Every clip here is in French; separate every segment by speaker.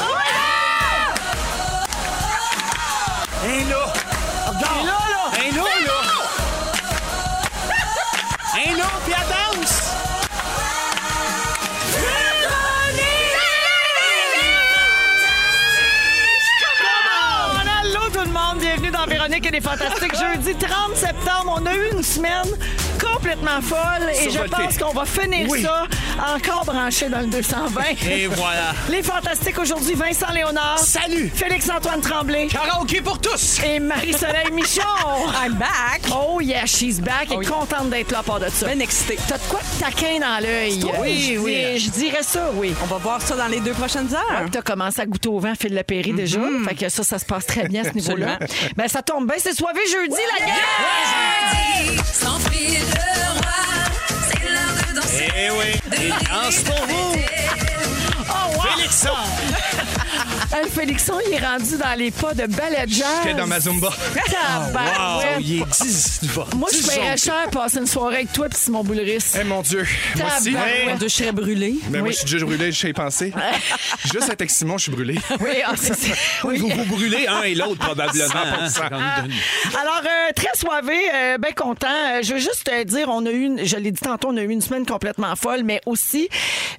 Speaker 1: Un là! Un là, là! Un là, là! Un là, puis elle danse!
Speaker 2: Bon, Allô tout le monde, bienvenue dans Véronique et les Fantastiques. Jeudi 30 septembre, on a eu une semaine complètement folle et je
Speaker 1: Survoltée.
Speaker 2: pense qu'on va finir
Speaker 1: Oui.
Speaker 2: ça encore branché dans le 220.
Speaker 1: Et voilà!
Speaker 2: Les Fantastiques aujourd'hui, Vincent Léonard,
Speaker 1: Salut!
Speaker 2: Félix-Antoine Tremblay
Speaker 1: Karaoké pour tous!
Speaker 2: et Marie-Soleil Michon.
Speaker 3: I'm back.
Speaker 2: Oh yeah, she's back et
Speaker 3: oui.
Speaker 2: contente d'être là à part de ça.
Speaker 3: Ben excité.
Speaker 2: T'as de quoi de taquin dans l'œil?
Speaker 1: Oui,
Speaker 2: Je
Speaker 1: oui.
Speaker 2: dis- Je dirais ça, oui.
Speaker 3: On va voir ça dans les deux prochaines heures.
Speaker 2: T'as commencé à goûter au vent, Phil Lapéry déjà. Fait que ça, ça se passe très bien à ce niveau-là. Ben, ça tombe bien, c'est soirée jeudi, la gueule!
Speaker 1: Eh oui! Et danse pour vous!
Speaker 2: Oh, wow!
Speaker 1: Félixon!
Speaker 2: Hey, Félixon, il est rendu dans les pas de baladjeur.
Speaker 1: J'étais dans ma Zumba. Wow!
Speaker 4: Oh,
Speaker 2: Tabarouette.
Speaker 1: Il est 10
Speaker 2: Moi, je paierais cher passer une soirée avec toi puis Simon Boulris.
Speaker 4: Eh mon Dieu, moi aussi.
Speaker 2: Tabarouette.
Speaker 3: Mon Dieu, je serais brûlée.
Speaker 4: Ben, Moi,
Speaker 2: Oui.
Speaker 4: je suis déjà brûlé, je sais y penser. Juste avec Simon, je suis brûlé.
Speaker 2: Oui, ah, c'est- c'est- oui.
Speaker 1: Vous vous brûlez un et l'autre, probablement. hein.
Speaker 2: Alors, euh, très soivé, euh, ben content. Euh, je veux juste euh, dire, on a eu, une, je l'ai dit tantôt, on a eu une semaine complètement folle, mais aussi,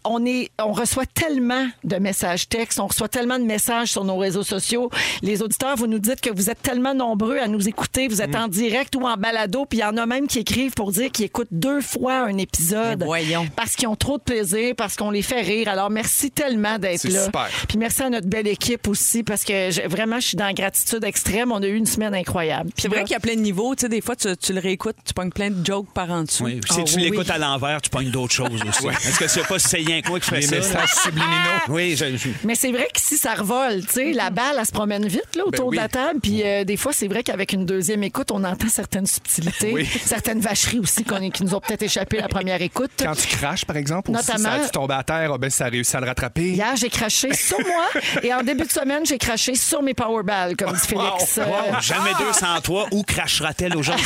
Speaker 2: on est, on reçoit tellement de messages textes, on reçoit tellement de messages sur nos réseaux sociaux. Les auditeurs, vous nous dites que vous êtes tellement nombreux à nous écouter, vous êtes
Speaker 4: Mm.
Speaker 2: en direct ou en balado, puis il y en a même qui écrivent pour dire qu'ils écoutent deux fois un épisode.
Speaker 4: Ben
Speaker 3: Mais voyons.
Speaker 2: Parce qu'ils ont trop de plaisir, parce qu'on les fait rire. Alors, merci tellement d'être
Speaker 4: C'est
Speaker 2: là.
Speaker 4: super.
Speaker 2: Puis merci à notre belle équipe aussi, parce que je- vraiment, je suis dans la gratitude extrême. On a eu une semaine incroyable.
Speaker 3: C'est vrai qu'il y a plein de niveaux. Tu sais, des fois, tu, tu le réécoutes, tu pognes plein de jokes par en dessous.
Speaker 1: Oui, puis si
Speaker 2: Ah,
Speaker 1: tu
Speaker 2: oui,
Speaker 1: l'écoutes
Speaker 2: oui.
Speaker 1: à l'envers, tu pognes d'autres choses aussi. Est-ce que c'est pas si c'est rien que moi qui fais
Speaker 4: Les
Speaker 1: ça?
Speaker 4: messages subliminaux.
Speaker 1: Oui, je, je-
Speaker 2: Mais c'est vrai que si ça revole, tu sais,
Speaker 3: Mm-hmm.
Speaker 2: la balle, elle se promène vite là, autour
Speaker 4: Ben oui.
Speaker 2: de la table. Puis
Speaker 1: Mm.
Speaker 2: euh, des fois, c'est vrai qu'avec une deuxième écoute, on entend certaines subtilités,
Speaker 4: Oui.
Speaker 2: certaines vacheries aussi qu'on est- qui nous ont peut-être échappé la première écoute.
Speaker 4: Quand tu craches, par exemple, aussi,
Speaker 2: Notamment-
Speaker 4: ça, tu tombes à terre, ah ben, ça a réussi à le rattraper.
Speaker 2: Hier, j'ai craché sur moi et en début de semaine, j'ai craché sur mes powerballs, comme dit Félix. Euh,
Speaker 1: Wow, jamais deux sans toi. Où crachera-t-elle aujourd'hui?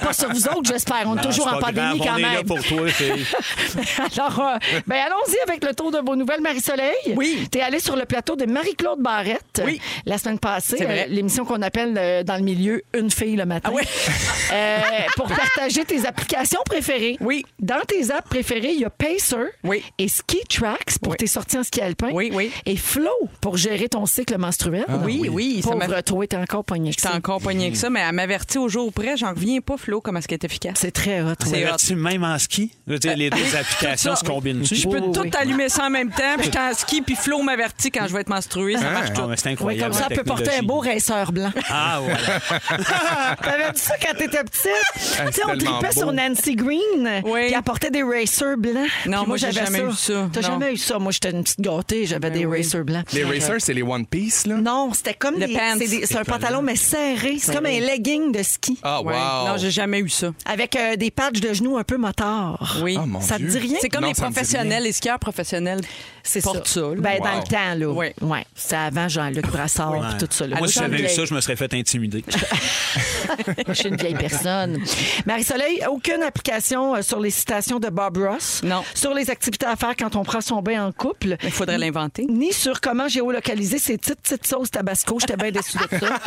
Speaker 2: Pas sur vous autres, j'espère. On
Speaker 1: Non,
Speaker 2: est toujours
Speaker 1: c'est
Speaker 2: en
Speaker 1: pas
Speaker 2: pandémie
Speaker 1: grave,
Speaker 2: quand
Speaker 1: on
Speaker 2: même.
Speaker 1: est là pour toi, fille.
Speaker 2: Alors, euh, ben, allons-y avec le tour de vos nouvelles, Marie-Soleil.
Speaker 3: Oui.
Speaker 2: Tu es allée sur le plateau de Marie-Claude Barrette
Speaker 3: Oui.
Speaker 2: euh, la semaine passée,
Speaker 3: C'est vrai.
Speaker 2: euh, l'émission qu'on appelle euh, dans le milieu Une fille le matin.
Speaker 3: Ah oui.
Speaker 2: Euh, pour partager tes applications préférées.
Speaker 3: Oui.
Speaker 2: Dans tes apps préférées, il y a Pacer
Speaker 3: Oui.
Speaker 2: et Ski Tracks pour
Speaker 3: Oui.
Speaker 2: tes sorties en ski alpin.
Speaker 3: Oui, oui. Ah,
Speaker 2: Et Flow pour gérer ton cycle menstruel.
Speaker 3: oui, oui. oui, ça m'a-
Speaker 2: Pauvre toi, t'es encore pogné. que
Speaker 3: J'étais
Speaker 2: ça.
Speaker 3: encore poignée que ça, mais elle m'avertit au jour près. J'en reviens pas, Flo, comment est-ce qu'elle est efficace.
Speaker 2: C'est très hot.
Speaker 3: C'est hot.
Speaker 1: tu même en ski? Je veux dire, les deux applications se combinent-tu? Oh.
Speaker 3: Je peux
Speaker 2: Oui,
Speaker 3: tout
Speaker 2: oui.
Speaker 3: allumer ça en même temps, puis je suis en ski, puis Flo m'avertit quand je vais être menstruée.
Speaker 4: Ah,
Speaker 3: Ça marche tout.
Speaker 1: Non, Ah, mais c'est
Speaker 2: Oui,
Speaker 1: incroyable.
Speaker 2: comme ça, on
Speaker 1: la
Speaker 2: peut porter un
Speaker 1: technologie.
Speaker 2: beau raceur blanc.
Speaker 1: Ah, voilà.
Speaker 2: T'avais dit ça quand t'étais petite? tu sais, on
Speaker 4: Ah, tellement
Speaker 2: tripait
Speaker 4: beau.
Speaker 2: sur Nancy Green.
Speaker 3: Oui.
Speaker 2: Puis elle portait des racers blancs. Puis
Speaker 3: moi, j'ai
Speaker 2: j'avais
Speaker 3: jamais eu ça.
Speaker 2: T'as
Speaker 3: Non. Ben
Speaker 2: jamais eu ça? Moi, j'étais une petite gâtée, j'avais des racers blancs.
Speaker 4: Les racers, c'est les One Piece, là.
Speaker 2: Non, c'était comme
Speaker 3: Le
Speaker 2: des,
Speaker 3: pants.
Speaker 2: c'est des- c'est un pantalon, mais serré. C'est comme un legging de ski.
Speaker 4: Ah,
Speaker 3: Ouais.
Speaker 4: wow.
Speaker 3: Non, j'ai jamais eu ça.
Speaker 2: Avec euh, des patchs de genoux un peu motards.
Speaker 3: Oui.
Speaker 4: Ah, mon
Speaker 2: Ça te
Speaker 4: Dieu.
Speaker 2: dit rien?
Speaker 3: C'est comme
Speaker 4: Non,
Speaker 3: les
Speaker 4: ça me dit
Speaker 3: professionnels, les skieurs professionnels
Speaker 2: C'est
Speaker 3: portent ça. là.
Speaker 2: Ben, Dans
Speaker 4: Wow.
Speaker 2: le temps, là.
Speaker 3: Oui.
Speaker 2: Ouais. C'était avant Jean-Luc Brassard puis tout ça. là.
Speaker 1: Moi,
Speaker 2: Je
Speaker 1: si
Speaker 2: suis
Speaker 1: j'avais
Speaker 2: une
Speaker 1: eu
Speaker 2: vieille-
Speaker 1: ça, je me serais fait intimider.
Speaker 2: Je suis une vieille personne. Marie-Soleil, aucune application euh, sur les citations de Bob Ross.
Speaker 3: Non.
Speaker 2: Sur les activités à faire quand on prend son bain en couple.
Speaker 3: Il faudrait l'inventer.
Speaker 2: Ni sur comment géolocaliser ces petites, petites sauces tabasco. J'étais bien déçue de ça.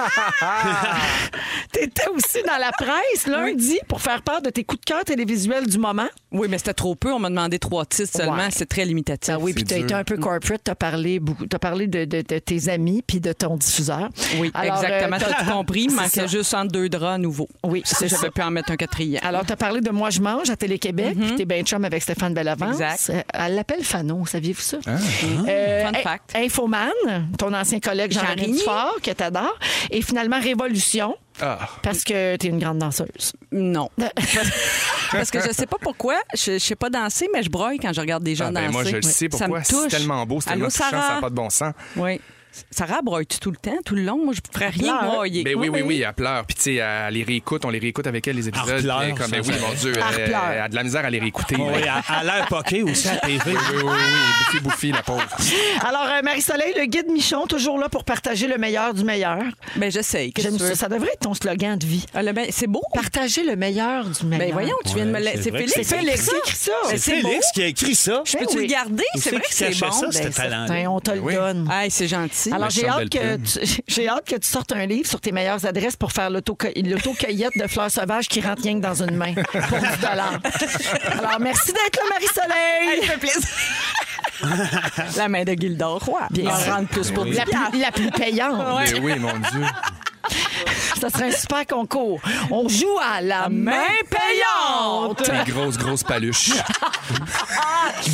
Speaker 2: T'étais aussi dans la presse lundi pour faire part de tes coups de cœur télévisuels du moment.
Speaker 3: Oui, mais c'était trop peu. On m'a demandé trois titres seulement.
Speaker 2: Ouais.
Speaker 3: C'est très limitatif.
Speaker 2: Ben oui, puis t'as été un peu corporate, t'as parlé beaucoup, t'as parlé de, de- de tes amis puis de ton diffuseur.
Speaker 3: Oui,
Speaker 2: Alors,
Speaker 3: exactement.
Speaker 2: euh,
Speaker 3: T'as tout compris. Il
Speaker 2: C'est
Speaker 3: manquait
Speaker 2: ça.
Speaker 3: juste entre deux draps nouveaux.
Speaker 2: Oui,
Speaker 3: Ça,
Speaker 2: c'est ça.
Speaker 3: J'avais pu en mettre un quatrième.
Speaker 2: Alors, tu as parlé de Moi, je mange à Télé-Québec, puis t'es bien chum avec Stéphane Bellavance.
Speaker 3: Mhm. Exact. Mhm.
Speaker 2: Euh, Elle l'appelle Fanon, saviez-vous ça? Euh,
Speaker 3: Fun
Speaker 2: In-
Speaker 3: fact.
Speaker 2: Infoman, ton ancien collègue Jean-Marie
Speaker 3: Jean-Rémy.
Speaker 2: Dufort, que t'adores. Et finalement, Révolution,
Speaker 4: Ah.
Speaker 2: parce que t'es une grande danseuse.
Speaker 3: Non. Ah, Parce que je sais pas pourquoi. Je, je sais pas danser, mais je broille quand je regarde des gens
Speaker 4: Ah, ben,
Speaker 3: danser.
Speaker 4: moi, je le sais
Speaker 3: Ça me
Speaker 4: pourquoi. C'est
Speaker 3: touche.
Speaker 4: tellement beau, c'est tellement
Speaker 3: Allô,
Speaker 4: touchant,
Speaker 3: Sarah?
Speaker 4: ça n'a pas de bon sens.
Speaker 3: Oui. Sarah broye-tu tout le temps, tout le long? Moi, je ne ferais rien
Speaker 2: pleure.
Speaker 3: broyer.
Speaker 4: Ben oui, oui, oui, elle pleure. Puis, tu sais, elle les réécoute, on les réécoute avec elle, les épisodes.
Speaker 1: Elle pleure,
Speaker 4: Puis, comme, ben
Speaker 1: ça,
Speaker 4: oui,
Speaker 1: ça- Oh,
Speaker 4: mon Dieu, elle,
Speaker 2: Elle pleure.
Speaker 4: elle a de la misère à les réécouter.
Speaker 1: Oui,
Speaker 4: là.
Speaker 1: à, à l'air poqué aussi à la TV.
Speaker 4: oui, oui, oui, oui, bouffi, bouffi, la pauvre.
Speaker 2: Alors, euh, Marie-Soleil, le guide Michon, toujours là pour partager le meilleur du meilleur.
Speaker 3: Ben, j'essaye. Qu'est-ce que
Speaker 2: J'aime
Speaker 3: tu veux?
Speaker 2: ça. Ça devrait être ton slogan de vie.
Speaker 3: Ah, le ben- c'est beau.
Speaker 2: Partager le meilleur du meilleur.
Speaker 3: Ben voyons, tu viens de me
Speaker 1: Ouais,
Speaker 3: la-
Speaker 1: c'est
Speaker 3: C'est
Speaker 1: vrai
Speaker 3: Félix.
Speaker 1: que c'est-
Speaker 2: Félix qui écrit ça.
Speaker 3: Ben,
Speaker 1: C'est
Speaker 3: c'est beau.
Speaker 1: Félix qui a écrit ça.
Speaker 2: Ben
Speaker 3: Peux-tu
Speaker 2: oui.
Speaker 3: le
Speaker 1: Où
Speaker 3: garder? C'est
Speaker 1: c'est
Speaker 3: vrai que
Speaker 1: qu'il
Speaker 3: c'est
Speaker 1: cachait
Speaker 3: bon.
Speaker 1: ça, ce
Speaker 2: Ben,
Speaker 1: talent-là?
Speaker 2: certain, on te le
Speaker 4: Oui.
Speaker 2: donne.
Speaker 3: Hey, c'est gentil.
Speaker 2: Alors,
Speaker 4: Mais
Speaker 2: j'ai
Speaker 4: ça me
Speaker 2: hâte, que
Speaker 4: belle
Speaker 2: tu, j'ai hâte que tu sortes un livre sur tes meilleures adresses pour faire l'autoco- l'auto-cueillette de fleurs sauvages qui rentre rien que dans une main pour 10 Alors, merci d'être là, Marie-Soleil.
Speaker 3: fait plaisir. la main de Gildor Roy.
Speaker 2: Bien
Speaker 3: On
Speaker 2: sûr.
Speaker 3: rentre tous pour
Speaker 4: Oui.
Speaker 2: La plus, la plus payante.
Speaker 4: Mais Ben oui, mon Dieu.
Speaker 2: Ça serait un super concours. On joue à la main payante.
Speaker 4: Des grosses, grosses paluches.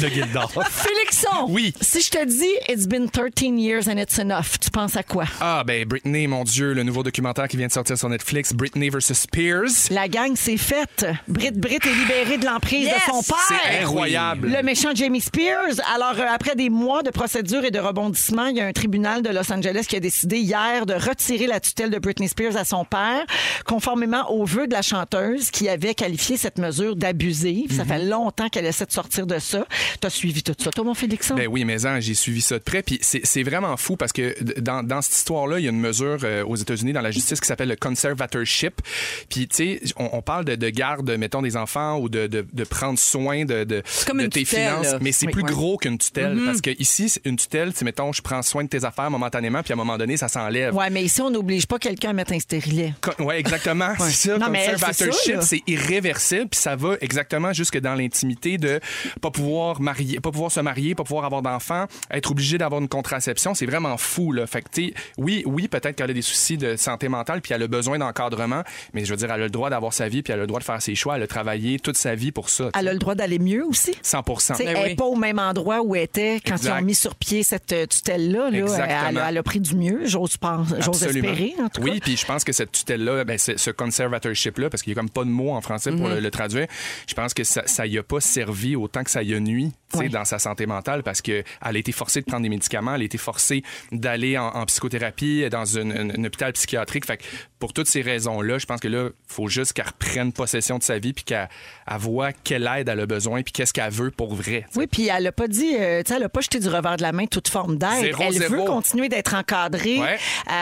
Speaker 1: de Gildor.
Speaker 2: Félixon,
Speaker 4: Oui.
Speaker 2: si je te dis It's been 13 years and it's enough, tu penses à quoi?
Speaker 4: Ah, ben, Britney, mon Dieu, le nouveau documentaire qui vient de sortir sur Netflix, Britney vs. Spears.
Speaker 2: La gang s'est faite. Brit Brit est libérée de l'emprise
Speaker 3: Yes!
Speaker 2: de son père.
Speaker 4: C'est incroyable.
Speaker 2: Le méchant Jamie Spears. Alors, euh, après des mois de procédures et de rebondissements, il y a un tribunal de Los Angeles qui a décidé hier de retirer la tutelle de Britney Spears à son père, conformément aux vœux de la chanteuse qui avait qualifié cette mesure d'abusive.
Speaker 4: Mhm.
Speaker 2: Ça fait longtemps qu'elle essaie de sortir de ça. T'as suivi tout ça, toi, mon Félixon?
Speaker 4: Ben oui, mais hein, j'ai suivi ça de près. Puis c'est c'est vraiment fou parce que d- dans, dans cette histoire-là, il y a une mesure euh, aux États-Unis dans la justice qui s'appelle le conservatorship. Puis, tu sais, on, on parle de, de garde, mettons, des enfants ou de, de- de prendre soin de, de,
Speaker 3: comme
Speaker 4: de
Speaker 3: une
Speaker 4: tes
Speaker 3: tutelle,
Speaker 4: finances.
Speaker 3: là.
Speaker 4: Mais
Speaker 3: Oui,
Speaker 4: c'est
Speaker 3: Mm-hmm.
Speaker 4: plus
Speaker 3: ouais.
Speaker 4: gros qu'une tutelle parce que ici, c'est une tutelle, c'est mettons, je prends soin de tes affaires momentanément, puis à un moment donné, ça s'enlève.
Speaker 2: Ouais, mais ici, on n'oblige pas quelqu'un à mettre un stérilet.
Speaker 4: Con- Ouais, exactement. C'est ça.
Speaker 2: Non, mais elle, c'est ça,
Speaker 4: conservatorship,
Speaker 2: là.
Speaker 4: c'est irréversible, puis ça va exactement jusque dans l'intimité de pas pouvoir marier, pas pouvoir se marier, pas pouvoir avoir d'enfants, être obligé d'avoir une contraception, c'est vraiment fou là. Fait que tu sais, oui, oui, peut-être qu'elle a des soucis de santé mentale, puis elle a besoin d'encadrement, mais je veux dire, elle a le droit d'avoir sa vie, puis elle a le droit de faire ses choix, elle a travaillé toute sa vie pour ça. tu sais.
Speaker 2: Elle a le droit d'aller mieux aussi.
Speaker 4: 100
Speaker 2: Tu sais,
Speaker 3: Ben
Speaker 2: elle n'est
Speaker 3: oui.
Speaker 2: pas au même endroit où elle était quand
Speaker 4: Ah. Exact.
Speaker 2: ils ont mis sur pied cette euh, tutelle-là. là.
Speaker 4: Exactement.
Speaker 2: Elle, a- elle a pris du mieux, j'ose pense- j'ose
Speaker 4: Absolument.
Speaker 2: espérer, en tout cas.
Speaker 4: Oui, puis je pense que cette tutelle-là, ben, c'est- ce conservatorship-là, parce qu'il n'y a comme pas de mot en français pour
Speaker 2: Mhm.
Speaker 4: le, le traduire, je pense que ça ça y a pas servi autant que ça y a nuit tu sais,
Speaker 2: Ouais.
Speaker 4: dans sa santé mentale parce qu'elle a été forcée de prendre des médicaments, elle a été forcée d'aller en, en psychothérapie, euh, dans une, une- un hôpital psychiatrique. Fait que pour toutes ces raisons-là, je pense que là, faut juste qu'elle reprenne possession de sa vie puis qu'elle elle voit quelle aide elle a besoin puis qu'est-ce qu'elle veut pour vrai.
Speaker 2: Oui, puis elle n'a pas dit, euh, tu sais, elle n'a pas jeté du revers de la main toute forme d'aide.
Speaker 4: Zéro,
Speaker 2: Elle
Speaker 4: zéro.
Speaker 2: veut continuer d'être encadrée.
Speaker 4: Ouais.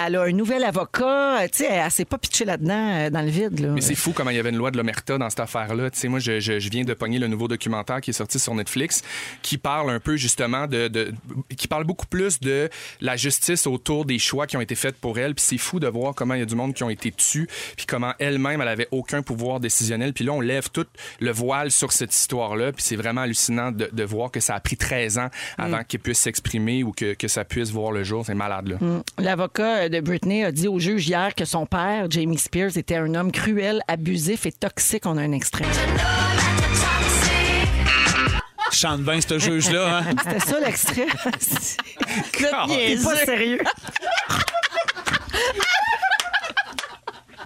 Speaker 2: Elle a un nouvel avocat. Euh, Tu sais, elle ne s'est pas pitchée là-dedans, euh, dans le vide. là.
Speaker 4: Mais c'est fou comment il y avait une loi de l'omerta dans cette affaire-là. Tu sais, moi, je, je- je viens de pogner le nouveau documentaire qui est sorti sur Netflix, qui parle un peu justement de, de- qui parle beaucoup plus de la justice autour des choix qui ont été faits pour elle. Puis c'est fou de voir comment il y a du monde qui ont été tués, puis comment elle-même elle avait aucun pouvoir décisionnel. Puis là, on lève tout le voile sur cette histoire-là. Puis c'est vraiment hallucinant de, de voir que ça a pris 13 ans avant qu'elle puisse s'exprimer ou que, que ça puisse voir le jour. C'est malade là.
Speaker 2: Mm. L'avocat euh, de Britney a dit au juge hier que son père, Jamie Spears, était un homme cruel, abusif et toxique. On a un extrait.
Speaker 1: Chante bien, ce juge-là. Hein?
Speaker 2: C'était ça l'extrait?
Speaker 3: Notre
Speaker 2: T'es
Speaker 3: niaiseux.
Speaker 2: pas sérieux?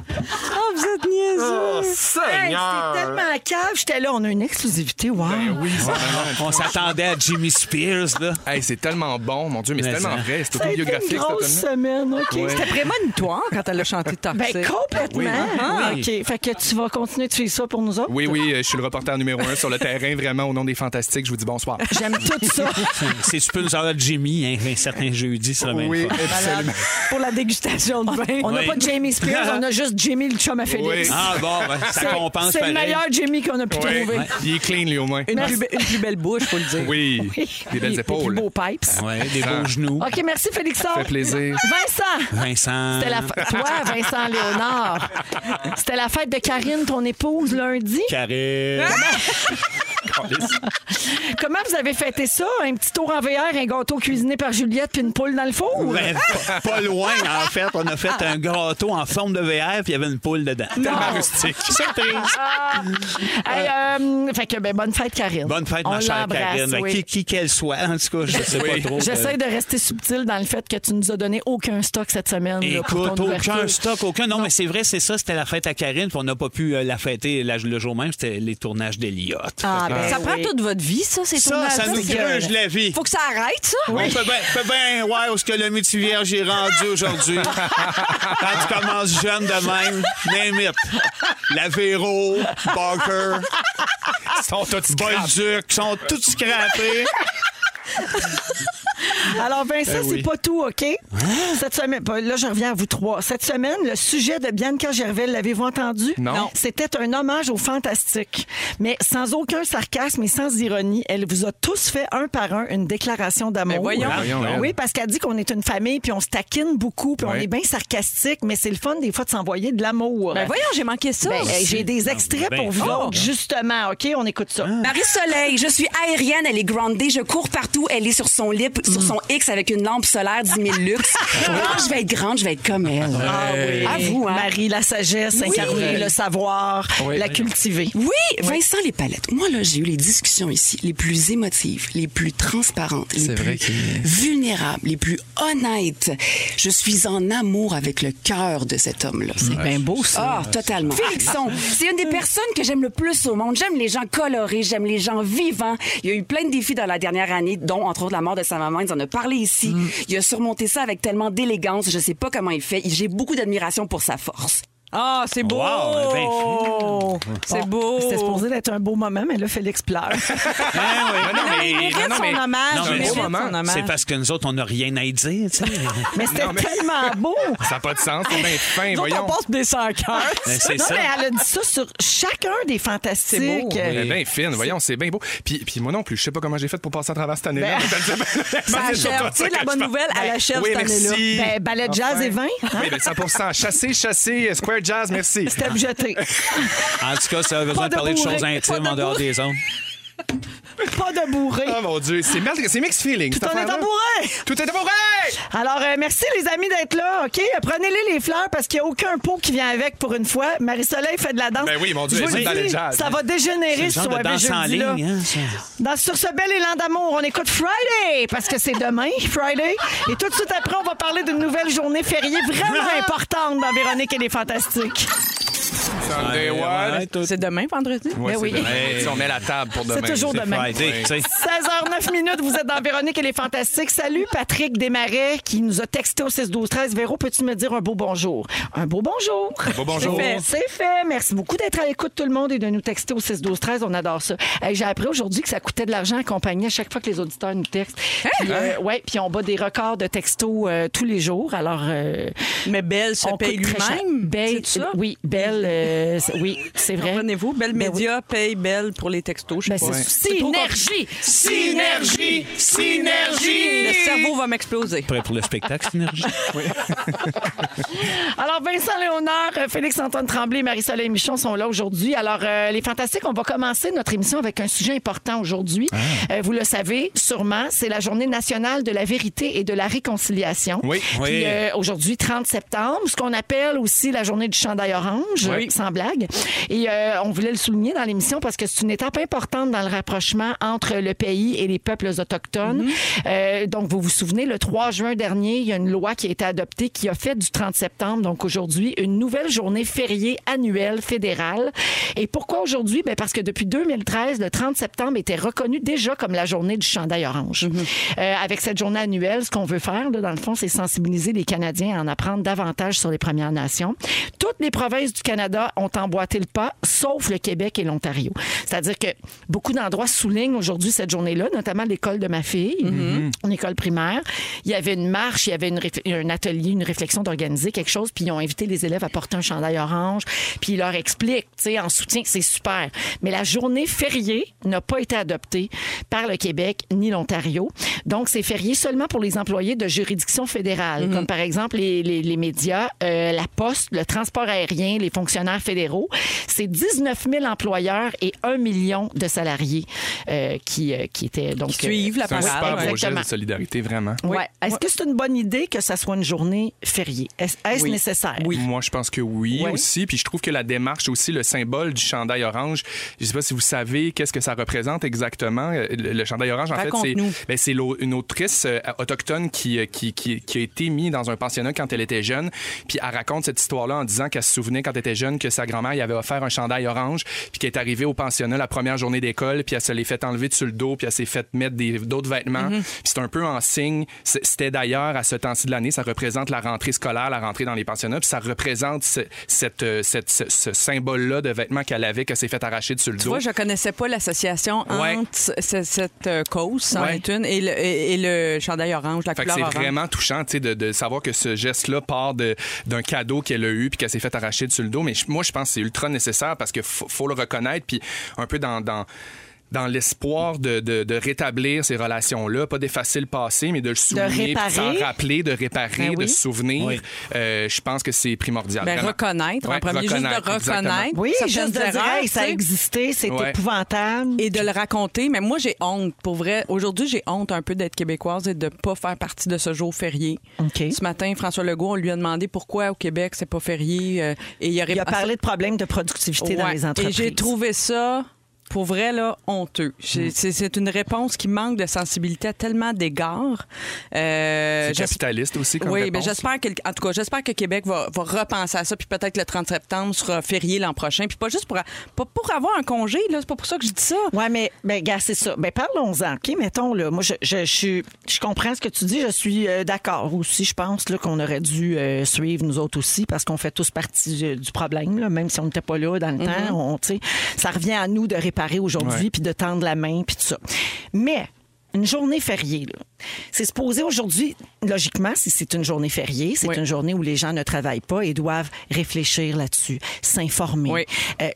Speaker 3: Ah, vous êtes niaiseux.
Speaker 2: Hey, c'est tellement à cave. J'étais là, on a une exclusivité. Wow.
Speaker 4: Oui, c'est
Speaker 1: On s'attendait à Jimmy Spears, là.
Speaker 4: Hey, c'est tellement bon, mon Dieu, mais,
Speaker 1: Mais
Speaker 4: c'est tellement
Speaker 1: ça-
Speaker 4: vrai. C'est
Speaker 2: Ça a été
Speaker 4: autobiographique,
Speaker 2: une
Speaker 4: cet
Speaker 2: grosse
Speaker 4: automne-là.
Speaker 2: semaine, OK?
Speaker 4: Ouais.
Speaker 2: C'était
Speaker 3: C'était prémonitoire quand elle a chanté Toxic.
Speaker 2: Ben, complètement.
Speaker 4: Oui.
Speaker 2: Ah,
Speaker 1: Oui.
Speaker 2: OK. Fait que tu vas continuer de suivre ça pour nous autres?
Speaker 4: Oui, oui, euh, je suis le reporter numéro un sur le terrain, vraiment, au nom des fantastiques. Je vous dis bonsoir.
Speaker 2: J'aime tout ça.
Speaker 1: C'est super nous avoir Jimmy, hein, un certain jeudi, c'est la même
Speaker 4: Oui,
Speaker 1: fois.
Speaker 4: absolument.
Speaker 3: pour la dégustation de vin.
Speaker 2: On n'a
Speaker 1: Oui.
Speaker 2: pas Jamie Spears, on a juste Jamie le chum à Félix.
Speaker 4: Oui.
Speaker 1: Ah bon, ben, ça
Speaker 2: C'est-
Speaker 1: compense
Speaker 2: C'est le
Speaker 1: pareil.
Speaker 2: meilleur Jamie qu'on a pu
Speaker 4: Ouais.
Speaker 2: trouver.
Speaker 4: Il est clean, lui, au moins.
Speaker 3: Une, plus be- une plus belle bouche, faut le dire.
Speaker 4: Oui, des
Speaker 2: Les-
Speaker 4: belles
Speaker 2: Les
Speaker 4: épaules.
Speaker 2: beaux pipes.
Speaker 1: Ouais, des beaux genoux.
Speaker 2: Ah. OK, merci Félix.
Speaker 4: Ça fait plaisir.
Speaker 2: Vincent!
Speaker 1: Vincent.
Speaker 2: C'était la fa- Toi, Vincent Léonard, c'était la fête de Karine, ton épouse, lundi.
Speaker 1: Carré.
Speaker 2: Ah! Comment vous avez fêté ça? Un petit tour en VR, un gâteau cuisiné par Juliette, puis une poule dans le four?
Speaker 1: Ben, pas- pas loin, en fait. On a fait un gâteau en forme de VR, puis il y avait une poule dedans. Tellement rustique. Surprise.
Speaker 2: Hey, euh, fait que, ben, bonne fête, Karine.
Speaker 1: Bonne fête,
Speaker 2: On
Speaker 1: ma chère
Speaker 2: l'embrasse,
Speaker 1: Karine. Ben, Qui-
Speaker 2: oui.
Speaker 1: Qui qu'elle soit, en tout cas, je sais
Speaker 4: Oui.
Speaker 1: pas trop. euh,
Speaker 2: J'essaie de rester subtil dans le fait que tu nous as donné aucun stock cette semaine. là, pour
Speaker 1: Écoute,
Speaker 2: ton
Speaker 1: aucun
Speaker 2: ouverture.
Speaker 1: stock, aucun. Non, mais c'est vrai, c'est ça. C'était la fête à Karine, puis on n'a pas pu euh, la fêter la- le jour même. C'était les tournages d'Eliott.
Speaker 2: Ah,
Speaker 1: Fait que, Ben
Speaker 3: ça prend
Speaker 2: oui.
Speaker 3: toute votre vie, ça, ces
Speaker 1: Ça,
Speaker 3: tournages-là.
Speaker 1: ça nous
Speaker 3: C'est-
Speaker 1: gruge la vie.
Speaker 3: Faut que ça arrête, ça.
Speaker 1: On peut bien peut ben voir où ce que le métier vierge est rendu aujourd'hui. Quand tu commences jeune de même, name it. La Véro, Barker,
Speaker 4: Ils sont tous scrap.
Speaker 1: Bolduc, sont tous scrappés.
Speaker 2: Alors, Vincent,
Speaker 1: Ben oui.
Speaker 2: c'est pas tout, OK? Cette semaine, ben là, je reviens à vous trois. Cette semaine, le sujet de Bianca Gervais, l'avez-vous entendu?
Speaker 4: Non. Non.
Speaker 2: C'était un hommage au fantastique. Mais sans aucun sarcasme et sans ironie, elle vous a tous fait un par un une déclaration d'amour.
Speaker 3: Ben voyons.
Speaker 4: Ah, voyons, elle.
Speaker 2: Oui, parce qu'elle dit qu'on est une famille, puis on se taquine beaucoup, puis on
Speaker 4: Ouais.
Speaker 2: est bien sarcastique, mais c'est le fun des fois de s'envoyer de l'amour.
Speaker 3: Ben voyons, j'ai manqué ça.
Speaker 2: Ben, euh, j'ai des extraits
Speaker 1: ben,
Speaker 2: pour vous
Speaker 1: oh.
Speaker 2: autres, justement. OK, on écoute ça.
Speaker 3: Ah,
Speaker 5: Marie-Soleil, je suis aérienne, elle est groundée, je cours partout, elle est sur son lit, sur
Speaker 3: Mm.
Speaker 5: son X avec une lampe solaire 10 000 lux. Quand je vais être grande, je vais être comme elle.
Speaker 2: Ah oui.
Speaker 5: À vous, hein.
Speaker 2: Marie, la sagesse, incarner le savoir,
Speaker 4: Oui.
Speaker 2: la cultiver.
Speaker 5: Oui, Vincent Les Palettes. Moi, là, j'ai eu les discussions ici les plus émotives, les plus transparentes, les
Speaker 4: C'est
Speaker 5: plus
Speaker 4: vrai qu'il-
Speaker 5: vulnérables, les plus honnêtes. Je suis en amour avec le cœur de cet homme-là. C'est bien beau, ça. Ah, totalement. Félixon, c'est une des personnes que j'aime le plus au monde. J'aime les gens colorés, j'aime les gens vivants. Il y a eu plein de défis dans la dernière année, dont, entre autres, la mort de sa maman. Ils en ont parlé ici. Il a surmonté ça avec tellement d'élégance. Je sais pas comment il fait. J'ai beaucoup d'admiration pour sa force.
Speaker 3: Ah, c'est beau.
Speaker 1: Wow, ben,
Speaker 3: c'est beau.
Speaker 2: C'était supposé d'être un beau moment, mais là, Félix pleure.
Speaker 1: Ben oui,
Speaker 4: Non, non,
Speaker 3: Il
Speaker 4: mais-
Speaker 3: mérite
Speaker 4: non, non,
Speaker 3: son
Speaker 4: mais-
Speaker 3: hommage.
Speaker 1: non,
Speaker 3: il
Speaker 1: mais-
Speaker 3: mérite son
Speaker 4: moment,
Speaker 3: hommage.
Speaker 1: C'est parce que nous autres, on n'a rien à y dire, tu sais.
Speaker 2: mais c'était tellement beau.
Speaker 4: Ça n'a pas de sens, c'est bien fin,
Speaker 2: Nous autres,
Speaker 4: voyons.
Speaker 2: on passe des sans cœur.
Speaker 1: Ben, c'est
Speaker 2: non,
Speaker 1: ça.
Speaker 2: mais elle a dit ça sur chacun des fantastiques.
Speaker 3: C'est beau.
Speaker 4: Elle est
Speaker 2: Euh,
Speaker 4: bien fine, voyons, c'est bien beau. Puis, puis moi non plus, je sais pas comment j'ai fait pour passer à travers cette année-là.
Speaker 2: Ben-
Speaker 3: Ça achève. Tu sais, la bonne nouvelle, elle achève
Speaker 4: oui,
Speaker 3: cette année-là.
Speaker 4: merci.
Speaker 2: Ben, ballet jazz
Speaker 4: Enfin.
Speaker 2: et vin. hein?
Speaker 4: Oui, ben 100 Chasser, chasser, Square Jazz, merci.
Speaker 2: C'était objeté.
Speaker 1: En tout cas, ça a besoin de
Speaker 2: Pas de
Speaker 1: parler de
Speaker 2: bourré,
Speaker 1: choses
Speaker 2: pas
Speaker 1: intimes
Speaker 2: de
Speaker 1: en dehors
Speaker 2: bourré.
Speaker 1: des ondes.
Speaker 2: Pas de bourré.
Speaker 4: Oh mon Dieu, c'est mal- c'est mixed feeling. cette
Speaker 2: Tout en
Speaker 4: affaire-là.
Speaker 2: étant bourré.
Speaker 4: Tout est amoureux!
Speaker 2: Alors, euh, merci les amis d'être là, OK? Prenez-les les fleurs parce qu'il n'y a aucun pot qui vient avec pour une fois. Marie-Soleil fait de la danse.
Speaker 4: Ben oui, mon Dieu,
Speaker 2: Je vous
Speaker 4: elle
Speaker 2: le
Speaker 4: fait de la
Speaker 2: dis,
Speaker 4: jazz. hein.
Speaker 2: Ça va
Speaker 1: C'est
Speaker 2: dégénérer
Speaker 1: le
Speaker 2: sur
Speaker 1: genre de danse en ligne. Hein, ça.
Speaker 2: Dans, sur ce bel élan d'amour, on écoute Friday parce que c'est demain, Friday. Et tout de suite après, on va parler d'une nouvelle journée fériée vraiment importante dans Véronique et les Fantastiques.
Speaker 4: Sunday
Speaker 1: Ouais,
Speaker 4: one.
Speaker 1: tout-
Speaker 3: C'est demain, vendredi?
Speaker 4: Ouais,
Speaker 2: Ben
Speaker 4: c'est
Speaker 2: oui.
Speaker 4: demain. Si On met la table pour demain.
Speaker 2: toujours
Speaker 4: C'est
Speaker 2: demain.
Speaker 4: Friday,
Speaker 1: Ouais,
Speaker 4: tu
Speaker 1: tu
Speaker 4: sais.
Speaker 1: sais.
Speaker 2: 16h09 minutes, vous êtes dans Véronique et les Fantastiques. Salut Patrick Desmarais qui nous a texté au 6 12 13 Véro, peux-tu me dire un beau bonjour? Un beau bonjour. Un
Speaker 4: beau bonjour.
Speaker 2: C'est fait. C'est fait. Merci beaucoup d'être à l'écoute tout le monde et de nous texter au 6 12 13 On adore ça. Hey, J'ai appris aujourd'hui que ça coûtait de l'argent à compagnie à chaque fois que les auditeurs nous textent.
Speaker 3: Hein?
Speaker 2: Puis, euh, ouais, puis on bat des records de textos euh, tous les jours. Alors euh,
Speaker 3: Mais Belle se
Speaker 2: on
Speaker 3: paye
Speaker 2: coûte très cher.
Speaker 3: lui-même.
Speaker 5: Ben,
Speaker 2: Belle,
Speaker 3: C'est ça?
Speaker 2: oui, Belle, euh, c'est- oui, c'est vrai.
Speaker 3: Comprenez-vous? Belle
Speaker 2: Ben oui.
Speaker 3: Média paye Belle pour les textos. Je
Speaker 2: Ben,
Speaker 3: sais
Speaker 2: c'est
Speaker 3: pas.
Speaker 2: synergie.
Speaker 1: Synergie! Synergie!
Speaker 3: Le cerveau va m'exploser.
Speaker 1: Prêt pour le spectacle, Synergie?
Speaker 2: Alors, Vincent Léonard, euh, Félix-Antoine Tremblay et Marie-Soleil Michon sont là aujourd'hui. Alors, euh, les Fantastiques, on va commencer notre émission avec un sujet important aujourd'hui. Euh, vous le savez sûrement, c'est la Journée nationale de la vérité et de la réconciliation.
Speaker 4: Oui,
Speaker 2: Puis,
Speaker 1: oui.
Speaker 2: euh, aujourd'hui, 30 septembre, ce qu'on appelle aussi la Journée du chandail orange,
Speaker 4: Oui.
Speaker 2: sans blague. Et euh, on voulait le souligner dans l'émission parce que c'est une étape importante dans le rapprochement entre le pays et les peuples autochtones. Euh, donc, vous vous souvenez, le 3 juin dernier, il y a une loi qui a été adoptée qui a fait du 30 septembre, donc aujourd'hui, une nouvelle journée fériée annuelle fédérale. Et pourquoi aujourd'hui? Ben parce que depuis 2013, le 30 septembre était reconnu déjà comme la journée du chandail orange. Euh, avec cette journée annuelle, ce qu'on veut faire, là, dans le fond, c'est sensibiliser les Canadiens à en apprendre davantage sur les Premières Nations. Toutes les provinces du Canada ont emboîté le pas, sauf le Québec et l'Ontario. C'est-à-dire que beaucoup d'endroits soulignent aujourd'hui cette journée-là, notamment l'école de ma fille, une école primaire. Il y avait une marche, il y avait une réf- un atelier, une réflexion d'organiser quelque chose, puis ils ont invité les élèves à porter un chandail orange, puis ils leur expliquent, tu sais, en soutien que c'est super. Mais la journée fériée n'a pas été adoptée par le Québec ni l'Ontario. Donc, c'est férié seulement pour les employés de juridictions
Speaker 3: Mm-hmm.
Speaker 2: fédérales, comme par exemple les, les- les médias, euh, la poste, le transport aérien, les fonctionnaires fédéraux. C'est 19 000 employeurs et 1 million de salariés euh, qui, euh, qui étaient donc... euh,
Speaker 3: Qui suivent la
Speaker 4: C'est un
Speaker 3: parade.
Speaker 4: super beau geste
Speaker 2: Exactement.
Speaker 4: de solidarité, vraiment.
Speaker 2: Ouais. Est-ce que c'est une bonne idée que ça soit une journée fériée? Est-ce est-ce
Speaker 4: Oui.
Speaker 2: nécessaire?
Speaker 4: Moi, je pense que oui
Speaker 2: Oui.
Speaker 4: aussi. Puis je trouve que la démarche aussi, le symbole du chandail orange, je sais pas si vous savez qu'est-ce que ça représente exactement. Euh, Le, le chandail orange, en fait, c'est
Speaker 3: Raconte-nous.
Speaker 4: ben, c'est l'au- une autrice euh, autochtone qui, euh, qui, qui, qui a été mise dans un pensionnat quand elle était jeune. Puis elle raconte cette histoire-là en disant qu'elle se souvenait quand elle était jeune que sa grand-mère y avait offert un chandail orange, puis qu'elle est arrivée au pensionnat la première journée d'école, puis elle se l'est fait enlever sur le dos, puis elle s'est fait mettre des- d'autres vêtements.
Speaker 3: Mhm.
Speaker 4: Puis c'est un peu en signe. C- C'était d'ailleurs à ce temps-ci de l'année, ça représente la rentrée scolaire, la rentrée dans les pensionnats, puis ça représente ce, cette, euh, cette- ce, ce symbole-là de vêtements qu'elle avait, qu'elle s'est fait arracher sur le
Speaker 3: Tu
Speaker 4: dos.
Speaker 3: vois, je connaissais pas l'association
Speaker 4: Ouais.
Speaker 3: entre ce- cette euh, cause, c'en
Speaker 4: Ouais.
Speaker 3: est une, et le, et- et le chandail orange, la
Speaker 4: Fait que
Speaker 3: couleur
Speaker 4: c'est
Speaker 3: orange.
Speaker 4: vraiment touchant tu sais, de, de savoir que ce geste-là part de- d'un cadeau qu'elle a eu puis qu'elle s'est fait arracher sur le dos. Mais je- moi, je pense que c'est ultra nécessaire parce que faut, faut le reconnaître. Puis un peu dans. dans dans l'espoir de, de- de rétablir ces relations-là, pas d'effacer le passé, mais de le souligner, puis de s'en
Speaker 2: réparer.
Speaker 4: rappeler, de réparer,
Speaker 2: Ben
Speaker 4: de
Speaker 2: oui.
Speaker 4: se souvenir. Euh, je pense que c'est primordial.
Speaker 3: Ben,
Speaker 4: vraiment.
Speaker 3: reconnaître, en
Speaker 4: Ouais,
Speaker 3: premier, juste de
Speaker 4: exactement.
Speaker 3: reconnaître. euh,
Speaker 2: Oui,
Speaker 3: Certaines
Speaker 2: juste de dire,
Speaker 3: erreurs,
Speaker 2: Hey, ça a
Speaker 3: tu sais.
Speaker 2: existé, c'est
Speaker 4: Ouais.
Speaker 2: épouvantable.
Speaker 3: et de le raconter. Mais moi, j'ai honte. Pour vrai, aujourd'hui, j'ai honte un peu d'être québécoise et de pas faire partie de ce jour férié.
Speaker 2: OK.
Speaker 3: Ce matin, François Legault, on lui a demandé pourquoi au Québec, c'est pas férié. euh, et il,
Speaker 2: Il a parlé de problèmes de productivité dans
Speaker 3: Ouais.
Speaker 2: les entreprises. Mm.
Speaker 3: Et j'ai trouvé ça. Pour vrai, là, honteux. J'ai- C'est c'est une réponse qui manque de sensibilité à tellement d'égards. Euh,
Speaker 4: C'est
Speaker 3: j'es-
Speaker 4: capitaliste aussi comme
Speaker 3: oui,
Speaker 4: réponse.
Speaker 3: ben j'espère que, en tout cas, j'espère que Québec va, va repenser à ça, puis peut-être le 30 septembre sera férié l'an prochain, puis pas juste pour, a- pas pour avoir un congé, là, c'est pas pour ça que je dis ça.
Speaker 2: Oui, mais ben, gars, c'est ça. Ben, parlons-en, OK? Mettons, là, moi, je, je, je, suis- je comprends ce que tu dis. Je suis euh, d'accord aussi. Je pense là, qu'on aurait dû euh, suivre, nous autres aussi, parce qu'on fait tous partie euh, du problème, là, même si on n'était pas là dans le temps. On, tu sais, ça revient à nous de réparer aujourd'hui, puis de tendre la main, puis tout ça. Mais une journée fériée, là, c'est supposé aujourd'hui, logiquement, si c'est une journée fériée, c'est
Speaker 3: Oui.
Speaker 2: une journée où les gens ne travaillent pas et doivent réfléchir là-dessus, s'informer.
Speaker 3: Oui.
Speaker 2: Euh,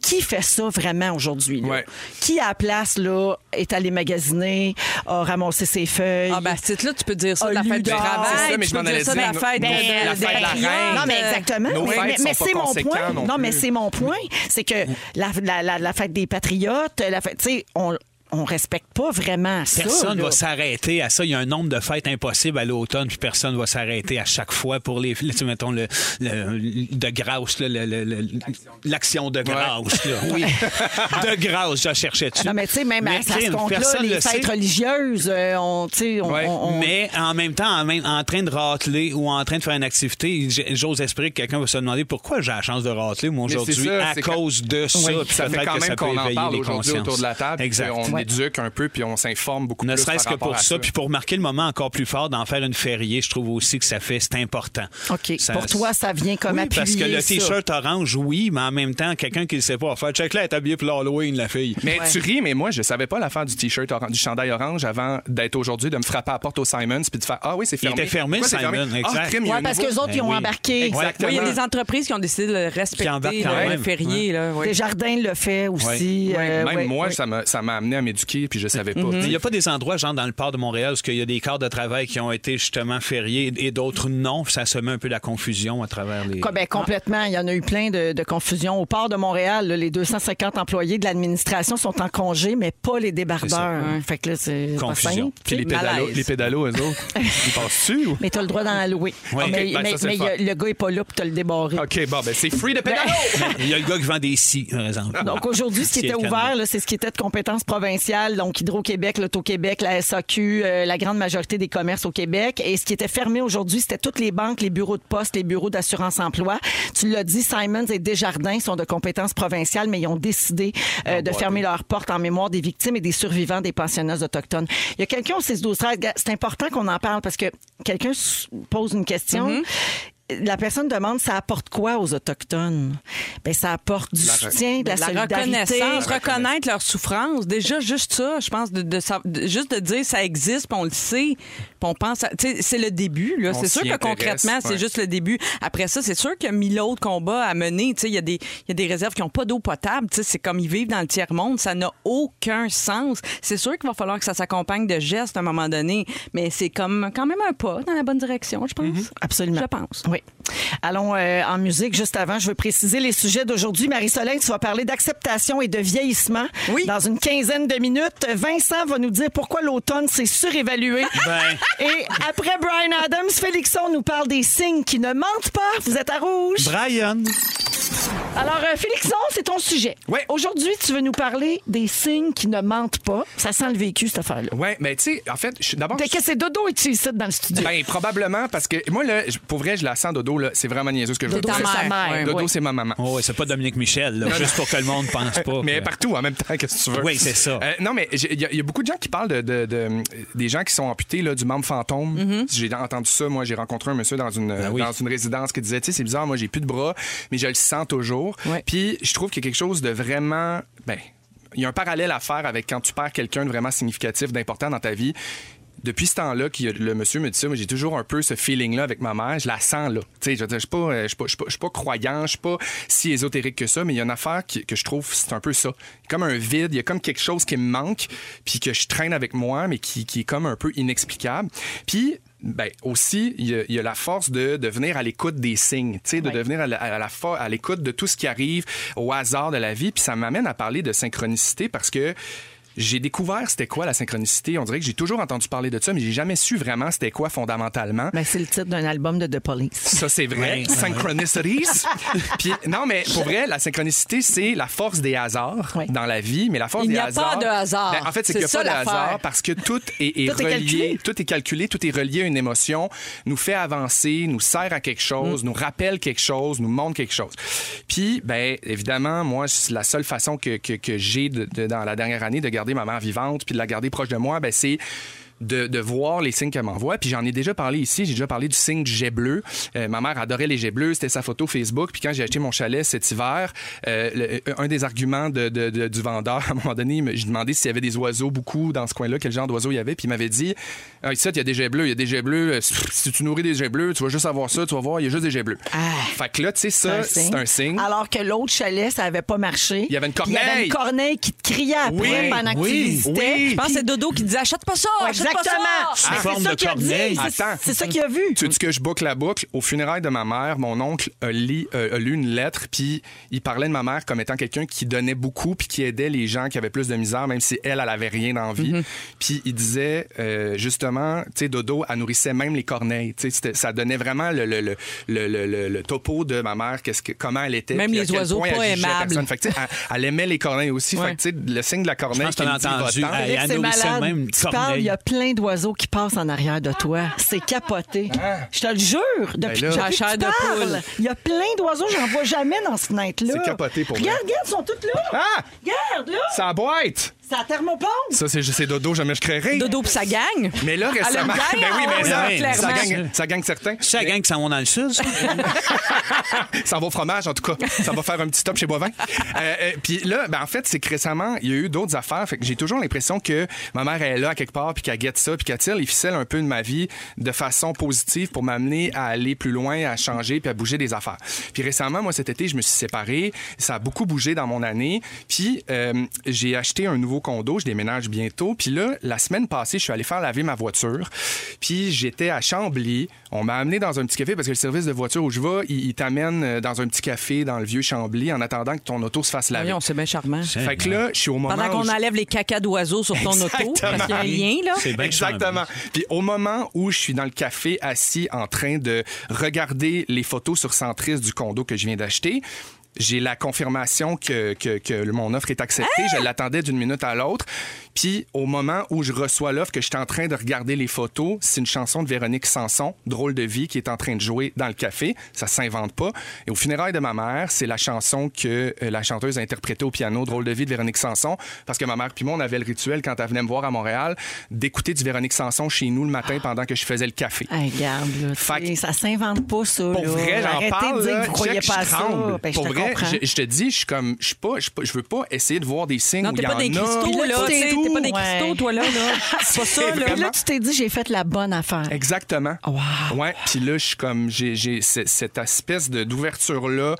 Speaker 2: qui fait ça vraiment aujourd'hui? là?
Speaker 4: Ouais.
Speaker 2: Qui à la place là, est allé magasiner, a ramassé ses feuilles?
Speaker 3: Ah, ben, c'est là, tu peux dire ça
Speaker 2: Ah,
Speaker 3: de la fête du
Speaker 2: Ludor.
Speaker 3: travail.
Speaker 2: C'est ça,
Speaker 4: mais
Speaker 3: tu
Speaker 4: je m'en
Speaker 3: peux dire
Speaker 4: allais
Speaker 3: ça de la
Speaker 4: dire,
Speaker 3: fête de,
Speaker 4: mais
Speaker 3: de-
Speaker 4: la
Speaker 3: de
Speaker 4: fête de la
Speaker 3: patriote.
Speaker 4: reine.
Speaker 2: Ben, Non, mais exactement.
Speaker 4: Nos
Speaker 2: mais
Speaker 4: fêtes
Speaker 2: mais-
Speaker 4: sont
Speaker 2: mais
Speaker 4: pas
Speaker 2: c'est mon point.
Speaker 4: conséquentes non
Speaker 2: Non, mais
Speaker 4: plus.
Speaker 2: c'est mon point. C'est que la, la- la- la fête des patriotes, la fête, tu sais, on, on respecte pas vraiment ça.
Speaker 6: Personne
Speaker 2: là.
Speaker 6: va s'arrêter à ça. Il y a un nombre de fêtes impossibles à l'automne, puis personne va s'arrêter à chaque fois pour les, tu sais, mettons, le, le- de grâce, là, le- le- le- l'action de grâce. là. Oui. de grâce, je cherchais dessus.
Speaker 2: Non, mais tu sais, même à ça se
Speaker 6: crime,
Speaker 2: compte-là,
Speaker 6: personne
Speaker 2: les
Speaker 6: le sait.
Speaker 2: fêtes religieuses, euh, on, tu sais, on,
Speaker 4: Ouais,
Speaker 2: on- on-
Speaker 6: Mais en même temps, en, même- en train de racler ou en train de faire une activité, j- j'ose espérer que quelqu'un va se demander pourquoi j'ai la chance de racler moi
Speaker 4: Mais c'est
Speaker 6: aujourd'hui
Speaker 4: ça,
Speaker 6: à
Speaker 4: c'est
Speaker 6: cause de ça.
Speaker 4: Oui,
Speaker 6: Puis
Speaker 4: ça fait
Speaker 6: peut-être
Speaker 4: quand
Speaker 6: que
Speaker 4: même
Speaker 6: ça peut
Speaker 4: qu'on en
Speaker 6: éveiller
Speaker 4: parle
Speaker 6: les
Speaker 4: aujourd'hui autour
Speaker 6: consciences.
Speaker 4: de la table. puis
Speaker 6: Exact.
Speaker 4: On éduque un peu, puis on s'informe beaucoup
Speaker 6: Ne
Speaker 4: plus.
Speaker 6: serait-ce
Speaker 4: par
Speaker 6: que pour
Speaker 4: rapport à
Speaker 6: ça, puis pour marquer le moment encore plus fort d'en faire une fériée, je trouve aussi que ça fait, c'est important.
Speaker 2: OK.
Speaker 6: Ça-
Speaker 2: Pour toi, ça vient comme
Speaker 6: Oui, parce que
Speaker 2: appuyer
Speaker 6: le
Speaker 2: ça.
Speaker 6: t-shirt orange, oui, mais en même temps, quelqu'un qui ne sait pas va faire check là, elle est habillée pour l'Halloween, la fille.
Speaker 4: Mais tu ris, mais moi, je savais pas l'affaire du t-shirt, oran- du chandail orange avant d'être aujourd'hui, de me frapper à la porte au Simons puis de faire Ah oui, c'est fermé.
Speaker 6: était fermé,
Speaker 4: Pourquoi c'est
Speaker 6: le Simon,
Speaker 4: fermé? Ah,
Speaker 6: exact.
Speaker 4: crime, il y a
Speaker 2: Ouais,
Speaker 4: un
Speaker 2: parce
Speaker 4: nouveau-
Speaker 2: qu'eux autres, ils ont
Speaker 6: Ben oui.
Speaker 2: embarqué.
Speaker 4: Exactement.
Speaker 3: Oui, il y a des entreprises qui ont décidé de le
Speaker 6: Qui embarquent
Speaker 3: respecter,
Speaker 6: quand
Speaker 3: là, le
Speaker 6: même.
Speaker 3: férié. Là, oui.
Speaker 2: Des jardins le fait aussi.
Speaker 4: Ouais,
Speaker 2: euh,
Speaker 4: Même
Speaker 2: ouais,
Speaker 4: moi,
Speaker 2: ouais.
Speaker 4: ça m'a ça m'a amené à m'éduquer, puis je savais pas.
Speaker 6: Il n'y a pas des endroits, genre dans le port de Montréal, où il y a des quarts de travail qui ont été justement fériés et d'autres non. Ça se met un peu la confusion à travers les.
Speaker 2: Quoi, ben, complètement. Il y en a eu plein de, de confusions. Au port de Montréal, là, les 250 employés de l'administration sont en congé, mais pas les débardeurs. Fait que là, c'est pas
Speaker 6: Confusion.
Speaker 2: simple.
Speaker 4: Puis les pédalos, les pédalos, eux autres, ils passent-tu ou?
Speaker 2: Mais t'as le droit d'en allouer.
Speaker 6: Ouais.
Speaker 2: Mais,
Speaker 4: Ok, ben,
Speaker 2: mais-
Speaker 4: ça, c'est
Speaker 2: mais
Speaker 4: le fun.
Speaker 2: il y a- le gars est pas là pour te le débarrer.
Speaker 4: OK, bon, ben c'est free de pédalos!
Speaker 6: Il y a le gars qui vend des scies, par exemple.
Speaker 2: Donc aujourd'hui, ce qui
Speaker 6: Si
Speaker 2: était
Speaker 6: elle
Speaker 2: ouvert, là, c'est ce qui était de compétences provinciales, donc Hydro-Québec, l'Auto-Québec, la SAQ, euh, la grande majorité des commerces au Québec. Et ce qui était fermé aujourd'hui, c'était toutes les banques, les bureaux de poste, les bureaux d'assurance-emploi. Tu l'as dit, Simons et Desjardins sont de compétences provinciales, mais ils ont décidé euh, de fermer leurs portes en mémoire des victimes et des survivants des pensionnats autochtones. Il y a quelqu'un au 6 12 13 gars, c'est important qu'on en parle parce que quelqu'un s- pose une question.
Speaker 4: Mm-hmm.
Speaker 2: La personne demande ça apporte quoi aux autochtones Ben ça apporte du
Speaker 4: La re-
Speaker 2: soutien, de la,
Speaker 3: la
Speaker 2: solidarité.
Speaker 3: reconnaissance, reconnaître leur souffrance. Déjà, juste ça, je pense, de, de sa- de- juste de dire ça existe, puis on le sait, puis on pense. à- tu sais, C'est le début, là.
Speaker 4: On
Speaker 3: C'est sûr
Speaker 4: s'y
Speaker 3: que
Speaker 4: intéresse,
Speaker 3: concrètement, c'est
Speaker 4: ouais.
Speaker 3: juste le début. Après ça, c'est sûr qu'il y a mille autres combats à mener. Tu sais, Il y, a des- il y a des réserves qui n'ont pas d'eau potable. Tu sais, C'est comme ils vivent dans le tiers-monde. Ça n'a aucun sens. C'est sûr qu'il va falloir que ça s'accompagne de gestes à un moment donné, mais c'est comme quand même un pas dans la bonne direction, je pense.
Speaker 2: Absolument.
Speaker 3: Je pense.
Speaker 2: Oui. Allons euh, en musique. Juste avant, je veux préciser les sujets d'aujourd'hui. Marie-Soleil, tu vas parler d'acceptation et de vieillissement
Speaker 3: Oui.
Speaker 2: dans une quinzaine de minutes. Vincent va nous dire pourquoi l'automne s'est surévalué.
Speaker 6: Ben.
Speaker 2: Et après Brian Adams, Félixon nous parle des signes qui ne mentent pas. Vous êtes à rouge.
Speaker 6: Brian!
Speaker 2: Alors, euh, Félixon, c'est ton sujet.
Speaker 4: Ben. Ouais.
Speaker 2: Aujourd'hui, tu veux nous parler des signes qui ne mentent pas. Ça sent le vécu, cette affaire-là.
Speaker 4: Ouais, mais tu sais, en fait, je suis- d'abord.
Speaker 2: T'es que c'est dodo et tu ici dans le studio.
Speaker 4: Ben, probablement, parce que moi, là, je- pour vrai, je la sens, Dodo, là, c'est vraiment niaiseux ce que je veux
Speaker 2: Dodo,
Speaker 4: dire.
Speaker 2: c'est sa mère,
Speaker 4: Dodo,
Speaker 2: oui.
Speaker 4: c'est ma maman.
Speaker 6: Oh, ouais, c'est pas Dominique Michel, là, juste pour que le monde pense pas.
Speaker 4: Mais
Speaker 6: que-
Speaker 4: partout en même temps, qu'est-ce que tu veux?
Speaker 6: Oui, c'est ça.
Speaker 4: Euh, non, mais j'ai- il y, a- il y a beaucoup de gens qui parlent de, de- de- des gens qui sont amputés là, du membre fantôme.
Speaker 2: Mm-hmm.
Speaker 4: J'ai entendu ça. Moi, j'ai rencontré un monsieur dans une,
Speaker 6: Ben oui.
Speaker 4: dans une résidence qui disait, tu sais, c'est bizarre, moi, j'ai plus de bras, mais je le sens toujours.
Speaker 3: Ouais.
Speaker 4: Puis je trouve qu'il y a quelque chose de vraiment... Ben, il y a un parallèle à faire avec quand tu perds quelqu'un de vraiment significatif, d'important dans ta vie. Depuis ce temps-là, que le monsieur me dit ça, moi, j'ai toujours un peu ce feeling-là avec ma mère. Je la sens là. Tu sais, je veux dire, je suis pas, euh, je suis pas, je suis pas, je suis pas croyant, je suis pas si ésotérique que ça, mais il y a une affaire qui- que je trouve, c'est un peu ça. Comme un vide, il y a comme quelque chose qui me manque, puis que je traîne avec moi, mais qui, qui est comme un peu inexplicable. Puis ben aussi, il y, a- il y a la force de, de venir à l'écoute des signes, tu sais, de devenir à la- à la fo- à l'écoute de tout ce qui arrive au hasard de la vie. Puis ça m'amène à parler de synchronicité parce que j'ai découvert c'était quoi la synchronicité. On dirait que j'ai toujours entendu parler de ça, mais j'ai jamais su vraiment c'était quoi fondamentalement.
Speaker 2: Ben, c'est le titre d'un album de The Police.
Speaker 4: Ça, c'est vrai. Synchronicities. Puis, non, mais pour vrai, la synchronicité, c'est la force des hasards
Speaker 2: Oui.
Speaker 4: dans la vie. Mais la force
Speaker 3: Il
Speaker 4: des
Speaker 3: n'y a
Speaker 4: hasards.
Speaker 3: pas de hasard.
Speaker 4: Ben, en fait, c'est
Speaker 3: C'est
Speaker 4: qu'il n'y a
Speaker 3: ça,
Speaker 4: pas de
Speaker 3: l'affaire.
Speaker 4: hasard parce que tout est, est
Speaker 2: Tout est
Speaker 4: relié.
Speaker 2: calculé.
Speaker 4: Tout est calculé, tout est relié à une émotion, nous fait avancer, nous sert à quelque chose,
Speaker 3: Mm.
Speaker 4: nous rappelle quelque chose, nous montre quelque chose. Puis, ben évidemment, moi, c'est la seule façon que, que- que j'ai de- de- dans la dernière année de garder ma mère vivante puis de la garder proche de moi, ben c'est de, de voir les signes qu'elle m'envoie. Puis j'en ai déjà parlé ici. J'ai déjà parlé du signe du jet bleu. Euh, ma mère adorait les jets bleus. C'était sa photo Facebook. Puis quand j'ai acheté mon chalet cet hiver, euh, le- un des arguments de- de- de- du vendeur, à un moment donné, il me- j'ai demandé s'il y avait des oiseaux beaucoup dans ce coin-là, quel genre d'oiseaux il y avait. Puis il m'avait dit ah, Ici, il y a des jets bleus. Il y a des jets bleus. Euh, Si tu nourris des jets bleus, tu vas juste avoir ça. Tu vas voir, il y a juste des jets bleus. Fait que là, tu sais, ça, Ah. c'est un signe.
Speaker 2: Alors que l'autre chalet, ça n'avait pas marché.
Speaker 4: Il y avait une
Speaker 2: Puis Il y avait
Speaker 4: corneille.
Speaker 2: une corneille qui te criait après
Speaker 4: Oui,
Speaker 2: pendant que tu
Speaker 6: oui,
Speaker 2: visitais.
Speaker 4: oui.
Speaker 3: Je pense que c'est Dodo qui dit achète pas ça, achète pas ça.
Speaker 2: Exactement.
Speaker 6: Sous
Speaker 2: Mais
Speaker 6: forme
Speaker 2: c'est ça
Speaker 6: de
Speaker 2: qu'il a dit.
Speaker 6: corneille.
Speaker 2: C'est-
Speaker 4: Attends.
Speaker 2: C'est ça qu'il a vu.
Speaker 4: Tu dis que je boucle la boucle. Au funérail de ma mère, mon oncle a, li- euh, a lu une lettre, puis il parlait de ma mère comme étant quelqu'un qui donnait beaucoup, puis qui aidait les gens qui avaient plus de misère, même si elle, elle avait rien d'envie.
Speaker 3: Mhm.
Speaker 4: Puis il disait, euh, justement, tu sais, Dodo, elle nourrissait même les corneilles. Tu sais, c'était- ça donnait vraiment le, le, le, le- le- le- le topo de ma mère, qu'est-ce que, comment elle était.
Speaker 3: Même
Speaker 4: puis à
Speaker 3: les
Speaker 4: quel
Speaker 3: oiseaux
Speaker 4: point elle
Speaker 3: pas
Speaker 4: jugeait
Speaker 3: aimables.
Speaker 4: personne. Fait que, tu sais, elle, elle aimait les corneilles aussi.
Speaker 3: Ouais.
Speaker 4: Fait que, tu sais, le signe de la
Speaker 6: Je
Speaker 4: corneille,
Speaker 6: pense qu'on a
Speaker 4: qui me dit
Speaker 6: entendu.
Speaker 4: votant.
Speaker 6: Elle, elle
Speaker 2: C'est
Speaker 6: nourrissait
Speaker 2: malade.
Speaker 6: même une
Speaker 2: tu parles, il y
Speaker 6: corneille.
Speaker 2: a plein d'oiseaux qui passent en arrière de toi. C'est capoté.
Speaker 4: Hein?
Speaker 2: Je te le jure. Depuis,
Speaker 4: Ben là-
Speaker 2: depuis
Speaker 3: La
Speaker 2: que tu
Speaker 3: chair de
Speaker 2: parles,
Speaker 3: poule.
Speaker 2: Il y a plein d'oiseaux, j'en vois jamais dans cette fenêtre-là.
Speaker 4: C'est capoté pour
Speaker 2: Regarde,
Speaker 4: vrai.
Speaker 2: regarde, ils sont toutes là.
Speaker 4: Ah!
Speaker 2: Regarde, là.
Speaker 4: Ça boîte!
Speaker 2: C'est la thermopompe.
Speaker 4: Ça, c'est c'est Dodo, jamais je créerai.
Speaker 3: Dodo pis sa gang.
Speaker 4: Mais là, récemment.
Speaker 3: Elle a une gang, là,
Speaker 4: ben oui, mais ça,
Speaker 3: clairement.
Speaker 4: ça gagne, ça gagne certains.
Speaker 6: C'est la gang qui s'en vont dans le sud, ça?
Speaker 4: Ça va au fromage, en tout cas. Ça va faire un petit top chez Bovin. Euh, euh, Puis là, ben, en fait, c'est que récemment, il y a eu d'autres affaires. Fait que j'ai toujours l'impression que ma mère est là à quelque part, puis qu'elle guette ça, puis qu'elle tire les ficelles un peu de ma vie de façon positive pour m'amener à aller plus loin, à changer, puis à bouger des affaires. Puis récemment, moi, cet été, je me suis séparé. Ça a beaucoup bougé dans mon année. Puis euh, j'ai acheté un nouveau condo. Je déménage bientôt. Puis là, la semaine passée, je suis allé faire laver ma voiture. Puis j'étais à Chambly. On m'a amené dans un petit café parce que le service de voiture où je vais, il, il t'amène euh, dans un petit café dans le vieux Chambly en attendant que ton auto se fasse laver.
Speaker 3: Voyons, c'est bien charmant.
Speaker 4: Fait que là, je suis au moment
Speaker 3: Pendant
Speaker 4: où
Speaker 3: qu'on
Speaker 4: je-
Speaker 3: enlève les cacas d'oiseaux sur ton auto, parce qu'il y a un lien, là.
Speaker 6: C'est bien
Speaker 4: Exactement. Puis au moment où je suis dans le café assis en train de regarder les photos sur Centris du condo que je viens d'acheter, j'ai la confirmation que, que, que le- mon offre est acceptée.
Speaker 3: Ah!
Speaker 4: Je l'attendais d'une minute à l'autre. Puis au moment où je reçois l'offre, que je suis en train de regarder les photos, c'est une chanson de Véronique Sanson, Drôle de vie, qui est en train de jouer dans le café. Ça s'invente pas. Et au funérail de ma mère, c'est la chanson que euh, la chanteuse a interprétée au piano, Drôle de vie de Véronique Sanson, parce que ma mère puis moi, on avait le rituel quand elle venait me voir à Montréal d'écouter du Véronique Sanson chez nous le matin pendant que je faisais le café.
Speaker 2: Hey, regarde, là, tu
Speaker 4: Fait que-
Speaker 2: sais, ça s'invente pas, ça.
Speaker 4: Pour
Speaker 2: Ah, là.
Speaker 4: vrai, j'en
Speaker 2: Arrêtez
Speaker 4: parle.
Speaker 2: de dire
Speaker 4: là,
Speaker 2: que vous croyez
Speaker 4: check,
Speaker 2: pas à
Speaker 4: je
Speaker 2: ça.
Speaker 4: tremble.
Speaker 2: Ben, je
Speaker 4: Pour
Speaker 2: te
Speaker 4: vrai,
Speaker 2: comprends.
Speaker 4: je, je te dis, je suis comme, je suis pas, je, suis pas- je veux pas essayer de voir des signes
Speaker 3: Non,
Speaker 4: où
Speaker 3: t'es
Speaker 4: il y
Speaker 3: pas
Speaker 4: en
Speaker 3: des
Speaker 4: a.
Speaker 3: cristaux, là.
Speaker 2: Puis là,
Speaker 3: t'sais, T'es pas des
Speaker 2: ouais.
Speaker 3: cristaux, toi, là. là. C'est pas ça, là.
Speaker 2: Puis Ah, là, tu t'es dit, j'ai fait la bonne affaire.
Speaker 4: Exactement.
Speaker 2: Wow.
Speaker 4: Ouais, puis là je suis comme j'ai j'ai ce- cette espèce de d'ouverture là.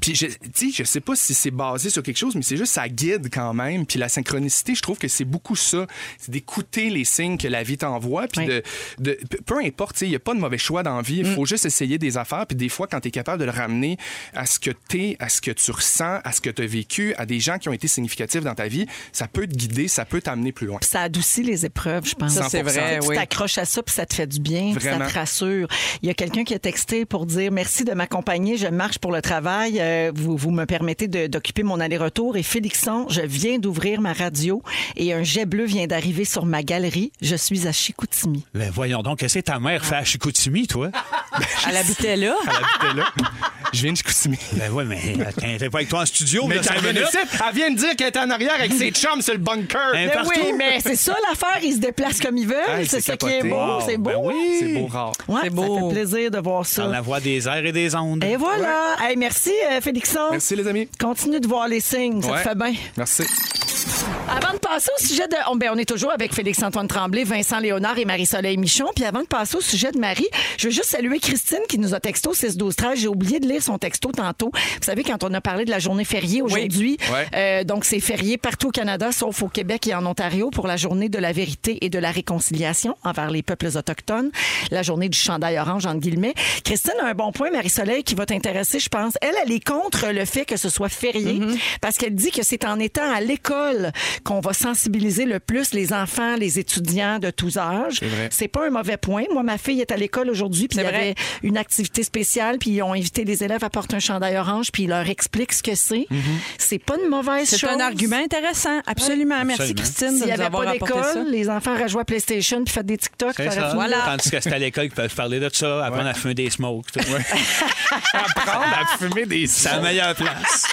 Speaker 4: Puis je tu sais, je sais pas si c'est basé sur quelque chose mais c'est juste ça guide quand même. Puis la synchronicité, je trouve que c'est beaucoup ça, c'est d'écouter les signes que la vie t'envoie puis
Speaker 2: Oui.
Speaker 4: de, de peu- peu importe, tu sais, il y a pas de mauvais choix dans la vie, il faut juste essayer des affaires puis des fois quand tu es capable de le ramener à ce que tu relié à ce que tu ressens, à ce que tu as vécu, à des gens qui ont été significatifs dans ta vie, ça peut te guider, ça peut t'amener plus loin.
Speaker 2: Puis ça adoucit les épreuves, je pense.
Speaker 3: Ça, c'est 100%. vrai,
Speaker 2: Tu
Speaker 3: oui.
Speaker 2: t'accroches à ça, puis ça te fait du bien, puis ça
Speaker 4: Vraiment.
Speaker 2: te rassure. Il y a quelqu'un qui a texté pour dire merci de m'accompagner, je marche pour le travail, euh, vous, vous me permettez de- d'occuper mon aller-retour. Et Félixon, je viens d'ouvrir ma radio et un jet bleu vient d'arriver sur ma galerie. Je suis à Chicoutimi.
Speaker 6: Ben voyons donc, qu'est-ce que ta mère fait à Chicoutimi, toi?
Speaker 3: Elle habitait là.
Speaker 4: Elle habitait là. Je viens de Chicoutimi.
Speaker 6: Ben oui, mais elle était pas avec toi en studio, mais
Speaker 4: Mais
Speaker 6: là, cinq
Speaker 4: elle vient, de
Speaker 6: minutes.
Speaker 4: dire- elle vient de dire qu'elle est en arrière avec ses chums sur le bunker.
Speaker 6: Hein,
Speaker 2: Mais
Speaker 6: partout.
Speaker 2: Ben oui, mais c'est ça l'affaire, ils se déplacent comme ils veulent,
Speaker 4: Hey,
Speaker 2: c'est ça qui est
Speaker 4: capoté.
Speaker 2: beau,
Speaker 4: Wow.
Speaker 2: c'est beau. hein?
Speaker 4: Ben oui. C'est beau, rare.
Speaker 2: Ouais,
Speaker 3: C'est beau.
Speaker 2: Ça fait plaisir de voir ça.
Speaker 6: Par la voix des airs et des ondes.
Speaker 3: Eh
Speaker 2: Et voilà. Hey, merci, euh, Félixon.
Speaker 4: Merci, les amis.
Speaker 2: Continue de voir les signes, ça
Speaker 4: Ouais.
Speaker 2: te fait bien.
Speaker 4: Merci.
Speaker 2: Avant de passer au sujet de. On, ben, on est toujours avec Félix-Antoine Tremblay, Vincent Léonard et Marie-Soleil Michon. Puis avant de passer au sujet de Marie, je veux juste saluer Christine qui nous a texto 6 12 13 J'ai oublié de lire son texto tantôt. Vous savez, quand on a parlé de la journée fériée aujourd'hui,
Speaker 4: Ouais.
Speaker 2: euh, donc c'est férié partout au Canada, sauf au Québec et en Ontario pour la journée de la vérité et de la réconciliation envers les peuples autochtones, la journée du chandail orange, entre guillemets. Christine a un bon point, Marie-Soleil, qui va t'intéresser, je pense. Elle, elle est contre le fait que ce soit férié parce qu'elle dit que c'est en étant à l'école qu'on va sensibiliser le plus les enfants, les étudiants de tous âges.
Speaker 4: vrai.
Speaker 2: C'est pas un mauvais point. Moi, ma fille est à l'école aujourd'hui, puis il y
Speaker 3: C'est vrai.
Speaker 2: avait une activité spéciale, puis ils ont invité les élèves à porter un chandail orange, puis ils leur expliquent ce que c'est. C'est pas une mauvaise chose.
Speaker 3: Mm-hmm. C'est un argument intéressant, absolument. Merci,
Speaker 6: Absolument.
Speaker 3: Christine,
Speaker 2: S'il
Speaker 3: de
Speaker 2: n'y
Speaker 3: nous
Speaker 2: avait
Speaker 3: avoir
Speaker 2: pas
Speaker 3: apporté ça.
Speaker 2: d'école, les enfants rejouaient à PlayStation puis faisaient des TikTok.
Speaker 6: C'est
Speaker 2: ça
Speaker 6: ça.
Speaker 2: aurait fini.
Speaker 6: Tandis que c'est à l'école qu'ils peuvent parler de ça, apprendre à fumer des smokes. tout.
Speaker 4: Apprendre à fumer des
Speaker 6: C'est la meilleure place.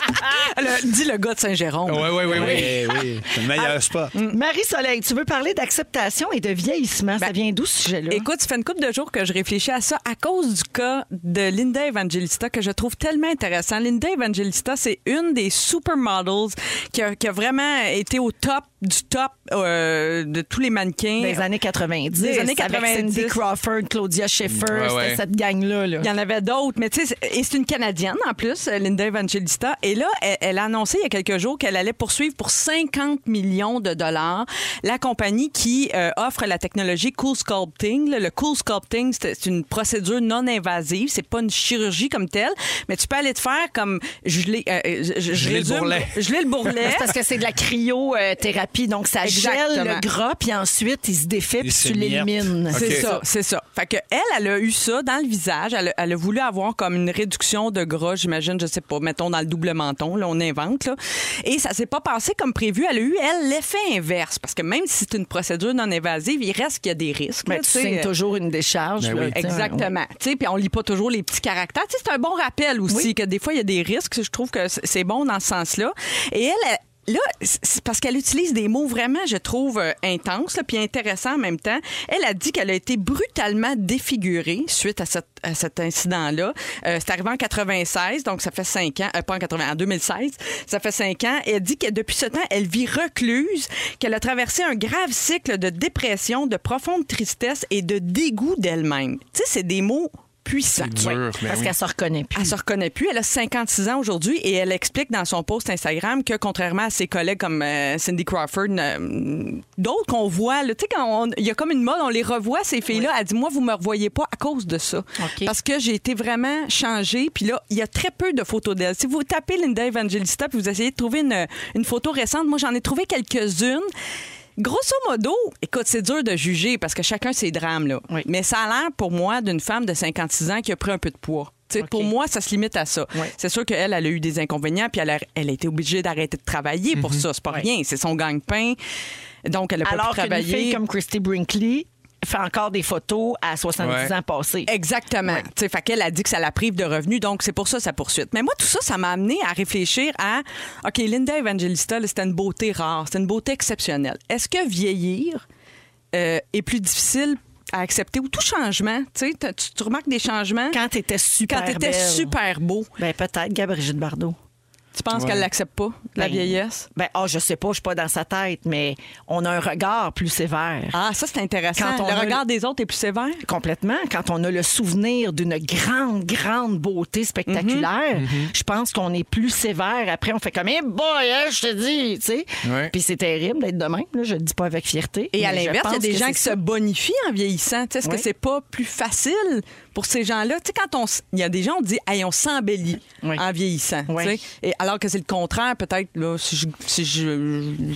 Speaker 3: Le- dis le gars de Saint-Jérôme.
Speaker 4: Oui, oui, oui. oui.
Speaker 6: Eh oui, c'est le
Speaker 3: Ah,
Speaker 6: meilleur spot.
Speaker 2: Mm. Marie-Soleil, tu veux parler d'acceptation et de vieillissement. ça vient d'où ce sujet-là?
Speaker 3: Ben, Écoute, ça fait une couple de jours que je réfléchis à ça à cause du cas de Linda Evangelista que je trouve tellement intéressant. Linda Evangelista, c'est une des supermodels qui a, qui a vraiment été au top du top euh, de tous les mannequins.
Speaker 2: des années 90.
Speaker 3: Des années
Speaker 2: Avec
Speaker 3: 90.
Speaker 2: Cindy Crawford, Claudia Schiffer,
Speaker 4: Ouais, ouais.
Speaker 2: c'était cette gang-là. là.
Speaker 3: Il y en avait d'autres, mais tu sais, c'est- et c'est une Canadienne en plus, euh, Linda Evangelista. Et là, elle, elle a annoncé il y a quelques jours qu'elle allait poursuivre pour 50 millions de dollars la compagnie qui euh, offre la technologie Cool Sculpting. là. Le Cool Sculpting, c'est c'est une procédure non invasive, c'est pas une chirurgie comme telle, mais tu peux aller te faire comme geler, euh, euh, je, je
Speaker 6: Geler le
Speaker 3: résume,
Speaker 6: bourrelet.
Speaker 3: geler le bourrelet.
Speaker 2: C'est parce que c'est de la cryothérapie, donc ça gèle
Speaker 3: Exactement.
Speaker 2: le gras, puis ensuite il se défait, puis
Speaker 6: Il
Speaker 2: tu
Speaker 6: s'émiette.
Speaker 2: l'élimines.
Speaker 3: C'est
Speaker 4: Ok.
Speaker 3: ça, c'est ça. Fait que elle, elle a eu ça dans le visage. Elle, a- elle a voulu avoir comme une réduction de gras, j'imagine, je sais pas, mettons dans le double menton, là, on invente, là. Et ça s'est pas passé comme prévu. Elle a eu, elle, l'effet inverse. Parce que même si c'est une procédure non invasive, il reste qu'il y a des risques.
Speaker 2: Mais
Speaker 3: là,
Speaker 2: Ben, tu
Speaker 3: sais.
Speaker 2: signes toujours une décharge.
Speaker 4: Ben
Speaker 2: là,
Speaker 4: oui.
Speaker 2: tu sais, hein. ouais.
Speaker 3: Exactement. Tu sais, Puis on lit pas toujours les petits caractères. Tu sais, C'est un bon rappel aussi que des fois, il y a des risques. Je trouve que c- c'est bon dans ce sens-là. Et elle, elle- Là, c'est parce qu'elle utilise des mots vraiment, je trouve, euh, intenses, là, puis intéressants en même temps. Elle a dit qu'elle a été brutalement défigurée suite à, cette- à cet incident-là. Euh, c'est arrivé en 96, donc ça fait cinq ans, euh, pas en 80, en 2016, ça fait cinq ans. Elle dit que depuis ce temps, elle vit recluse, qu'elle a traversé un grave cycle de dépression, de profonde tristesse et de dégoût d'elle-même. Tu sais, c'est des mots puissants.
Speaker 4: Dur,
Speaker 3: Ouais.
Speaker 4: mais
Speaker 2: Parce
Speaker 4: Ben oui.
Speaker 2: qu'elle se reconnaît plus.
Speaker 3: Elle se reconnaît plus. Elle a 56 ans aujourd'hui et elle explique dans son post Instagram que contrairement à ses collègues comme euh, Cindy Crawford, euh, d'autres qu'on voit, là, tu sais, quand on- il y a comme une mode, on les revoit ces filles-là. Elle dit moi, vous me revoyez pas à cause de ça,
Speaker 2: OK.
Speaker 3: parce que j'ai été vraiment changée. Puis là, il y a très peu de photos d'elle. Si vous tapez Linda Evangelista puis vous essayez de trouver une, une photo récente, moi j'en ai trouvé quelques-unes. Grosso modo, écoute, c'est dur de juger parce que chacun ses drames, là.
Speaker 2: Oui.
Speaker 3: Mais ça a l'air pour moi d'une femme de 56 ans qui a pris un peu de poids. Tu sais,
Speaker 2: OK.
Speaker 3: Pour moi, ça se limite à ça.
Speaker 2: Oui.
Speaker 3: C'est sûr qu'elle, elle a eu des inconvénients, puis elle a, elle a été obligée d'arrêter de travailler pour ça. C'est pas rien, c'est son gagne-pain. Donc, elle a pas
Speaker 2: Mm-hmm. Alors
Speaker 3: pu
Speaker 2: qu'une
Speaker 3: travailler.
Speaker 2: fille comme Christy Brinkley fait encore des photos à 70
Speaker 4: Ouais.
Speaker 2: ans passés.
Speaker 3: Exactement. Tu sais, Fait qu'elle a dit que ça la prive de revenus, donc c'est pour ça sa poursuite. Mais moi, tout ça, ça m'a amené à réfléchir à OK, Linda Evangelista, là, c'était une beauté rare, c'était une beauté exceptionnelle. Est-ce que vieillir euh, est plus difficile à accepter ou tout changement? Tu sais, t'as- tu, tu remarques des changements
Speaker 2: Quand t'étais super
Speaker 3: quand t'étais
Speaker 2: belle.
Speaker 3: super beau.
Speaker 2: Ben peut-être, Gabrielle Bardot.
Speaker 3: Tu penses qu'elle l'accepte pas, la
Speaker 2: Ben,
Speaker 3: vieillesse?
Speaker 2: Ben, ah, je sais pas, je suis pas dans sa tête, mais on a un regard plus sévère.
Speaker 3: Ah, ça, c'est intéressant.
Speaker 2: Quand on
Speaker 3: le
Speaker 2: a-
Speaker 3: regard des autres est plus sévère.
Speaker 2: Complètement. Quand on a le souvenir d'une grande, grande beauté spectaculaire,
Speaker 4: Mm-hmm.
Speaker 2: je pense qu'on est plus sévère. Après, on fait comme, eh boy, hein, je te dis, tu sais.
Speaker 4: Ouais.
Speaker 2: Puis c'est terrible d'être de même, là, je le dis pas avec fierté.
Speaker 3: Et à
Speaker 2: mais je
Speaker 3: l'inverse, il y a
Speaker 2: pense
Speaker 3: des
Speaker 2: que
Speaker 3: gens
Speaker 2: c'est
Speaker 3: qui
Speaker 2: ça.
Speaker 3: se bonifient en vieillissant. Tu sais, Est-ce
Speaker 2: Oui.
Speaker 3: que c'est pas plus facile pour ces gens-là, tu sais, quand on. s- Il y a des gens, on dit, hey, on s'embellit
Speaker 2: Oui.
Speaker 3: en vieillissant. tu
Speaker 2: Oui.
Speaker 3: sais. Et alors que c'est le contraire, peut-être, là, si, je, si je-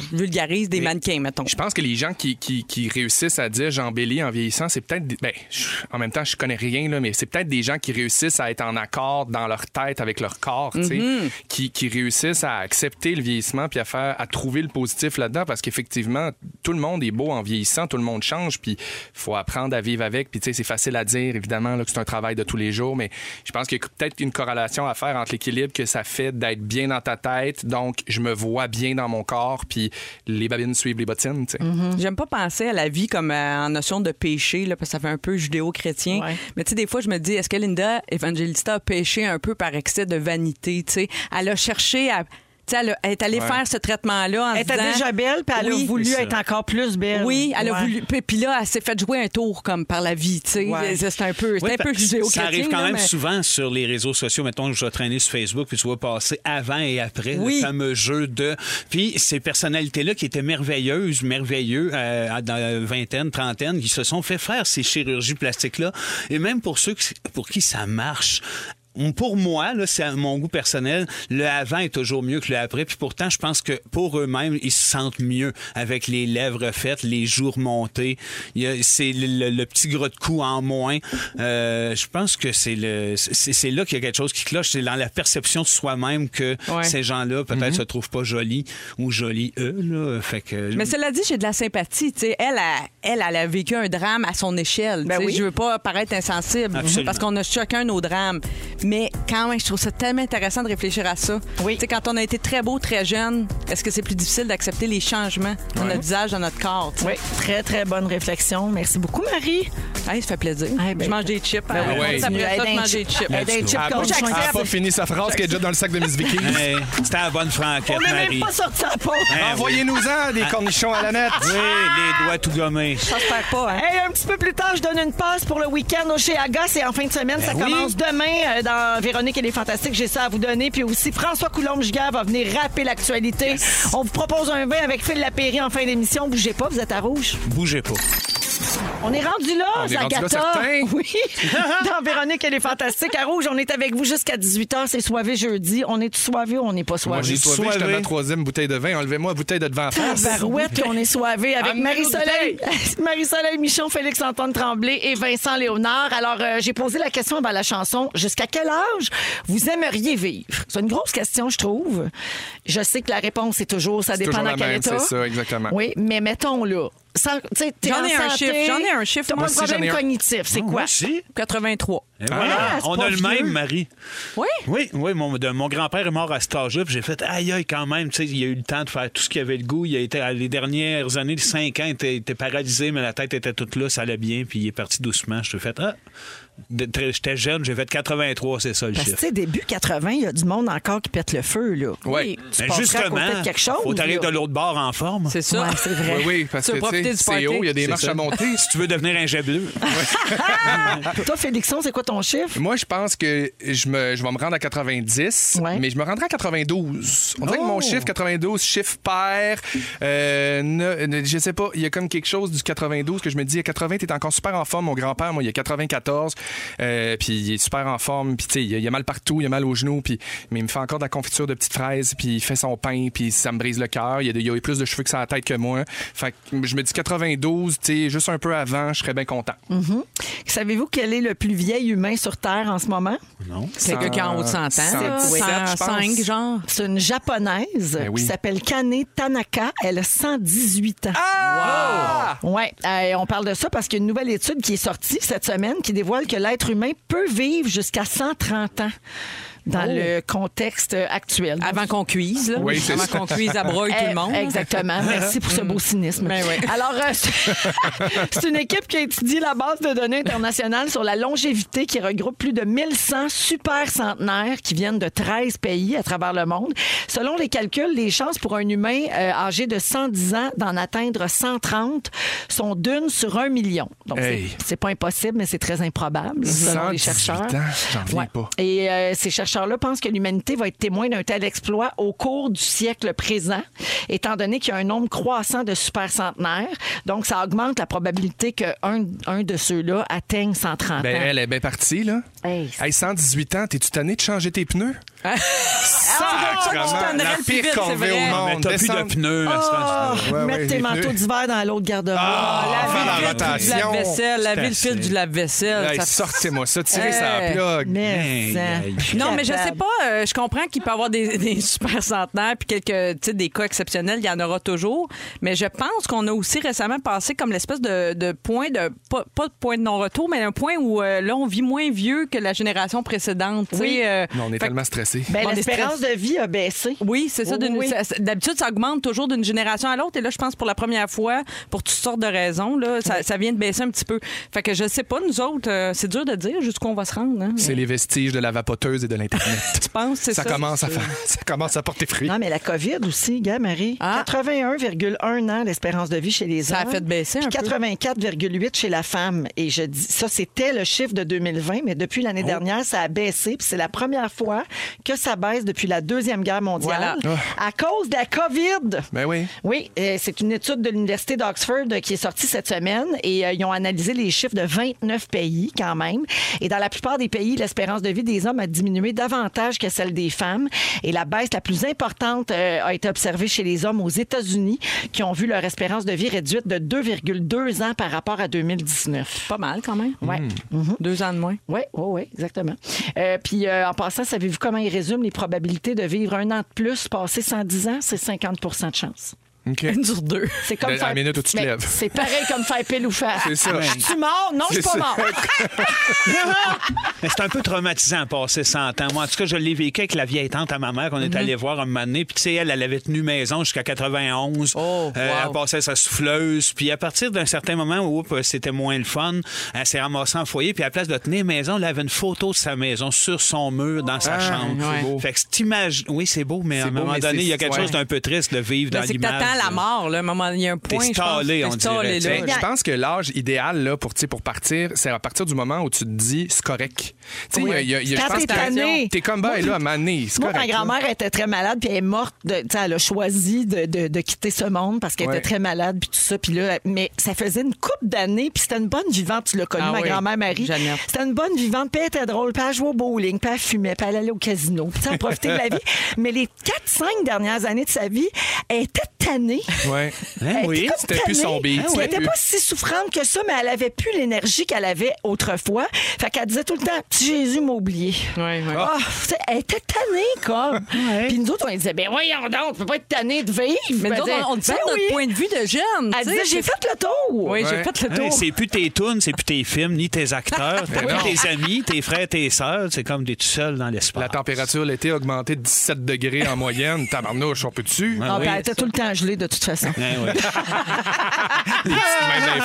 Speaker 3: je vulgarise des mannequins, mettons.
Speaker 4: Je pense que les gens qui, qui- qui réussissent à dire j'embellis en vieillissant, c'est peut-être. des- Ben, je- en même temps, je connais rien, là, mais c'est peut-être des gens qui réussissent à être en accord dans leur tête avec leur corps, tu sais,
Speaker 2: Mm-hmm.
Speaker 4: qui, qui réussissent à accepter le vieillissement puis à, faire, à trouver le positif là-dedans parce qu'effectivement, tout le monde est beau en vieillissant, tout le monde change, puis faut apprendre à vivre avec. Puis, tu sais, c'est facile à dire, évidemment, là, que c'est un travail de tous les jours, mais je pense qu'il y a peut-être une corrélation à faire entre l'équilibre que ça fait d'être bien dans ta tête, donc je me vois bien dans mon corps, puis les babines suivent les bottines, tu sais.
Speaker 2: Mm.
Speaker 3: J'aime pas penser à la vie comme euh, en notion de péché, là, parce que ça fait un peu judéo-chrétien.
Speaker 2: Ouais.
Speaker 3: Mais tu sais, des fois, je me dis, est-ce que Linda Evangelista a péché un peu par excès de vanité? tu sais? Elle a cherché à. tu sais, Elle, a- elle est allée faire ce traitement-là en
Speaker 2: Elle
Speaker 3: se
Speaker 2: était
Speaker 3: disant-
Speaker 2: déjà belle, puis elle
Speaker 3: Oui.
Speaker 2: a voulu être encore plus belle.
Speaker 3: Oui, elle
Speaker 2: Ouais.
Speaker 3: a voulu. Puis puis là, elle s'est fait jouer un tour comme par la vie, tu sais.
Speaker 2: Ouais.
Speaker 3: C'est c'est un peu, c'est
Speaker 1: Oui,
Speaker 3: un peu
Speaker 1: parce-
Speaker 3: judéo-chrétien.
Speaker 1: ça arrive quand
Speaker 3: là,
Speaker 1: même
Speaker 3: mais-
Speaker 1: souvent sur les réseaux sociaux. Mettons, je vais traîner sur Facebook, puis tu vois passer avant et après
Speaker 3: Oui.
Speaker 1: le fameux jeu de. Puis ces personnalités-là qui étaient merveilleuses, merveilleux, euh, dans la vingtaine, trentaine, qui se sont fait faire ces chirurgies plastiques-là. Et même pour ceux qui- pour qui ça marche. Hum, Pour moi, là, c'est à mon goût personnel, le avant est toujours mieux que le après. Puis pourtant, je pense que pour eux-mêmes, ils se sentent mieux avec les lèvres faites, les joues remontées. Il y a- C'est le, le- le petit gros de cou en moins. Euh, je pense que c'est le, c'est c'est là qu'il y a quelque chose qui cloche. C'est dans la perception de soi-même que
Speaker 3: Ouais.
Speaker 1: ces gens-là
Speaker 2: Mhm.
Speaker 1: peut-être se trouvent pas jolis ou jolis eux. Là. Fait que
Speaker 3: Mais cela dit, j'ai de la sympathie. tu sais. Elle, a- elle, elle a vécu un drame à son échelle.
Speaker 2: Ben
Speaker 3: tu sais.
Speaker 2: oui.
Speaker 3: Je veux pas paraître insensible
Speaker 1: Absolument.
Speaker 3: parce qu'on a chacun nos drames. Mais quand même, je trouve ça tellement intéressant de réfléchir à ça.
Speaker 2: Oui.
Speaker 3: Tu sais, Quand on a été très beau, très jeune, est-ce que c'est plus difficile d'accepter les changements dans notre visage, dans notre corps? tu sais?
Speaker 2: Oui, très, très bonne réflexion. Merci beaucoup, Marie.
Speaker 3: Hey, ça fait plaisir.
Speaker 2: Eh ben,
Speaker 3: je mange des chips. hein.
Speaker 4: oui,
Speaker 3: Après ça,
Speaker 2: continue. Aide
Speaker 3: je
Speaker 2: un
Speaker 3: mange des
Speaker 2: chip.
Speaker 3: chips.
Speaker 2: Aide un chip
Speaker 4: Elle a
Speaker 2: contre
Speaker 4: Ah, pas-
Speaker 2: son
Speaker 4: elle a pas
Speaker 2: accepte.
Speaker 4: fini sa phrase qui est déjà dans le sac de Miss Vicky.
Speaker 1: Hey, c'était la bonne franquette,
Speaker 2: On n'est
Speaker 1: Marie.
Speaker 2: même pas sorti à peau.
Speaker 1: Hey, oui.
Speaker 4: Ben, Envoyez-nous-en des cornichons à la nette.
Speaker 1: Oui, les doigts tout gommés.
Speaker 3: J'espère pas. hein.
Speaker 2: Hey, un petit peu plus tard, je donne une passe pour le week-end au chez Aga. C'est en fin de semaine. ça
Speaker 1: oui.
Speaker 2: commence demain euh, dans Véronique et les Fantastiques. J'ai ça à vous donner. Puis aussi, François Coulombe-Giguère va venir rapper l'actualité. On vous propose un vin avec Phil Lapéry en fin d'émission. Bougez pas, vous êtes à rouge.
Speaker 1: Bougez pas.
Speaker 2: On est rendu là,
Speaker 4: On est rendu là,
Speaker 2: Agatha.
Speaker 4: certain.
Speaker 2: oui. Dans Véronique, elle est fantastique. À Rouge, on est avec vous jusqu'à 18h. C'est soivé jeudi. On est soivé ou on n'est pas
Speaker 4: Moi,
Speaker 2: soivé?
Speaker 4: j'ai soivé, j'étais dans
Speaker 1: soivé.
Speaker 4: ma troisième bouteille de vin. Enlevez-moi la bouteille de devant la face.
Speaker 2: Barouette, on est soivé avec
Speaker 4: Amenez-nous
Speaker 2: Marie-Soleil, Marie-Soleil Michon, Félix-Antoine Tremblay et Vincent Léonard. Alors, euh, j'ai posé la question avant la chanson. Jusqu'à quel âge vous aimeriez vivre? C'est une grosse question, je trouve. Je sais que la réponse est toujours, ça dépend
Speaker 4: toujours
Speaker 2: dans
Speaker 4: la
Speaker 2: quel
Speaker 4: même,
Speaker 2: état.
Speaker 4: c'est ça, exactement.
Speaker 2: Oui, mais mettons là. J'en
Speaker 3: J'en ai un chiffre, j'en ai un chiffre,
Speaker 2: T'as
Speaker 3: moi
Speaker 2: pas de
Speaker 4: aussi, j'en ai
Speaker 2: problème
Speaker 4: un.
Speaker 2: cognitif,
Speaker 1: Ah,
Speaker 4: Ah,
Speaker 2: c'est quoi? Ah,
Speaker 3: 83.
Speaker 1: Et voilà,
Speaker 2: c'est
Speaker 1: on
Speaker 2: pas
Speaker 1: a le
Speaker 2: vieux.
Speaker 1: même, Marie.
Speaker 3: Oui?
Speaker 1: Ah, Oui, oui, mon, de- mon grand-père est mort à cet âge-là, puis j'ai fait aïe aïe quand même, tu sais, il a eu le temps de faire tout ce qu'il avait le goût. Il a été, les dernières années, les cinq ans, il était, il était paralysé, mais la tête était toute là, ça allait bien, puis il est parti doucement. Je suis fait ah, de- très- j'étais jeune, j'ai fait 83, c'est ça le
Speaker 2: Parce que, tu
Speaker 1: chiffre.
Speaker 2: sais, début 80, il y a du monde encore qui pète le feu, là.
Speaker 4: Oui.
Speaker 2: Tu
Speaker 6: Ben,
Speaker 1: Mais
Speaker 2: passerais à côté de quelque chose.
Speaker 1: faut t'arriver de
Speaker 2: là.
Speaker 1: l'autre bord en forme.
Speaker 3: C'est ça.
Speaker 2: Ouais, c'est vrai.
Speaker 4: Oui, oui, parce
Speaker 3: Tu veux
Speaker 4: que tu
Speaker 3: profiter
Speaker 4: sais,
Speaker 3: du
Speaker 4: c'est
Speaker 3: party?
Speaker 4: haut, il y a des
Speaker 1: C'est
Speaker 4: marches
Speaker 1: ça.
Speaker 4: à monter.
Speaker 1: Si tu veux devenir un jet bleu.
Speaker 2: Toi, Félixon, c'est quoi ton chiffre?
Speaker 4: Moi, je pense que je, me, je vais me rendre à 90,
Speaker 2: Ouais.
Speaker 4: mais je me rendrai à 92. On dirait
Speaker 2: Oh!
Speaker 4: que mon chiffre 92, chiffre pair, euh, ne- ne- je sais pas, il y a comme quelque chose du 92 que je me dis, à 80, t'es encore super en forme. Mon grand-père, moi, il a 94, euh, puis il est super en forme, puis tu sais, il, a- il a mal partout, il a mal aux genoux, puis, mais il me fait encore de la confiture de petites fraises, puis il fait son pain, puis ça me brise le cœur. Il, y a de- il a eu plus de cheveux que sa tête que moi. Fait que je me dis 92, tu sais, juste un peu avant, je serais bien content.
Speaker 2: Savez-vous quel est le plus vieil humain sur Terre en ce moment?
Speaker 3: C'est quelqu'un qui a en haut de 100 ans.
Speaker 4: Cent-
Speaker 3: là.
Speaker 4: oui.
Speaker 3: 105, genre.
Speaker 2: C'est une japonaise
Speaker 4: Ben oui.
Speaker 2: qui s'appelle Kane Tanaka. Elle a 118 ans.
Speaker 4: Ah!
Speaker 2: Ouais, euh, on parle de ça parce qu'il y a une nouvelle étude qui est sortie cette semaine qui dévoile que l'être humain peut vivre jusqu'à 130 ans dans
Speaker 4: Oh!
Speaker 2: le contexte actuel.
Speaker 3: Avant qu'on cuise, là.
Speaker 4: Oui, c'est
Speaker 3: Avant
Speaker 4: ça.
Speaker 3: qu'on cuise à broye tout
Speaker 2: Eh,
Speaker 3: le monde.
Speaker 2: Exactement. Merci pour ce beau cynisme.
Speaker 3: Ben oui.
Speaker 2: Alors, euh, c'est- c'est une équipe qui étudie la base de données internationale sur la longévité qui regroupe plus de 1100 super centenaires qui viennent de 13 pays à travers le monde. Selon les calculs, les chances pour un humain euh, âgé de 110 ans d'en atteindre 130 sont d'une sur un million. Donc, c'est-
Speaker 4: Hey.
Speaker 2: c'est pas impossible, mais c'est très improbable, selon les
Speaker 4: 118
Speaker 2: chercheurs.
Speaker 4: ans, j'en reviens pas.
Speaker 2: Et euh, ces chercheurs chercheurs-là pensent que l'humanité va être témoin d'un tel exploit au cours du siècle présent, étant donné qu'il y a un nombre croissant de supercentenaires. Donc, ça augmente la probabilité qu'un un de ceux-là atteigne 130
Speaker 4: Ben,
Speaker 2: ans.
Speaker 4: elle est bien partie, là.
Speaker 2: Hey,
Speaker 4: Hey, 118 ans, t'es-tu tanné de changer tes pneus?
Speaker 3: Ah,
Speaker 2: Ah,
Speaker 4: Sacrement,
Speaker 3: tannerais
Speaker 4: Ah, la
Speaker 3: le plus
Speaker 4: pire
Speaker 3: vite, c'est
Speaker 4: corvée
Speaker 3: vrai.
Speaker 4: au
Speaker 6: Mais
Speaker 4: monde.
Speaker 6: t'as plus de
Speaker 4: Descendre-
Speaker 6: pneus. à ce moment-là.
Speaker 4: Ouais,
Speaker 2: Mettre
Speaker 4: ouais,
Speaker 2: tes
Speaker 4: les
Speaker 2: manteaux
Speaker 4: pneus.
Speaker 2: d'hiver dans l'autre garde-robe.
Speaker 4: Ah, faire la
Speaker 3: Du
Speaker 4: rotation.
Speaker 3: lave-vaisselle, laver le
Speaker 6: assez.
Speaker 3: fil du lave-vaisselle.
Speaker 4: Hey,
Speaker 3: ça-
Speaker 4: Sortez-moi ça, tirez
Speaker 3: Hey.
Speaker 4: ça à plug.
Speaker 2: Mais
Speaker 6: Hey,
Speaker 2: ça-
Speaker 6: aïe.
Speaker 3: Non, mais je sais pas. euh, je comprends qu'il peut y avoir des, des super centenaires puis quelques, tu sais, des cas exceptionnels, il y en aura toujours. Mais je pense qu'on a aussi récemment passé comme l'espèce de, de point de pas, pas de point de non-retour, mais un point où euh, là on vit moins vieux que la génération précédente. tu sais,
Speaker 2: Oui.
Speaker 3: euh,
Speaker 4: Non, on est
Speaker 3: fait que-
Speaker 4: tellement stressés.
Speaker 2: Ben,
Speaker 3: Bon, des
Speaker 2: L'espérance de vie a baissé.
Speaker 3: Oui, c'est ça.
Speaker 2: Oui,
Speaker 3: d'une-
Speaker 2: oui.
Speaker 3: ça- ça- D'habitude, ça augmente toujours d'une génération à l'autre. Et là, je pense pour la première fois, pour toutes sortes de raisons, là, ça, ça vient de baisser un petit peu. Fait que je sais pas, nous autres, euh, c'est dur de dire jusqu'où on va se rendre. hein.
Speaker 4: C'est les vestiges de la vapoteuse et de l'Internet.
Speaker 3: Tu penses, c'est
Speaker 4: ça,
Speaker 3: ça?
Speaker 4: commence à faire- ça commence à porter fruit.
Speaker 2: Non, mais la COVID aussi, gars, Marie.
Speaker 3: Ah.
Speaker 2: 81,1 ans d'espérance de vie chez les
Speaker 3: Ça
Speaker 2: hommes.
Speaker 3: a fait baisser un
Speaker 2: puis
Speaker 3: peu.
Speaker 2: 84,8 chez la femme. Et je dis, ça, c'était le chiffre de 2020, mais depuis l'année
Speaker 3: Oh.
Speaker 2: dernière, ça a baissé. Puis c'est la première fois que ça baisse depuis la Deuxième Guerre mondiale
Speaker 4: Voilà.
Speaker 2: à cause de la COVID.
Speaker 4: Ben oui.
Speaker 2: Oui, euh, c'est une étude de l'Université d'Oxford euh, qui est sortie cette semaine et euh, ils ont analysé les chiffres de 29 pays quand même. Et dans la plupart des pays, l'espérance de vie des hommes a diminué davantage que celle des femmes. Et la baisse la plus importante euh, a été observée chez les hommes aux États-Unis qui ont vu leur espérance de vie réduite de 2,2 ans par rapport à 2019.
Speaker 3: Pas mal quand même.
Speaker 2: Ouais.
Speaker 3: Deux ans de moins.
Speaker 2: Oui, oui, oui, exactement. Euh, puis euh, en passant, savez-vous comment ils résument les probabilités de vivre un an de plus, passer 110 ans? C'est 50 de chance.
Speaker 4: OK.
Speaker 3: Une sur deux.
Speaker 2: C'est comme
Speaker 4: À la
Speaker 2: faire...
Speaker 4: minute où tu te
Speaker 2: Mais
Speaker 4: lèves.
Speaker 2: C'est pareil comme faire pile ou face.
Speaker 4: C'est
Speaker 3: Ah,
Speaker 4: ça.
Speaker 2: Je suis mort? Non, je suis pas
Speaker 4: C'est ça.
Speaker 2: mort.
Speaker 6: Mais c'est un peu traumatisant de passer 100 ans. Moi, en tout cas, je l'ai vécu avec la vieille tante à ma mère qu'on est allé voir un moment donné. Puis, tu sais, elle, elle avait tenu maison jusqu'à 91.
Speaker 3: Oh, wow.
Speaker 6: Elle passait sa souffleuse. Puis, à partir d'un certain moment où oups, c'était moins le fun, elle s'est ramassée en foyer. Puis, à la place de tenir maison, elle avait une photo de sa maison sur son mur dans sa chambre.
Speaker 4: c'est beau.
Speaker 6: Fait que cette image. Oui, c'est beau, mais à
Speaker 4: C'est
Speaker 6: un
Speaker 4: beau,
Speaker 6: moment
Speaker 4: mais
Speaker 6: donné,
Speaker 4: c'est-
Speaker 6: il y a quelque
Speaker 4: ouais.
Speaker 6: chose d'un peu triste de vivre
Speaker 3: Mais
Speaker 6: dans
Speaker 3: C'est que
Speaker 6: l'image.
Speaker 3: t'attends la mort, là. Maman, il y a un point. je pense,
Speaker 6: stallé,
Speaker 3: t'es
Speaker 6: on dirait,
Speaker 3: stallé,
Speaker 6: tu sais.
Speaker 3: là.
Speaker 4: Je pense que l'âge idéal là, pour, tu sais, pour partir, c'est à partir du moment où tu te dis c'est correct. Tu sais, il y a- il y a- il y a-
Speaker 2: Quand
Speaker 4: je pense
Speaker 2: t'es
Speaker 4: que
Speaker 2: tanné.
Speaker 4: t'es comme ben là, à maner, c'est
Speaker 2: Moi,
Speaker 4: correct.
Speaker 2: ma
Speaker 4: là.
Speaker 2: grand-mère était très malade, puis elle est morte. de- tu sais, elle a choisi de, de- de quitter ce monde parce qu'elle
Speaker 4: Ouais.
Speaker 2: était très malade, puis tout ça. Puis là, mais ça faisait une coupe d'années, puis c'était une bonne vivante. Tu l'as connue,
Speaker 3: Ah
Speaker 2: ma
Speaker 3: oui,
Speaker 2: grand-mère Marie.
Speaker 3: Jeannette.
Speaker 2: C'était une bonne vivante, puis elle était drôle, puis elle jouait au bowling, puis elle fumait, puis elle allait au casino. Puis tu sais, elle profitait de la vie. Mais les 4-5 dernières années de sa vie, elle était tannée.
Speaker 4: Ouais.
Speaker 6: Hein,
Speaker 2: Elle
Speaker 6: oui.
Speaker 2: était comme
Speaker 4: c'était plus
Speaker 2: tannée. Ah
Speaker 4: son beat,
Speaker 2: Elle
Speaker 4: c'était
Speaker 2: était
Speaker 4: plus-
Speaker 2: pas si souffrante que ça, mais elle avait plus l'énergie qu'elle avait autrefois. Fait qu'elle disait tout le temps, petit Jésus m'a oublié.
Speaker 3: Ouais, ouais.
Speaker 2: Ah, tu sais, elle était tannée, comme. Puis nous autres, on disait, ben voyons donc, tu peux pas être tannée de vivre.
Speaker 3: Mais
Speaker 2: Ben,
Speaker 3: nous autres,
Speaker 2: elle
Speaker 3: on dit
Speaker 2: disait,
Speaker 3: ça de
Speaker 2: Ben
Speaker 3: notre
Speaker 2: oui.
Speaker 3: point de vue de jeune.
Speaker 2: Elle
Speaker 3: tu sais,
Speaker 2: disait, j'ai fait le tour.
Speaker 3: Oui, j'ai
Speaker 4: Ouais.
Speaker 3: fait le
Speaker 6: Hey,
Speaker 3: tour. Ah,
Speaker 6: c'est plus tes tunes, c'est plus tes films, ni tes acteurs, t'as
Speaker 4: Mais non.
Speaker 6: plus tes amis, tes frères, tes sœurs. C'est comme des tout seul dans l'espace.
Speaker 4: La température l'été a augmenté de 17 degrés en moyenne. Tabarnouche, on peut dessus.
Speaker 2: Ah,
Speaker 6: Ah oui.
Speaker 2: ben, elle était tout le temps gelée, de toute façon.
Speaker 6: Ouais, Eh ouais.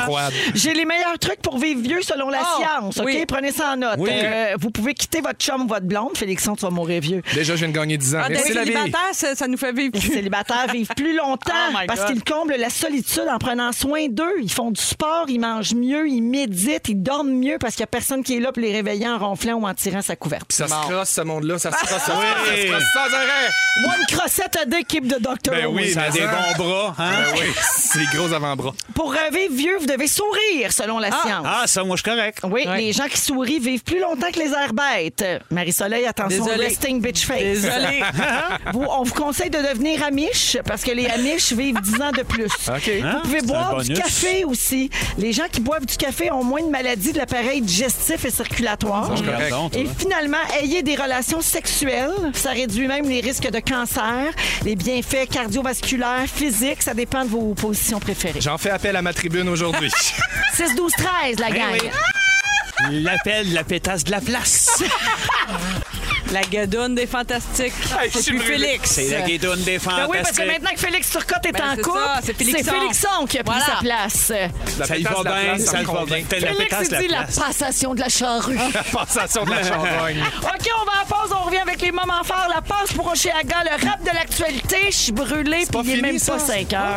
Speaker 4: froide.
Speaker 2: Ah, J'ai les meilleurs trucs pour vivre vieux selon la
Speaker 3: Oh,
Speaker 2: science. OK?
Speaker 3: oui.
Speaker 2: Prenez ça en note.
Speaker 6: Oui.
Speaker 2: Euh, vous pouvez quitter votre chum ou votre blonde. Félixon, tu vas mourir vieux.
Speaker 4: Déjà, je viens de gagner 10 ans.
Speaker 3: Ah, d'être
Speaker 4: Merci la vie.
Speaker 3: célibataire, ça, ça nous fait vivre.
Speaker 2: Les célibataires vivent plus longtemps
Speaker 3: Oh my
Speaker 2: parce
Speaker 3: God.
Speaker 2: qu'ils comblent la solitude en prenant soin d'eux. Ils font du sport, ils mangent mieux, ils méditent, ils dorment mieux parce qu'il n'y a personne qui est là pour les réveiller en ronflant ou en tirant sa couverte.
Speaker 4: Puis ça se crosse, ce monde-là. Ça se crosse, ça se crosse, ça se
Speaker 6: Oui.
Speaker 4: crosse sans arrêt.
Speaker 2: One crossette à deux keep de Dr.
Speaker 4: Ben
Speaker 2: Owen.
Speaker 4: oui,
Speaker 6: Ça a
Speaker 4: mais
Speaker 6: des
Speaker 4: ça-
Speaker 6: bons bras, hein?
Speaker 4: Ben oui, c'est les gros avant-bras.
Speaker 2: Pour revivre vieux, vous devez sourire selon la science.
Speaker 6: Ah, ça, moi, je suis correct.
Speaker 2: Oui, les gens qui sourient vivent plus longtemps que les airs bêtes. Euh, Marie-Soleil, attention,
Speaker 3: Désolée.
Speaker 2: resting bitch face.
Speaker 3: Désolée.
Speaker 2: Vous- on vous conseille de devenir amiche parce que les amiches vivent 10 ans de plus.
Speaker 6: Hein?
Speaker 2: Vous pouvez
Speaker 6: C'est un
Speaker 2: boire du
Speaker 6: bonus.
Speaker 2: café aussi. Les gens qui boivent du café ont moins de maladies de l'appareil digestif et circulatoire.
Speaker 4: Ça, je suis
Speaker 6: Regarde
Speaker 4: correct.
Speaker 6: donc, toi.
Speaker 2: Et finalement, ayez des relations sexuelles. Ça réduit même les risques de cancer, les bienfaits cardiovasculaires, physiques. Ça dépend de vos positions préférées.
Speaker 4: J'en fais appel à ma tribune aujourd'hui.
Speaker 2: 6, 12, 13,
Speaker 6: Eh
Speaker 2: la gang.
Speaker 6: L'appel de la pétasse de la place.
Speaker 3: La gadoune des fantastiques. c'est plus Félix.
Speaker 6: C'est la guédoune des
Speaker 1: Ah,
Speaker 2: Ben
Speaker 6: fantastiques.
Speaker 2: oui, parce que maintenant que Félix Turcotte est
Speaker 3: Ben,
Speaker 2: en
Speaker 3: c'est
Speaker 2: couple,
Speaker 3: ça, c'est Félixon.
Speaker 2: qui a pris
Speaker 3: Voilà.
Speaker 2: sa place.
Speaker 4: La
Speaker 6: ça y
Speaker 4: pétasse
Speaker 6: va
Speaker 4: de
Speaker 6: bien,
Speaker 4: la place,
Speaker 6: ça
Speaker 4: me
Speaker 6: y va
Speaker 4: convient.
Speaker 6: bien. T'as la
Speaker 2: Félix
Speaker 6: pétasse de
Speaker 2: il dit
Speaker 6: la
Speaker 2: la
Speaker 6: place.
Speaker 2: passation de la charrue.
Speaker 4: La passation de la champagne.
Speaker 2: OK, on va en pause, on revient avec les moments forts, la passe pour Oceaga, le rap de l'actualité. Je suis brûlée, puis
Speaker 4: pas
Speaker 2: il est
Speaker 4: fini,
Speaker 2: même
Speaker 4: ça.
Speaker 2: pas 5 heures.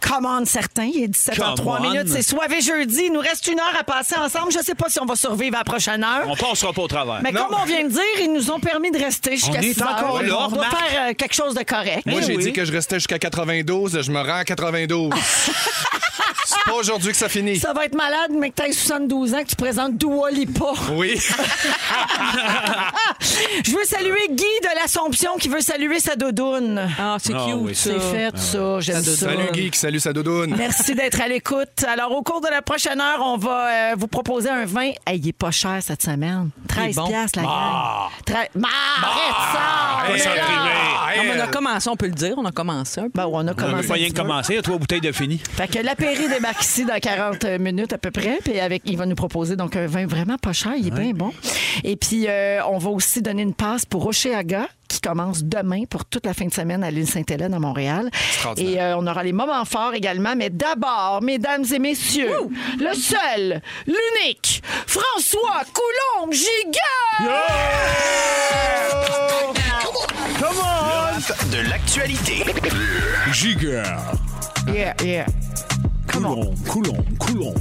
Speaker 2: Come on, certains. Il est 17 h
Speaker 7: Come
Speaker 2: 3
Speaker 7: on.
Speaker 2: minutes. C'est soivé jeudi. Il nous reste une heure à passer ensemble. Je ne sais pas si on va survivre à la prochaine heure.
Speaker 7: On passera pas au travers.
Speaker 2: Mais
Speaker 4: Non.
Speaker 2: comme on vient de dire, ils nous ont permis de rester jusqu'à
Speaker 7: On est
Speaker 2: 6 heures.
Speaker 7: encore là,
Speaker 2: on doit
Speaker 7: remarque.
Speaker 2: faire euh, quelque chose de correct.
Speaker 4: Moi,
Speaker 2: Eh
Speaker 4: j'ai
Speaker 2: oui.
Speaker 4: dit que je restais jusqu'à 92. Je me rends à 92. C'est pas aujourd'hui que ça finit.
Speaker 2: Ça va être malade, mais que tu 72 ans, que tu présentes Doualipa.
Speaker 4: Oui.
Speaker 2: Je veux saluer Guy de l'Assomption qui veut saluer sa doudoune.
Speaker 3: Ah, c'est
Speaker 1: Ah,
Speaker 3: cute,
Speaker 1: oui.
Speaker 3: ça.
Speaker 2: C'est fait, ça. J'aime ça.
Speaker 4: Salut Guy, qui salue sa doudoune.
Speaker 2: Merci d'être à l'écoute. Alors, au cours de la prochaine heure, on va euh, vous proposer un vin. Hey, il est pas cher cette semaine. 13
Speaker 3: Il est bon.
Speaker 2: piastres, la gang. Tre- Bah, arrête ça!
Speaker 1: Hey,
Speaker 2: Mais
Speaker 4: Ah,
Speaker 1: ça
Speaker 2: non!
Speaker 1: privé.
Speaker 3: Non, mais on
Speaker 4: euh,
Speaker 3: a commencé, on peut le dire, on a commencé un peu.
Speaker 2: Ben, on a
Speaker 1: On
Speaker 2: commencé.
Speaker 1: n'a pas
Speaker 2: un
Speaker 1: rien
Speaker 2: petit peu.
Speaker 1: commencé. Il y a trois bouteilles de fini.
Speaker 2: Fait que l'apéri débarque ici dans 40 minutes à peu près. Puis avec, il va nous proposer donc un vin vraiment pas cher. Il est bien bon. Et puis, euh, on va aussi donner une passe pour Oceaga qui commence demain pour toute la fin de semaine à l'île Sainte-Hélène à Montréal.
Speaker 4: Extraordinaire.
Speaker 2: Et euh, on aura les moments forts également. Mais d'abord, mesdames et messieurs, le seul, l'unique, François Coulombe Giga!
Speaker 8: De l'actualité.
Speaker 1: Giga.
Speaker 2: Yeah, yeah.
Speaker 9: Coulombe, coulombe, coulombe.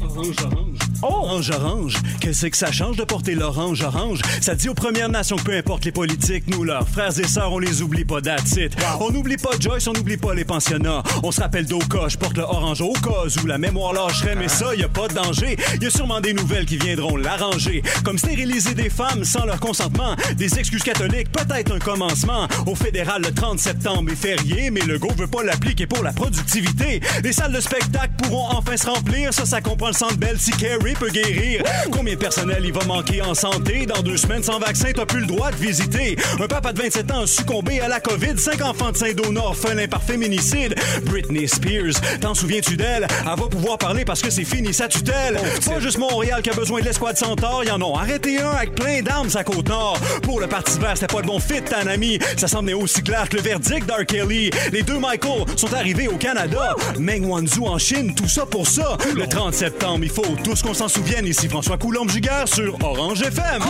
Speaker 9: Oh! Orange, orange. Qu'est-ce que ça change de porter l'orange, orange? Ça dit aux Premières Nations que peu importe les politiques, nous, leurs frères et sœurs, on les oublie pas d'attitude. On n'oublie pas Joyce, on n'oublie pas les pensionnats. On se rappelle d'Oka, je porte le orange au cas où la mémoire lâcherait, mais ça, y a pas de danger. Y a sûrement des nouvelles qui viendront l'arranger. Comme stériliser des femmes sans leur consentement. Des excuses catholiques, peut-être un commencement. Au fédéral, le 30 septembre est férié, mais le go veut pas l'appliquer pour la productivité. Les salles de spectacle pourront enfin se remplir. Ça, ça comprend le centre Bell si Carrie peut guérir. Combien de personnel il va manquer en santé? Dans deux semaines sans vaccin, t'as plus le droit de visiter. Un papa de 27 ans a succombé à la COVID. Cinq enfants de Saint-Donat orphelins par féminicide. Britney Spears, t'en souviens-tu d'elle? Elle va pouvoir parler parce que c'est fini sa tutelle. Pas juste Montréal qui a besoin de l'escouade Centaure. Ils en ont arrêté un avec plein d'armes à Côte-Nord. Pour le Parti vert, c'était pas le bon fit, un ami. Ça semblait aussi clair que le verdict d'R. Kelly. Les deux Michael sont arrivés au Canada. Meng Wanzhou en Chine, tout ça pour ça. Le 30 septembre, il faut tous qu'on s'en souvienne. Ici François Coulombe-Jugard sur Orange FM.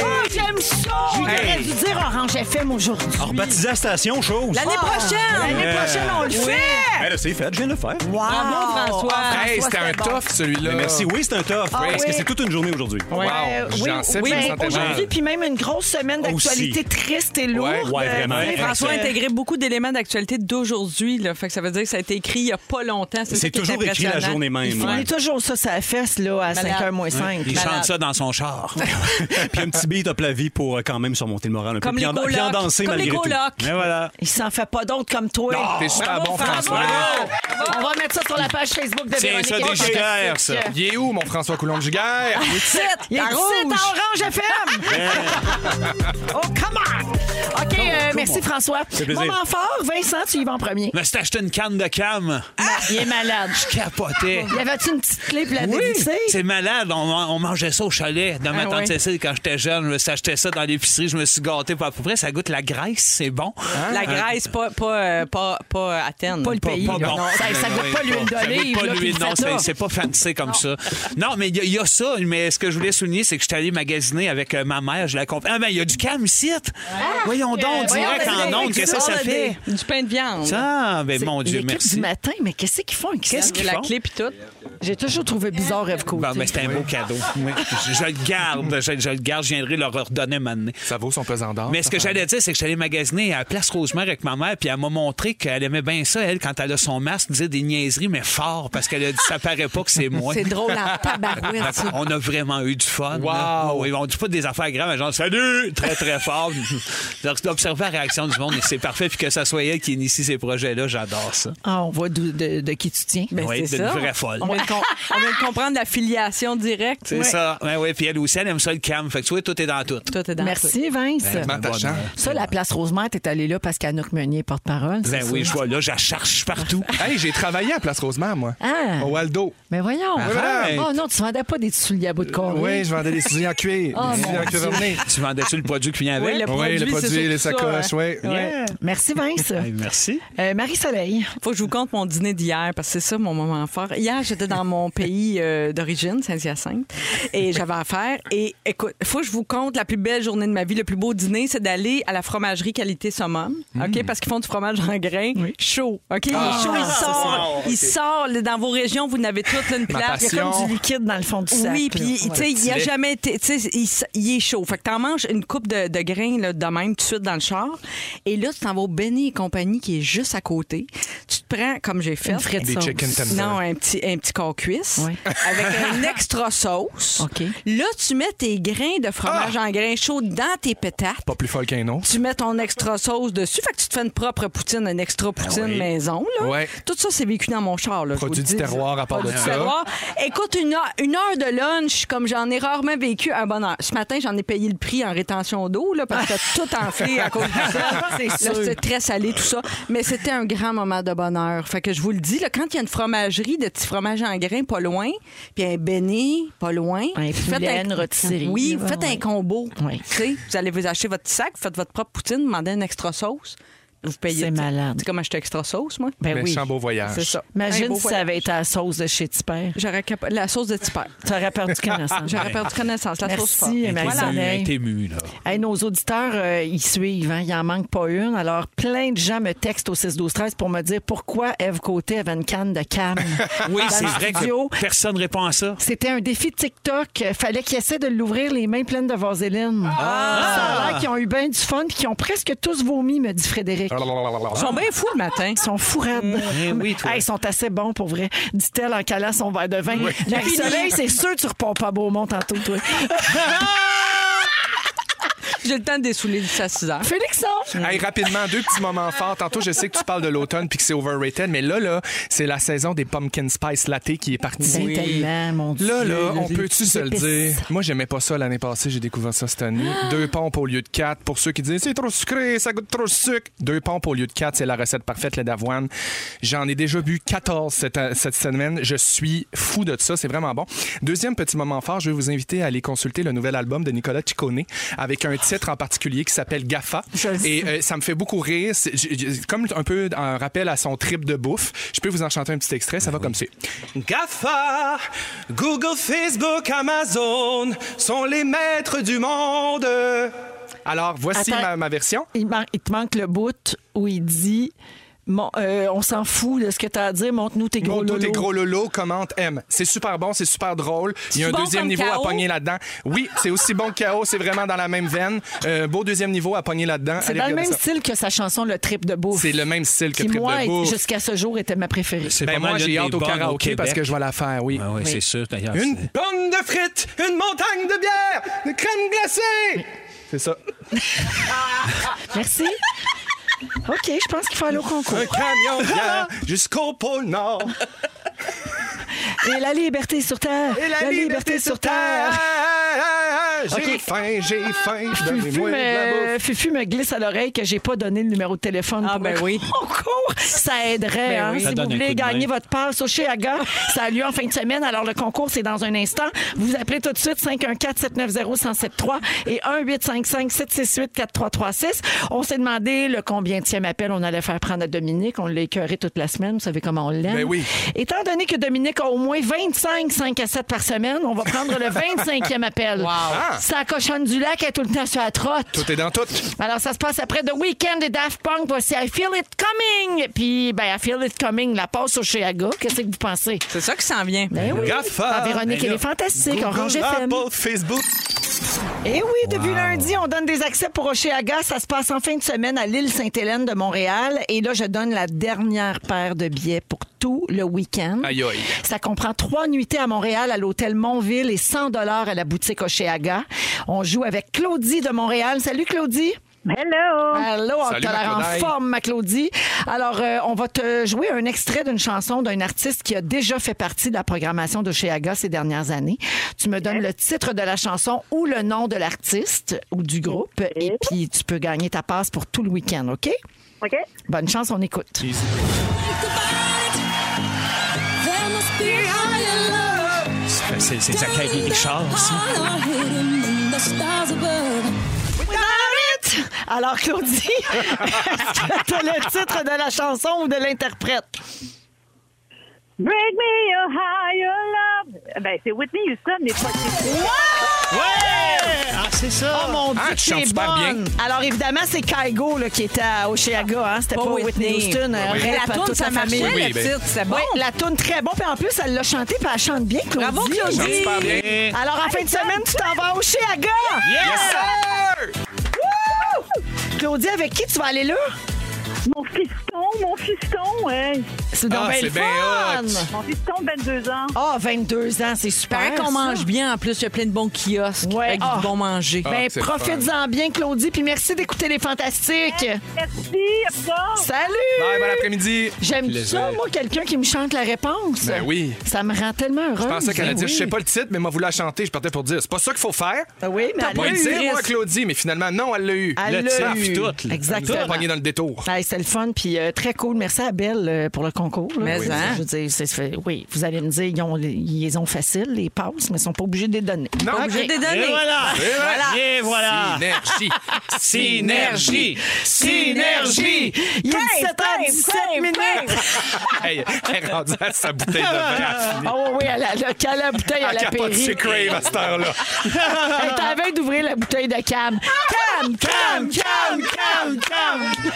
Speaker 2: Oh, j'aime ça! J'aurais dû dire Orange FM aujourd'hui.
Speaker 9: Alors, baptisé à station, chose.
Speaker 3: L'année prochaine!
Speaker 2: L'année prochaine, on le fait!
Speaker 9: Ben là, c'est fait, je viens de le faire.
Speaker 2: Wow!
Speaker 3: Bravo, François.
Speaker 2: Ah,
Speaker 4: Hey, c'était un
Speaker 2: c'était bon.
Speaker 4: tough celui-là.
Speaker 9: Mais merci, oui, c'est un tough.
Speaker 3: Ah
Speaker 9: parce
Speaker 2: oui.
Speaker 9: que c'est toute une journée aujourd'hui.
Speaker 4: Wow.
Speaker 2: Euh, oui,
Speaker 4: J'en sais
Speaker 2: oui,
Speaker 4: une
Speaker 2: mais
Speaker 4: centaine d'heures.
Speaker 2: aujourd'hui, puis même une grosse semaine d'actualité
Speaker 9: Aussi.
Speaker 2: triste et lourde.
Speaker 4: Ouais,
Speaker 9: ouais, vraiment.
Speaker 2: Euh,
Speaker 9: Hey,
Speaker 3: François a
Speaker 2: euh,
Speaker 3: intégré beaucoup d'éléments d'actualité d'aujourd'hui. là. Fait que ça veut dire que ça a été écrit il n'y a pas longtemps. C'est ça
Speaker 9: C'est
Speaker 3: qui est
Speaker 9: toujours écrit la
Speaker 3: impressionnant.
Speaker 9: journée même. hein?
Speaker 2: On
Speaker 9: ouais.
Speaker 2: est toujours ça, ça fesse, là, à
Speaker 3: Malade.
Speaker 2: 5h moins 5.
Speaker 1: Il chante ça dans son char.
Speaker 9: Puis un petit beat up la vie pour euh, quand même surmonter le moral un peu.
Speaker 3: Comme
Speaker 9: Puis
Speaker 3: les
Speaker 9: en, puis en
Speaker 3: colocs.
Speaker 9: danser
Speaker 3: Comme les
Speaker 9: malgré tout.
Speaker 3: colocs.
Speaker 9: Mais voilà.
Speaker 2: Il s'en fait pas d'autres comme toi.
Speaker 4: T'es super bon, François.
Speaker 2: On va mettre ça sur la page Facebook de
Speaker 7: Tiens,
Speaker 2: Véronique.
Speaker 7: ça,
Speaker 2: et
Speaker 7: des
Speaker 2: les
Speaker 7: gigaires,
Speaker 2: Fantastiques.
Speaker 7: ça.
Speaker 4: Il est où, mon François Coulombe-Giguère?
Speaker 2: Il est
Speaker 3: à
Speaker 2: ici,
Speaker 3: Rouge.
Speaker 2: à Orange FM. oh, come on! OK, euh, merci, François.
Speaker 9: plaisir.
Speaker 2: Moment fort, Vincent, tu y vas en premier.
Speaker 1: Je me suis acheté une canne de cam.
Speaker 3: Ah!
Speaker 2: Ah, Il est malade.
Speaker 1: Je capotais.
Speaker 2: Y avait-tu une petite clé pour la dévisser?
Speaker 1: C'est malade. On, on mangeait ça au chalet de ma
Speaker 3: Ah
Speaker 1: tante
Speaker 3: ouais.
Speaker 1: Cécile quand j'étais jeune. Je me suis acheté ça dans l'épicerie. Je me suis gâté pas à peu près. Ça goûte la graisse. C'est bon.
Speaker 3: La Grèce, pas, pas, euh, pas, pas, euh, Athènes.
Speaker 2: Pas le pays.
Speaker 1: pas bon.
Speaker 2: Non, ça, ça goûte pas l'huile
Speaker 1: Ça goûte
Speaker 2: d'olive.
Speaker 1: pas
Speaker 2: là, puis
Speaker 1: l'huile,
Speaker 2: le
Speaker 1: non,
Speaker 2: feta.
Speaker 1: c'est- c'est pas fancy comme ça. Non, mais il y, a- il y a ça, mais ce que je voulais souligner, c'est que je suis allé magasiner avec euh, ma mère, je la comprends. Ah, mais il y a du cam ici! voyons donc,
Speaker 2: euh, voyons,
Speaker 1: direct
Speaker 2: vas-y,
Speaker 1: en ondes, qu'est-ce que ça
Speaker 2: vas-y.
Speaker 1: fait?
Speaker 3: Du pain de viande.
Speaker 1: Ça, ben mon Dieu,
Speaker 2: L'équipe
Speaker 1: merci.
Speaker 2: du matin, mais qu'est-ce qu'ils font? Qu'est-ce
Speaker 3: De
Speaker 2: qu'ils
Speaker 3: la
Speaker 2: font?
Speaker 3: clé puis tout.
Speaker 2: J'ai toujours trouvé bizarre Rêve Côté.
Speaker 1: Bon, mais c'est un beau cadeau. Oui. Je, je le garde, je, je le garde, je viendrai leur redonner maintenant.
Speaker 4: Ça vaut son pesant d'or.
Speaker 1: Mais ce que j'allais dire, c'est que j'allais magasiner à Place Rosemère avec ma mère, puis elle m'a montré qu'elle aimait bien ça, elle, quand elle a son masque, disait des niaiseries, mais fort, parce qu'elle a dit ça paraît pas que c'est moi.
Speaker 5: C'est drôle en
Speaker 2: Ah,
Speaker 5: tabarouette, ça.
Speaker 1: On a vraiment eu du fun.
Speaker 4: Wow.
Speaker 1: là. Oui, on dit pas des affaires graves, mais genre salut, très très fort. Donc, d'observer la réaction du monde, c'est parfait. Puis que ça soit elle qui initie ces projets-là, j'adore ça.
Speaker 2: Ah, on voit de, de- de qui tu tiens.
Speaker 3: Ben,
Speaker 1: oui,
Speaker 3: c'est
Speaker 1: d'une
Speaker 3: ça.
Speaker 1: vraie folle.
Speaker 3: On va le com- on vient de comprendre la filiation directe.
Speaker 6: C'est
Speaker 3: Ouais.
Speaker 6: ça. Ouais, ouais. Puis elle aussi, elle aime ça le calme. Fait que tu vois, tout est dans tout.
Speaker 3: Toi, t'es dans
Speaker 2: Merci, Vince.
Speaker 6: Ben, ben,
Speaker 4: Attachant.
Speaker 6: bon,
Speaker 2: Ça, la place Rosemère, t'es allé là parce qu'Anouk Meunier est porte-parole.
Speaker 6: ben,
Speaker 2: c'est
Speaker 6: ben
Speaker 2: ça?
Speaker 6: oui, je vois là, je la cherche partout.
Speaker 4: Hey, j'ai travaillé à Place Rosemère, moi.
Speaker 2: Ah.
Speaker 4: Au Waldo.
Speaker 2: Mais voyons.
Speaker 4: Ah,
Speaker 6: Arrête.
Speaker 2: Oh non, tu vendais pas des souliers à bout de corps.
Speaker 4: Oui, je vendais des souliers en cuir.
Speaker 2: Oh,
Speaker 4: des
Speaker 2: mon
Speaker 4: souliers en cuir
Speaker 2: Dieu.
Speaker 4: vermeil.
Speaker 6: tu vendais-tu le produit qui vient avec?
Speaker 3: Oui, le produit,
Speaker 4: Oui, le
Speaker 3: c'est
Speaker 4: produit,
Speaker 3: surtout
Speaker 4: les
Speaker 3: ça,
Speaker 4: sacoches,
Speaker 3: hein.
Speaker 4: oui.
Speaker 3: Ouais.
Speaker 2: Merci, Vince.
Speaker 6: Hey, merci.
Speaker 2: Euh, Marie-Soleil.
Speaker 3: Faut que je vous compte mon dîner d'hier parce que c'est ça mon moment fort. Hier, j'étais dans mon pays euh, d'origine, Saint-Hyacinthe, et j'avais affaire. Et écoute, faut que je vous compte la plus belle journée de ma vie, le plus beau dîner, c'est d'aller à la fromagerie qualité summum, ok,
Speaker 4: Hmm.
Speaker 3: parce qu'ils font du fromage en grains chaud, ok. Il
Speaker 4: Ah,
Speaker 3: est chaud, il sort, il sort. là, Dans vos régions, vous n'avez toutes là, une
Speaker 4: Ma
Speaker 3: place. Il y a
Speaker 4: passion.
Speaker 3: comme du
Speaker 2: Liquide dans le fond du sac.
Speaker 3: oui,
Speaker 2: là.
Speaker 3: puis tu sais, il a jamais été. Tu sais, il, s- il est chaud. Fait que t'en manges une coupe de, de grains là, de même tout de suite dans le char. Et là, tu t'en vas au Benny et compagnie qui est juste à côté. Tu te prends, comme j'ai fait,
Speaker 2: Une frite
Speaker 4: Des
Speaker 2: sauce.
Speaker 4: chicken tenders.
Speaker 3: Non, un petit, un petit corps cuisse
Speaker 2: Oui.
Speaker 3: avec une extra sauce.
Speaker 2: OK. Ah!
Speaker 3: Là, tu mets tes grains de fromage en grains chauds dans tes pétates.
Speaker 4: Pas plus folle qu'un autre.
Speaker 3: Tu mets ton extra sauce dessus. Fait que tu te fais une propre poutine, une extra poutine maison. Là.
Speaker 4: Ben Ouais.
Speaker 3: Tout ça, c'est vécu dans mon char. Là, je
Speaker 4: Produit
Speaker 3: vous le
Speaker 4: du
Speaker 3: dis.
Speaker 4: terroir à part de
Speaker 3: Produit du
Speaker 4: ça.
Speaker 3: terroir. Écoute, une heure, une heure de lunch, comme j'en ai rarement vécu un bonheur. Ce matin, j'en ai payé le prix en rétention d'eau là, parce que tout enflé à cause du sel.
Speaker 2: C'est
Speaker 3: Là,
Speaker 2: sûr.
Speaker 3: C'était très salé, tout ça. Mais c'était un grand moment de bonheur. Fait que je vous le dis, là, quand il y a une fromagerie de petits fromages en grains pas loin, puis un béni pas loin,
Speaker 2: Un poulet, une rôtisserie.
Speaker 3: Oui,
Speaker 2: Ouais,
Speaker 3: faites
Speaker 2: ouais.
Speaker 3: un combo.
Speaker 2: Ouais.
Speaker 3: Tu sais, vous allez vous acheter votre sac, faites votre propre poutine, demandez une extra sauce. Vous payez.
Speaker 2: C'est
Speaker 3: tu sais.
Speaker 2: malade.
Speaker 3: C'est comme acheter extra sauce, moi.
Speaker 2: Ben oui.
Speaker 4: Méchant beau voyage.
Speaker 3: C'est ça. Un
Speaker 2: Imagine
Speaker 3: beau
Speaker 2: si
Speaker 3: voyage.
Speaker 2: ça avait été à la sauce de chez Tipper.
Speaker 3: J'aurais capa- la sauce de Tipper.
Speaker 2: Tu aurais perdu connaissance.
Speaker 3: J'aurais perdu connaissance. La sauce forte.
Speaker 2: Merci, Marie-Soleil.
Speaker 6: T'es ému, là.
Speaker 2: Hey, nos auditeurs, euh, ils suivent. hein. Il n'en manque pas une. Alors, plein de gens me textent au 6-12-13 pour me dire pourquoi Eve Côté avait une canne de canne.
Speaker 6: Oui,
Speaker 2: dans
Speaker 6: c'est
Speaker 2: le
Speaker 6: vrai
Speaker 2: studio.
Speaker 6: que personne répond à ça.
Speaker 2: C'était un défi TikTok. Euh, Fallait qu'ils essaient de l'ouvrir les mains pleines de vaseline.
Speaker 4: Ah!
Speaker 2: Ça a l'air qu'ils ont eu bien du fun puis qu'ils ont presque tous vomi, me dit Frédéric.
Speaker 3: Ils sont bien fous le matin.
Speaker 2: Ils sont fous raides.
Speaker 4: Mm. Eh
Speaker 6: oui, toi.
Speaker 2: Hey, ils sont assez bons pour vrai, dit-elle en calant son verre de vin. Marie-Soleil, c'est sûr tu repars pas à Beaumont tantôt, toi.
Speaker 3: J'ai le temps de dessouler ça à 6 heures.
Speaker 2: Félixon!
Speaker 4: Hey, rapidement, deux petits moments forts. Tantôt, je sais que tu parles de l'automne puis que c'est overrated, mais là, là, c'est la saison des pumpkin spice latte qui est partie.
Speaker 2: Ben, tellement, mon Dieu.
Speaker 4: Là, là, on
Speaker 2: les
Speaker 4: peut-tu se le
Speaker 2: épices. Ah!
Speaker 4: dire? Moi, j'aimais pas ça l'année passée, j'ai découvert ça cette année. Deux pompes au lieu de quatre. Pour ceux qui disent c'est trop sucré, ça goûte trop de sucre. Deux pompes au lieu de quatre, c'est la recette parfaite, lait d'avoine. J'en ai déjà bu 14 cette, cette semaine. Je suis fou de ça, c'est vraiment bon. Deuxième petit moment fort, je vais vous inviter à aller consulter le nouvel album de Nicolas Ciccone avec un titre en particulier qui s'appelle Gafa. Et euh, ça me fait beaucoup rire. C'est- j- j- Comme un peu un rappel à son trip de bouffe, je peux vous en chanter un petit extrait, ça va comme c'est.
Speaker 9: GAFA, Ben Google, Facebook, Amazon sont les maîtres du monde.
Speaker 4: Alors, voici
Speaker 2: Attends.
Speaker 4: ma- ma version.
Speaker 2: Il, man- il te manque le bout où il dit Mon- euh, On s'en fout de ce que tu as à dire, montre-nous tes gros
Speaker 4: Montre-nous
Speaker 2: lolos.
Speaker 4: tes gros lolos, commente M. C'est super bon, c'est super drôle. Il y a un
Speaker 3: C'est bon
Speaker 4: deuxième
Speaker 3: comme
Speaker 4: niveau à
Speaker 3: KO?
Speaker 4: pogner là-dedans. Oui, c'est aussi bon que KO, c'est vraiment dans la même veine. Euh, beau deuxième niveau à pogner là-dedans.
Speaker 2: C'est
Speaker 4: Allez
Speaker 2: dans le même
Speaker 4: regarder ça.
Speaker 2: style que sa chanson Le Trip de Bouffe.
Speaker 4: C'est le même style que
Speaker 2: qui,
Speaker 4: Trip
Speaker 2: moi,
Speaker 4: de Bouffe.
Speaker 2: jusqu'à ce jour, était ma préférée.
Speaker 6: C'est
Speaker 4: Ben
Speaker 6: pas
Speaker 4: moi,
Speaker 6: mal une
Speaker 4: j'ai
Speaker 6: des
Speaker 4: hâte au
Speaker 6: bonnes
Speaker 4: karaoké
Speaker 6: Québec.
Speaker 4: parce que je vais la faire, oui.
Speaker 6: Ah oui, c'est sûr, d'ailleurs.
Speaker 4: Une
Speaker 6: c'est-
Speaker 4: pomme de frites, une montagne de bière, de crème glacée. C'est ça.
Speaker 2: Merci. OK, je pense qu'il faut aller au concours.
Speaker 4: Un camion de bière jusqu'au pôle Nord.
Speaker 2: Et la liberté sur terre.
Speaker 4: Et la, liberté sur terre. J'ai
Speaker 2: Ok.
Speaker 4: faim, j'ai faim.
Speaker 2: Fufu
Speaker 4: Donnez-moi de la bouffe.
Speaker 2: me, Fufu me glisse à l'oreille que j'ai pas donné le numéro de téléphone
Speaker 3: Ah,
Speaker 2: pour
Speaker 3: ben
Speaker 2: le
Speaker 3: oui.
Speaker 2: concours. Ça aiderait. hein.
Speaker 3: oui.
Speaker 2: Si
Speaker 6: Ben Ça
Speaker 2: vous
Speaker 6: donne un coup
Speaker 2: voulez
Speaker 6: de
Speaker 2: gagner
Speaker 6: main.
Speaker 2: votre passe au Chiaga, ça a lieu en fin de semaine. Alors, le concours, c'est dans un instant. Vous appelez tout de suite 514-790-1073 et 1-855-768-4336. On s'est demandé le combien appel on allait faire prendre à Dominique. On l'a écœuré toute la semaine. Vous savez comment on l'aime.
Speaker 4: Ben oui.
Speaker 2: Étant donné que Dominique a au moins 25 5 à 7 par semaine, on va prendre le 25e appel.
Speaker 4: Ah.
Speaker 2: Sa cochonne du lac est tout le temps sur la trotte.
Speaker 4: Tout est dans tout.
Speaker 2: Alors, ça se passe après The Weeknd et Daft Punk. Voici I Feel It Coming. Puis, ben, I Feel It Coming, la passe au Chiaga. Qu'est-ce que vous pensez?
Speaker 3: C'est ça qui s'en vient.
Speaker 2: Ben oui.
Speaker 4: Gaffa.
Speaker 2: Ah, Véronique,
Speaker 4: Ben
Speaker 2: elle
Speaker 4: là,
Speaker 2: est fantastique. Orange FM.
Speaker 4: Apple, Facebook.
Speaker 2: Eh oui, depuis lundi, on donne des accès pour Oceaga. Ça se passe en fin de semaine à l'île Sainte-Hélène de Montréal. Et là, je donne la dernière paire de billets pour tout le week-end.
Speaker 4: Aïe, aïe.
Speaker 2: Ça comprend trois nuitées à Montréal, à l'hôtel Montville et 100 à la boutique Oceaga. On joue avec Claudie de Montréal. Salut, Claudie. Hello! Hello, on
Speaker 4: Salut,
Speaker 2: t'a l'air en
Speaker 4: Maclaudaille.
Speaker 2: forme, ma Claudie. Alors, euh, on va te jouer un extrait d'une chanson d'un artiste qui a déjà fait partie de la programmation de chez AGA ces dernières années. Tu me donnes le titre de la chanson ou le nom de l'artiste ou du groupe, et puis tu peux gagner ta passe pour tout le week-end, OK?
Speaker 10: OK.
Speaker 2: Bonne chance, on écoute.
Speaker 6: C'est- C'est c'est Zachary Richard, aussi.
Speaker 2: Without it! Alors, Claudie, est-ce que t'as le titre de la chanson ou de l'interprète?
Speaker 10: Bring me your higher love. Ben, c'est Whitney Houston, mais pas
Speaker 2: Ouais! Ah, c'est ça! Oh mon Dieu,
Speaker 4: Ah, tu
Speaker 2: tu
Speaker 4: chantes
Speaker 2: es
Speaker 4: super
Speaker 2: bonne! Alors, évidemment, c'est Kaigo là, qui était à Oceaga, hein? C'était pas,
Speaker 3: Pas
Speaker 2: Whitney,
Speaker 3: Whitney. euh,
Speaker 2: Houston.
Speaker 3: Oh Oui, oui.
Speaker 2: Rap
Speaker 3: La
Speaker 2: à
Speaker 3: toune,
Speaker 2: toute
Speaker 3: ça
Speaker 2: la famille.
Speaker 3: marchait,
Speaker 4: Oui,
Speaker 3: le
Speaker 4: ben-
Speaker 3: titre, c'est bon.
Speaker 2: Oui, la toune très bon. Puis en plus, elle l'a chantée, puis elle chante bien, Claudie.
Speaker 3: Bravo, Ah Claudie.
Speaker 4: Chante super bien.
Speaker 2: Alors, en fin de semaine, tu t'en vas à Oceaga!
Speaker 4: Yes, sir!
Speaker 2: Claudie, avec qui tu vas aller là?
Speaker 10: Mon fiston, mon fiston, ouais.
Speaker 2: C'est donc
Speaker 4: Ah,
Speaker 2: bien le
Speaker 4: c'est bien
Speaker 2: fun!
Speaker 4: hot.
Speaker 10: Mon fiston de 22 ans.
Speaker 2: Ah, 22 ans, c'est
Speaker 3: Il
Speaker 2: super.
Speaker 3: paraît qu'on
Speaker 2: ça.
Speaker 3: mange bien. En plus, il y a plein de bons kiosques
Speaker 2: Ouais.
Speaker 3: avec
Speaker 2: Ah.
Speaker 3: du bon manger.
Speaker 4: Ah.
Speaker 2: Ben,
Speaker 4: c'est le
Speaker 2: profites-en bien, Claudie, puis merci d'écouter les fantastiques.
Speaker 10: Merci, à plus tard.
Speaker 2: Salut!
Speaker 4: Bye, bon après-midi.
Speaker 2: J'aime
Speaker 6: Plaisir.
Speaker 2: ça, moi, quelqu'un qui me chante la réponse.
Speaker 4: Ben oui.
Speaker 2: Ça me rend tellement heureuse.
Speaker 4: Je pensais qu'elle allait
Speaker 2: Ben
Speaker 4: dire,
Speaker 2: oui.
Speaker 4: je sais pas le titre, mais m'a voulu la chanter. Je partais pour dire, c'est pas ça qu'il faut faire.
Speaker 2: Ben oui, mais
Speaker 4: T'as
Speaker 2: elle
Speaker 4: pas
Speaker 2: l'a
Speaker 4: le
Speaker 2: eu.
Speaker 4: dire, moi, Claudie, mais finalement, non, elle l'a eu.
Speaker 2: Elle
Speaker 6: Le
Speaker 2: l'a
Speaker 6: titre,
Speaker 2: eu.
Speaker 6: tout, là.
Speaker 4: Elle nous a
Speaker 2: Exactement.
Speaker 4: pogné dans le détour.
Speaker 2: Hey, c'est le fun, puis euh, très cool. Merci à Belle euh, pour le concours. là.
Speaker 3: Mais
Speaker 2: Oui,
Speaker 3: hein.
Speaker 2: Je veux dire, c'est- c'est- oui, vous allez me dire, ils, ont, les- ils les ont faciles, les passes, mais ils sont pas obligés de les donner.
Speaker 4: Non,
Speaker 3: Pas obligé
Speaker 4: ok.
Speaker 3: de les
Speaker 6: Et
Speaker 3: donner.
Speaker 6: voilà! Et voilà!
Speaker 4: Synergie.
Speaker 6: Synergie.
Speaker 4: Synergie.
Speaker 2: Il est 17h17 minutes.
Speaker 4: hey, elle est rendue à sa bouteille de vin.
Speaker 2: Ah oui, oui, elle a, elle a calé la bouteille à
Speaker 4: Elle
Speaker 2: la
Speaker 4: capote
Speaker 2: péri.
Speaker 4: ses crave à cette heure-là.
Speaker 2: Elle est à la veille d'ouvrir la bouteille de Cam. Cam, Cam, Cam, Cam, Cam.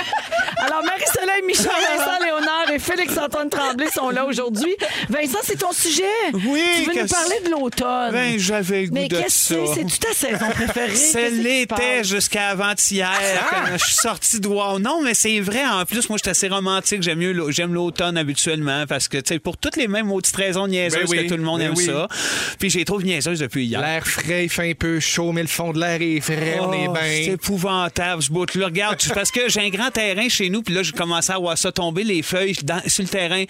Speaker 2: Alors, Marie-Soleil, Michel, Vincent Léonard et Félix-Antoine Tremblay sont là aujourd'hui. Vincent, c'est ton sujet.
Speaker 1: Oui,
Speaker 2: Tu veux nous
Speaker 1: qu'est-ce-
Speaker 2: parler de l'automne.
Speaker 1: Ben, j'avais le goût
Speaker 2: Mais
Speaker 1: de ça.
Speaker 2: qu'est-ce que c'est? C'est-tu ta saison préférée?
Speaker 1: C'est
Speaker 2: Qu'est-ce qui se
Speaker 1: l'été
Speaker 2: passe?
Speaker 1: jusqu'à avant-hier. quand Je suis sorti de wow. Non, mais c'est vrai. En plus, moi, je suis assez romantique. J'aime mieux l'au- j'aime l'automne habituellement parce que, tu sais, pour toutes les mêmes maudites raisons niaiseuses
Speaker 4: Ben oui,
Speaker 1: que tout le monde
Speaker 4: ben
Speaker 1: aime
Speaker 4: oui.
Speaker 1: ça. Puis j'ai trouvé niaiseuse depuis hier.
Speaker 4: L'air frais, il fait un peu chaud, mais le fond de l'air est frais, on
Speaker 1: Oh, C'est
Speaker 4: est bien.
Speaker 1: épouvantable, ce bout-là. Regarde, tu- parce que j'ai un grand terrain chez nous, puis là, j'ai commencé à voir ça tomber, les feuilles dans- sur le terrain,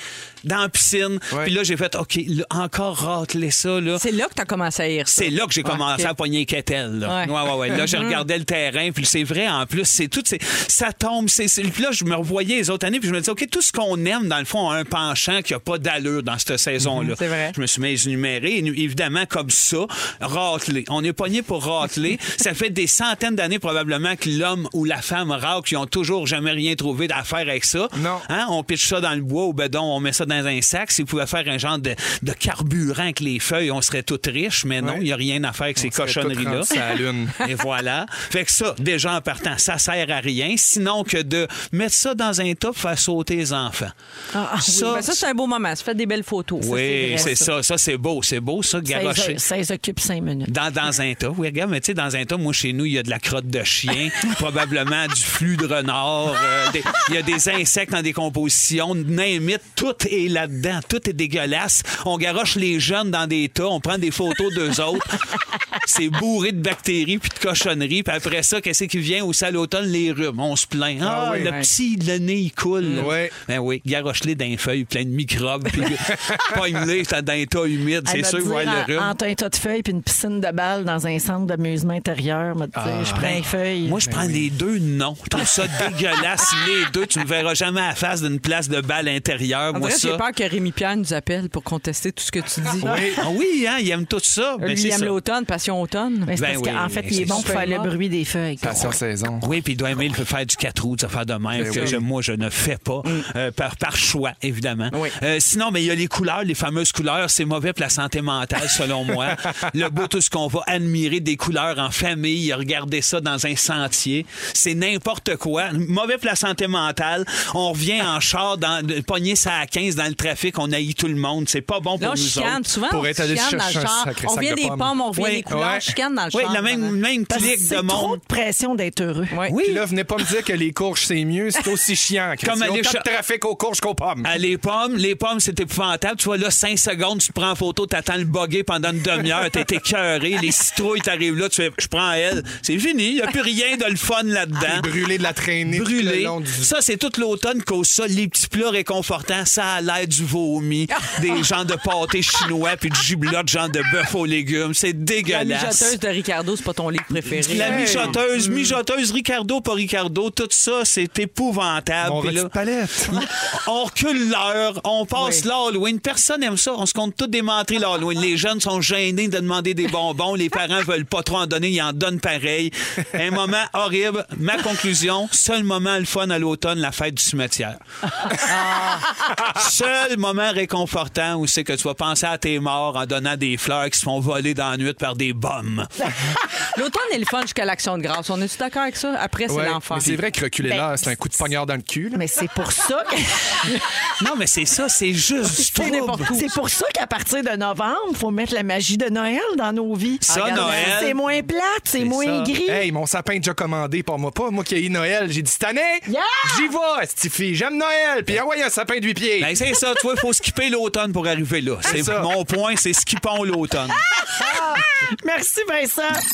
Speaker 1: dans la piscine.
Speaker 4: Ouais.
Speaker 1: Puis là, j'ai fait, OK, là, encore rateler ça, là.
Speaker 3: C'est là que tu as commencé à rire. ça.
Speaker 1: C'est là que j'ai commencé
Speaker 3: ok.
Speaker 1: à pogner les quetelles. Là.
Speaker 3: Ouais. Mm-hmm.
Speaker 1: Ouais. ouais, ouais, Là, je regardais le terrain, puis c'est vrai, en plus, c'est tout. c'est- Ça tombe. c'est c'est- puis là, je me revoyais les autres années, puis je me disais, OK, tout ce qu'on aime, dans le fond, a un penchant qui n'a pas d'allure dans cette saison-là.
Speaker 3: Mm-hmm, c'est vrai.
Speaker 1: Je me suis mis à les énumérer, et nu- évidemment, comme ça, rateler. On est pogné pour rateler. ça fait des centaines d'années, probablement, que l'homme ou la femme rare qui ont toujours jamais rien trouvé à faire avec ça.
Speaker 4: Non.
Speaker 1: Hein, On pitche ça dans le bois au bedon, on met ça dans un sac. Si vous pouvez faire un genre de, de carburant avec les feuilles, on serait toutes riches, mais non,
Speaker 4: Ouais.
Speaker 1: il n'y a rien à faire avec ces
Speaker 4: serait tous
Speaker 1: cochonneries-là.
Speaker 4: rendus sur la lune.
Speaker 1: Et voilà. Fait que ça, déjà en partant, ça sert à rien, sinon que de mettre ça dans un top, faire sauter les enfants.
Speaker 3: Ah, Oui, mais ça, c'est un beau moment. Ça fait des belles photos. Ça,
Speaker 1: oui,
Speaker 3: vrai,
Speaker 1: c'est ça. Ça, c'est beau. C'est beau, ça,
Speaker 2: Ça les-
Speaker 1: garocher.
Speaker 2: Ça les occupe cinq minutes.
Speaker 1: Dans, dans un tas. Oui, regarde, mais tu sais, dans un tas, moi, chez nous, il y a de la crotte de chien, probablement du flux de renard, euh, des- il y a des insectes en décomposition, n'imite, tout est là-dedans, tout est dégueulasse. On garoche les jeunes dans des tas, on prend des photos d'eux autres. C'est bourré de bactéries puis de cochonneries. Puis après ça, qu'est-ce qui vient au à l'automne? Les rhumes. On se plaint. Ah,
Speaker 4: Ah oui.
Speaker 1: le
Speaker 4: Ouais.
Speaker 1: petit, le nez, il coule.
Speaker 4: Ouais.
Speaker 1: Ben oui, garoche-les d'un feuille, plein de microbes. Puis pogne-les dans un tas humide.
Speaker 2: Elle
Speaker 1: C'est
Speaker 2: me
Speaker 1: sûr,
Speaker 2: dire
Speaker 1: ouais, le
Speaker 2: en-
Speaker 1: rhume.
Speaker 2: Entre un tas de feuilles puis une piscine de balles dans un centre d'amusement intérieur, me dire, je prends les feuilles.
Speaker 1: Ah.
Speaker 3: Ben
Speaker 1: Moi, je prends les deux non. Je trouve ça dégueulasse. Les deux, tu me verras jamais à la face d'une place de balle intérieure.
Speaker 3: En
Speaker 1: Moi,
Speaker 3: vrai, j'ai
Speaker 1: ça.
Speaker 3: peur que Rémi Pierre nous appelle pour contester tout ce que tu dis.
Speaker 1: Oui, Ah oui hein, ils aiment tout ça.
Speaker 3: Eux,
Speaker 1: Ben,
Speaker 3: lui,
Speaker 1: c'est
Speaker 3: il aime
Speaker 1: ça.
Speaker 3: l'automne, passion automne.
Speaker 2: Mais c'est
Speaker 1: Ben
Speaker 2: parce
Speaker 1: oui,
Speaker 2: qu'en fait,
Speaker 1: mais
Speaker 2: il est
Speaker 1: c'est
Speaker 2: bon pour
Speaker 3: super
Speaker 2: faire le
Speaker 3: mort.
Speaker 2: bruit des feuilles.
Speaker 4: Passion saison.
Speaker 1: Oui, puis il doit aimer le faire du 4 roues, des affaires de même, que je- moi, je ne fais pas, euh, par, par choix, évidemment.
Speaker 3: Oui.
Speaker 1: Euh, sinon, mais il y a les couleurs, les fameuses couleurs, c'est mauvais pour la santé mentale, selon moi. Le beau, tout ce qu'on va admirer des couleurs en famille, regarder ça dans un sentier, c'est n'importe quoi. Mauvais pour la santé mentale. On revient en char, dans, pogner pogné ça à 15 dans le trafic, on haït tout le monde. C'est pas bon pour
Speaker 3: Là, on
Speaker 1: nous
Speaker 3: chicane.
Speaker 1: autres.
Speaker 3: Souvent,
Speaker 4: Pour
Speaker 3: on
Speaker 4: être allé
Speaker 3: chicane dans le
Speaker 4: chercher un
Speaker 3: char.
Speaker 4: sacré
Speaker 3: On
Speaker 4: sac
Speaker 3: vient
Speaker 4: de
Speaker 3: des
Speaker 4: pommes.
Speaker 3: pommes, on vient
Speaker 1: Oui.
Speaker 3: des couleurs,
Speaker 4: Ouais.
Speaker 3: on chicane dans le
Speaker 1: Oui,
Speaker 3: char.
Speaker 1: le même, même
Speaker 2: Parce que
Speaker 1: clic de
Speaker 2: c'est trop
Speaker 1: monde.
Speaker 2: de pression d'être heureux.
Speaker 3: Ouais.
Speaker 4: Oui. Là, venez pas me dire que les courges, c'est mieux. C'est aussi chiant.
Speaker 1: Comme
Speaker 4: Comme
Speaker 1: aller
Speaker 4: les
Speaker 1: cha-
Speaker 4: trafic aux courges qu'aux pommes.
Speaker 1: À Ah, les pommes, les pommes, c'est épouvantable. Tu vois, là, 5 secondes, tu te prends en photo, t'attends le bugger pendant une demi-heure, t'es écœuré, les citrouilles, t'arrives là, tu fais, je prends elle. C'est fini, y a plus rien de le fun là-dedans.
Speaker 4: Brûler de la traînée. Ah, tout le
Speaker 1: Brûlé.
Speaker 4: long du-
Speaker 1: Ça, c'est tout l'automne cause ça. Les petits plats réconfortants, ça a l'air du vomi, des gens de pâté chinois puis du gibelot de gens de bœuf aux légumes. C'est
Speaker 3: La
Speaker 1: dégueulasse.
Speaker 3: mijoteuse de Ricardo, c'est pas ton livre préféré.
Speaker 1: La mijoteuse, mijoteuse, Ricardo, pas Ricardo, tout ça, c'est épouvantable.
Speaker 4: Mon
Speaker 1: Puis là,
Speaker 4: petite palette.
Speaker 1: on recule l'heure, on passe l'Halloween. Personne aime ça. On se compte tous des mentries l'Halloween. Les jeunes sont gênés de demander des bonbons. Les parents veulent pas trop en donner. Ils en donnent pareil. Un moment horrible. Ma conclusion, seul moment le fun à l'automne, la fête du cimetière. Seul moment réconfortant où c'est que tu vas penser à tes morts en donnant des fleurs qui se font voler dans la nuit par des bombes.
Speaker 3: L'automne est le fun jusqu'à l'action de grâce. On est-tu d'accord avec ça? Après, c'est
Speaker 4: Ouais,
Speaker 3: l'enfer.
Speaker 4: mais c'est vrai que reculer là, c'est un coup de poignard dans le cul. là.
Speaker 2: Mais c'est pour ça que...
Speaker 1: Non, mais c'est ça, c'est juste
Speaker 2: C'est
Speaker 1: trouble.
Speaker 2: c'est pour ça qu'à partir de novembre, faut mettre la magie de Noël dans nos vies.
Speaker 1: Ça,
Speaker 2: Regarde,
Speaker 1: Noël.
Speaker 2: C'est moins plate, c'est moins
Speaker 1: ça. Hein?
Speaker 2: gris.
Speaker 4: Hey, mon sapin est déjà commandé, par moi pas. Moi qui ai eu Noël, j'ai dit cette année,
Speaker 2: Yeah!
Speaker 4: j'y vais, cette fille, j'aime Noël. Puis envoyez un sapin de huit pieds.
Speaker 1: Ben, c'est ça, tu vois, il faut skipper l'automne pour arriver là. C'est
Speaker 4: ça.
Speaker 1: mon point, c'est skippons l'automne.
Speaker 2: Merci Vincent.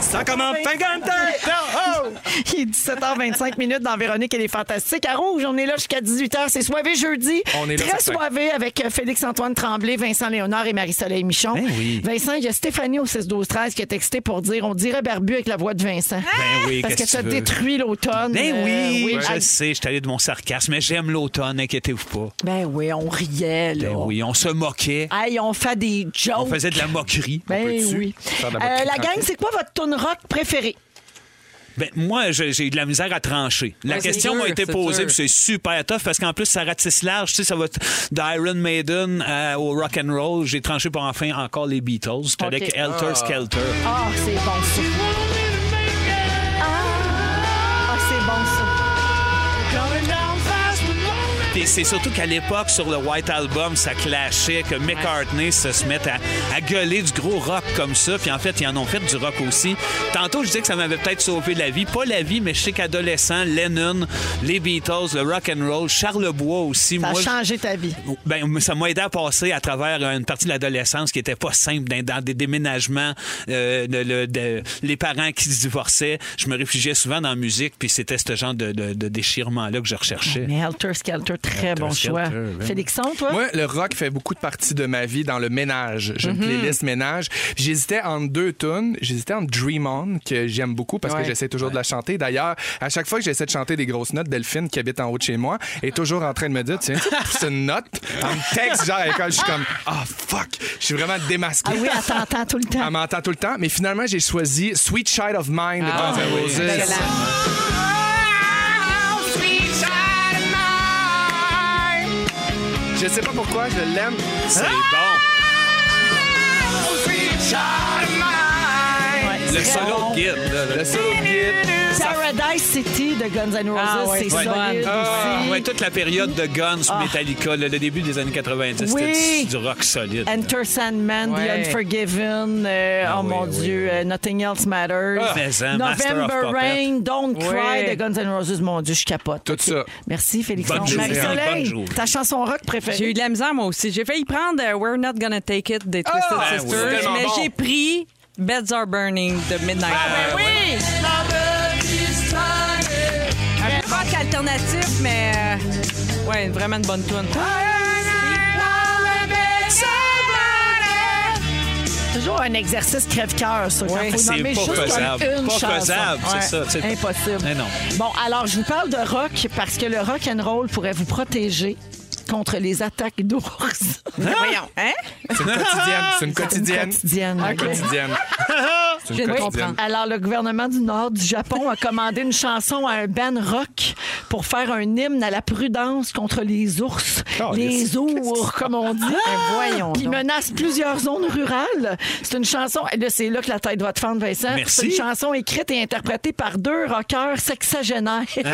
Speaker 9: Ça commence 50
Speaker 2: Il est 17h25 minutes dans Véronique et les Fantastiques. À Rouge, on est là jusqu'à 18h. C'est soivé jeudi.
Speaker 4: On est là,
Speaker 2: Très
Speaker 4: certain.
Speaker 2: soivé avec euh, Félix-Antoine Tremblay, Vincent Léonard et Marie-Soleil Michon.
Speaker 1: Ben oui.
Speaker 2: Vincent, il y a Stéphanie au 6-12-13 qui a texté pour dire on dirait barbu avec la voix de Vincent.
Speaker 1: Ben oui,
Speaker 2: Parce que
Speaker 1: qu'est-ce
Speaker 2: ça
Speaker 1: que tu veux?
Speaker 2: détruit l'automne.
Speaker 1: Ben
Speaker 2: Euh,
Speaker 1: oui, je
Speaker 2: à-
Speaker 1: le sais, je suis allé de mon sarcasme, mais j'aime l'automne, inquiétez-vous pas.
Speaker 2: Ben oui, on riait, là.
Speaker 1: Ben oui, on se moquait,
Speaker 2: Hey, on fait des jokes.
Speaker 1: on faisait de la moquerie.
Speaker 2: Ben
Speaker 4: peut-tu
Speaker 2: oui.
Speaker 4: faire de la
Speaker 2: Euh,
Speaker 4: moquerie
Speaker 2: la gang,
Speaker 4: tranquille?
Speaker 2: c'est quoi votre tune rock préférée?
Speaker 1: Ben, moi, je- j'ai eu de la misère à trancher. La
Speaker 3: Ouais, c'est
Speaker 1: question
Speaker 3: dur,
Speaker 1: m'a été
Speaker 3: c'est
Speaker 1: posée,
Speaker 3: dur.
Speaker 1: puis c'est super tough parce qu'en plus, ça ratisse large. Tu sais, ça va t- d'Iron Maiden euh, au rock and roll. J'ai tranché pour enfin encore les Beatles. J'étais
Speaker 2: Ok.
Speaker 1: avec Helter Skelter.
Speaker 2: Ah, c'est bon ça. Ah, Ah, c'est bon ça.
Speaker 1: Puis c'est surtout qu'à l'époque, sur le White Album, ça clashait que McCartney se, se mette à, à gueuler du gros rock comme ça. Puis en fait, ils en ont fait du rock aussi. Tantôt, je disais que ça m'avait peut-être sauvé la vie. Pas la vie, mais je sais qu'adolescent, Lennon, les Beatles, le rock and roll, Charlebois aussi.
Speaker 2: Ça a
Speaker 1: moi, je-
Speaker 2: changé ta vie.
Speaker 1: ben, ça m'a aidé à passer à travers une partie de l'adolescence qui était pas simple, dans, dans des déménagements, euh, le- le- de- les parents qui se divorçaient. Je me réfugiais souvent dans la musique, puis c'était ce genre de, de- de déchirement-là que je recherchais.
Speaker 2: Mais Helter Skelter, très bon
Speaker 1: Skelter,
Speaker 2: choix.
Speaker 1: oui.
Speaker 2: Félixon, toi?
Speaker 4: Moi, le rock fait beaucoup de partie de ma vie dans le ménage. J'ai une
Speaker 2: Mm-hmm.
Speaker 4: playlist ménage. J'hésitais entre deux tunes. J'hésitais entre Dream On, que j'aime beaucoup parce
Speaker 3: Ouais.
Speaker 4: que j'essaie toujours de la chanter. D'ailleurs, à chaque fois que j'essaie de chanter des grosses notes, Delphine, qui habite en haut de chez moi, est toujours en train de me dire Tiens, c'est une note. Elle me texte, genre, à l'école, je suis comme Ah, fuck. Je suis vraiment démasqué.
Speaker 2: Ah oui, elle t'entend tout le temps.
Speaker 4: Elle m'entend tout le temps, mais finalement, j'ai choisi Sweet Child of Mine de Guns N' Roses.
Speaker 3: Excellent.
Speaker 4: Je sais pas pourquoi, je l'aime. Ah!
Speaker 1: C'est bon.
Speaker 4: Ah,
Speaker 1: Le solo de guide. là, là.
Speaker 4: Le solo de guide.
Speaker 2: Paradise City de Guns N' Roses,
Speaker 3: Ah ouais,
Speaker 2: c'est
Speaker 3: ouais.
Speaker 2: solide
Speaker 4: Ah,
Speaker 2: aussi.
Speaker 1: Ouais, toute la période de Guns, Metallica, le, le début des années 90, c'était
Speaker 2: Ah. Oui. Ah,
Speaker 1: du, du rock solide.
Speaker 2: Enter Sandman,
Speaker 3: Ouais.
Speaker 2: The Unforgiven, euh, oh
Speaker 1: Ah oui,
Speaker 2: mon
Speaker 1: oui,
Speaker 2: Dieu, euh, Nothing Else Matters,
Speaker 1: Ah, mais ça, Master of
Speaker 2: November
Speaker 1: Puppets.
Speaker 2: Rain, Don't
Speaker 3: Ouais.
Speaker 2: Cry de Guns N' Roses, mon Dieu, je capote.
Speaker 4: Tout
Speaker 2: Ok.
Speaker 4: ça.
Speaker 2: Merci Félix.
Speaker 1: Bonne journée. Bonne
Speaker 2: Marie-Soleil,
Speaker 1: journée.
Speaker 2: ta chanson rock
Speaker 3: J'ai eu
Speaker 2: préférée.
Speaker 3: de la misère, moi aussi. J'ai failli prendre euh, We're Not Gonna Take It des Twisted
Speaker 4: Ah, ben oui,
Speaker 3: Sisters,
Speaker 4: tellement
Speaker 3: mais
Speaker 4: bon.
Speaker 3: j'ai pris Beds Are Burning de Midnight Oil.
Speaker 2: oui!
Speaker 3: Un rock alternatif, mais euh, ouais, vraiment une bonne tune.
Speaker 2: Toujours un exercice crève-cœur, ça. Quand
Speaker 3: Ouais.
Speaker 2: faut
Speaker 1: C'est
Speaker 2: nommer
Speaker 1: pas
Speaker 2: juste
Speaker 1: faisable.
Speaker 2: comme une
Speaker 1: Pas
Speaker 2: chanson.
Speaker 1: faisable, c'est ça, tu sais.
Speaker 2: Impossible.
Speaker 1: Mais non.
Speaker 2: Bon, alors, je vous parle de rock parce que le rock and roll pourrait vous protéger contre les attaques d'ours.
Speaker 3: Voyons, hein?
Speaker 4: C'est une quotidienne. C'est une quotidienne.
Speaker 2: Quotidienne.
Speaker 1: Ah,
Speaker 4: Une quotidienne. C'est
Speaker 3: Je
Speaker 4: une
Speaker 3: ne
Speaker 4: quotidienne.
Speaker 2: Alors, le gouvernement du Nord du Japon a commandé une chanson à un band rock pour faire un hymne à la prudence contre les ours. les ours, comme on dit.
Speaker 3: Ah, voyons
Speaker 2: Qui
Speaker 3: donc.
Speaker 2: menacent plusieurs zones rurales. C'est une chanson, et là, c'est là que la tête doit te fendre, Vincent.
Speaker 1: Merci.
Speaker 2: C'est une chanson écrite et interprétée par deux rockeurs sexagénaires.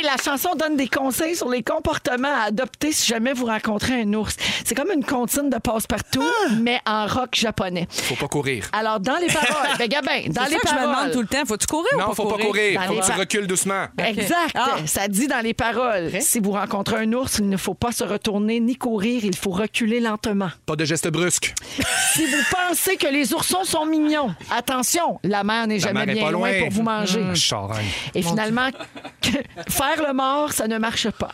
Speaker 2: Et la chanson donne des conseils sur les comportements à adopter si jamais vous rencontrez un ours. C'est comme une comptine de passe-partout, mais en rock japonais.
Speaker 4: Faut pas courir.
Speaker 2: Alors, dans les paroles, ben, Gabin, dans
Speaker 3: C'est
Speaker 2: les
Speaker 3: ça que je
Speaker 2: paroles.
Speaker 3: me demande tout le temps, faut-tu courir ou
Speaker 4: Non,
Speaker 3: pas
Speaker 4: Ah, faut pas
Speaker 2: Dans
Speaker 4: courir.
Speaker 2: les
Speaker 4: Faut que tu
Speaker 2: pa-
Speaker 4: recules doucement.
Speaker 2: Exact.
Speaker 3: Ah.
Speaker 2: Ça dit dans les paroles. Si vous rencontrez un ours, il ne faut pas se retourner ni courir, il faut reculer lentement.
Speaker 4: Pas de gestes brusques.
Speaker 2: Si vous pensez que les oursons sont mignons, attention, la mer n'est
Speaker 4: La
Speaker 2: jamais
Speaker 4: mère est
Speaker 2: bien
Speaker 4: pas
Speaker 2: loin.
Speaker 4: loin.
Speaker 2: pour vous manger.
Speaker 3: Mmh.
Speaker 4: Ah, charogne.
Speaker 2: Et finalement, que- faire le mort, ça ne marche pas.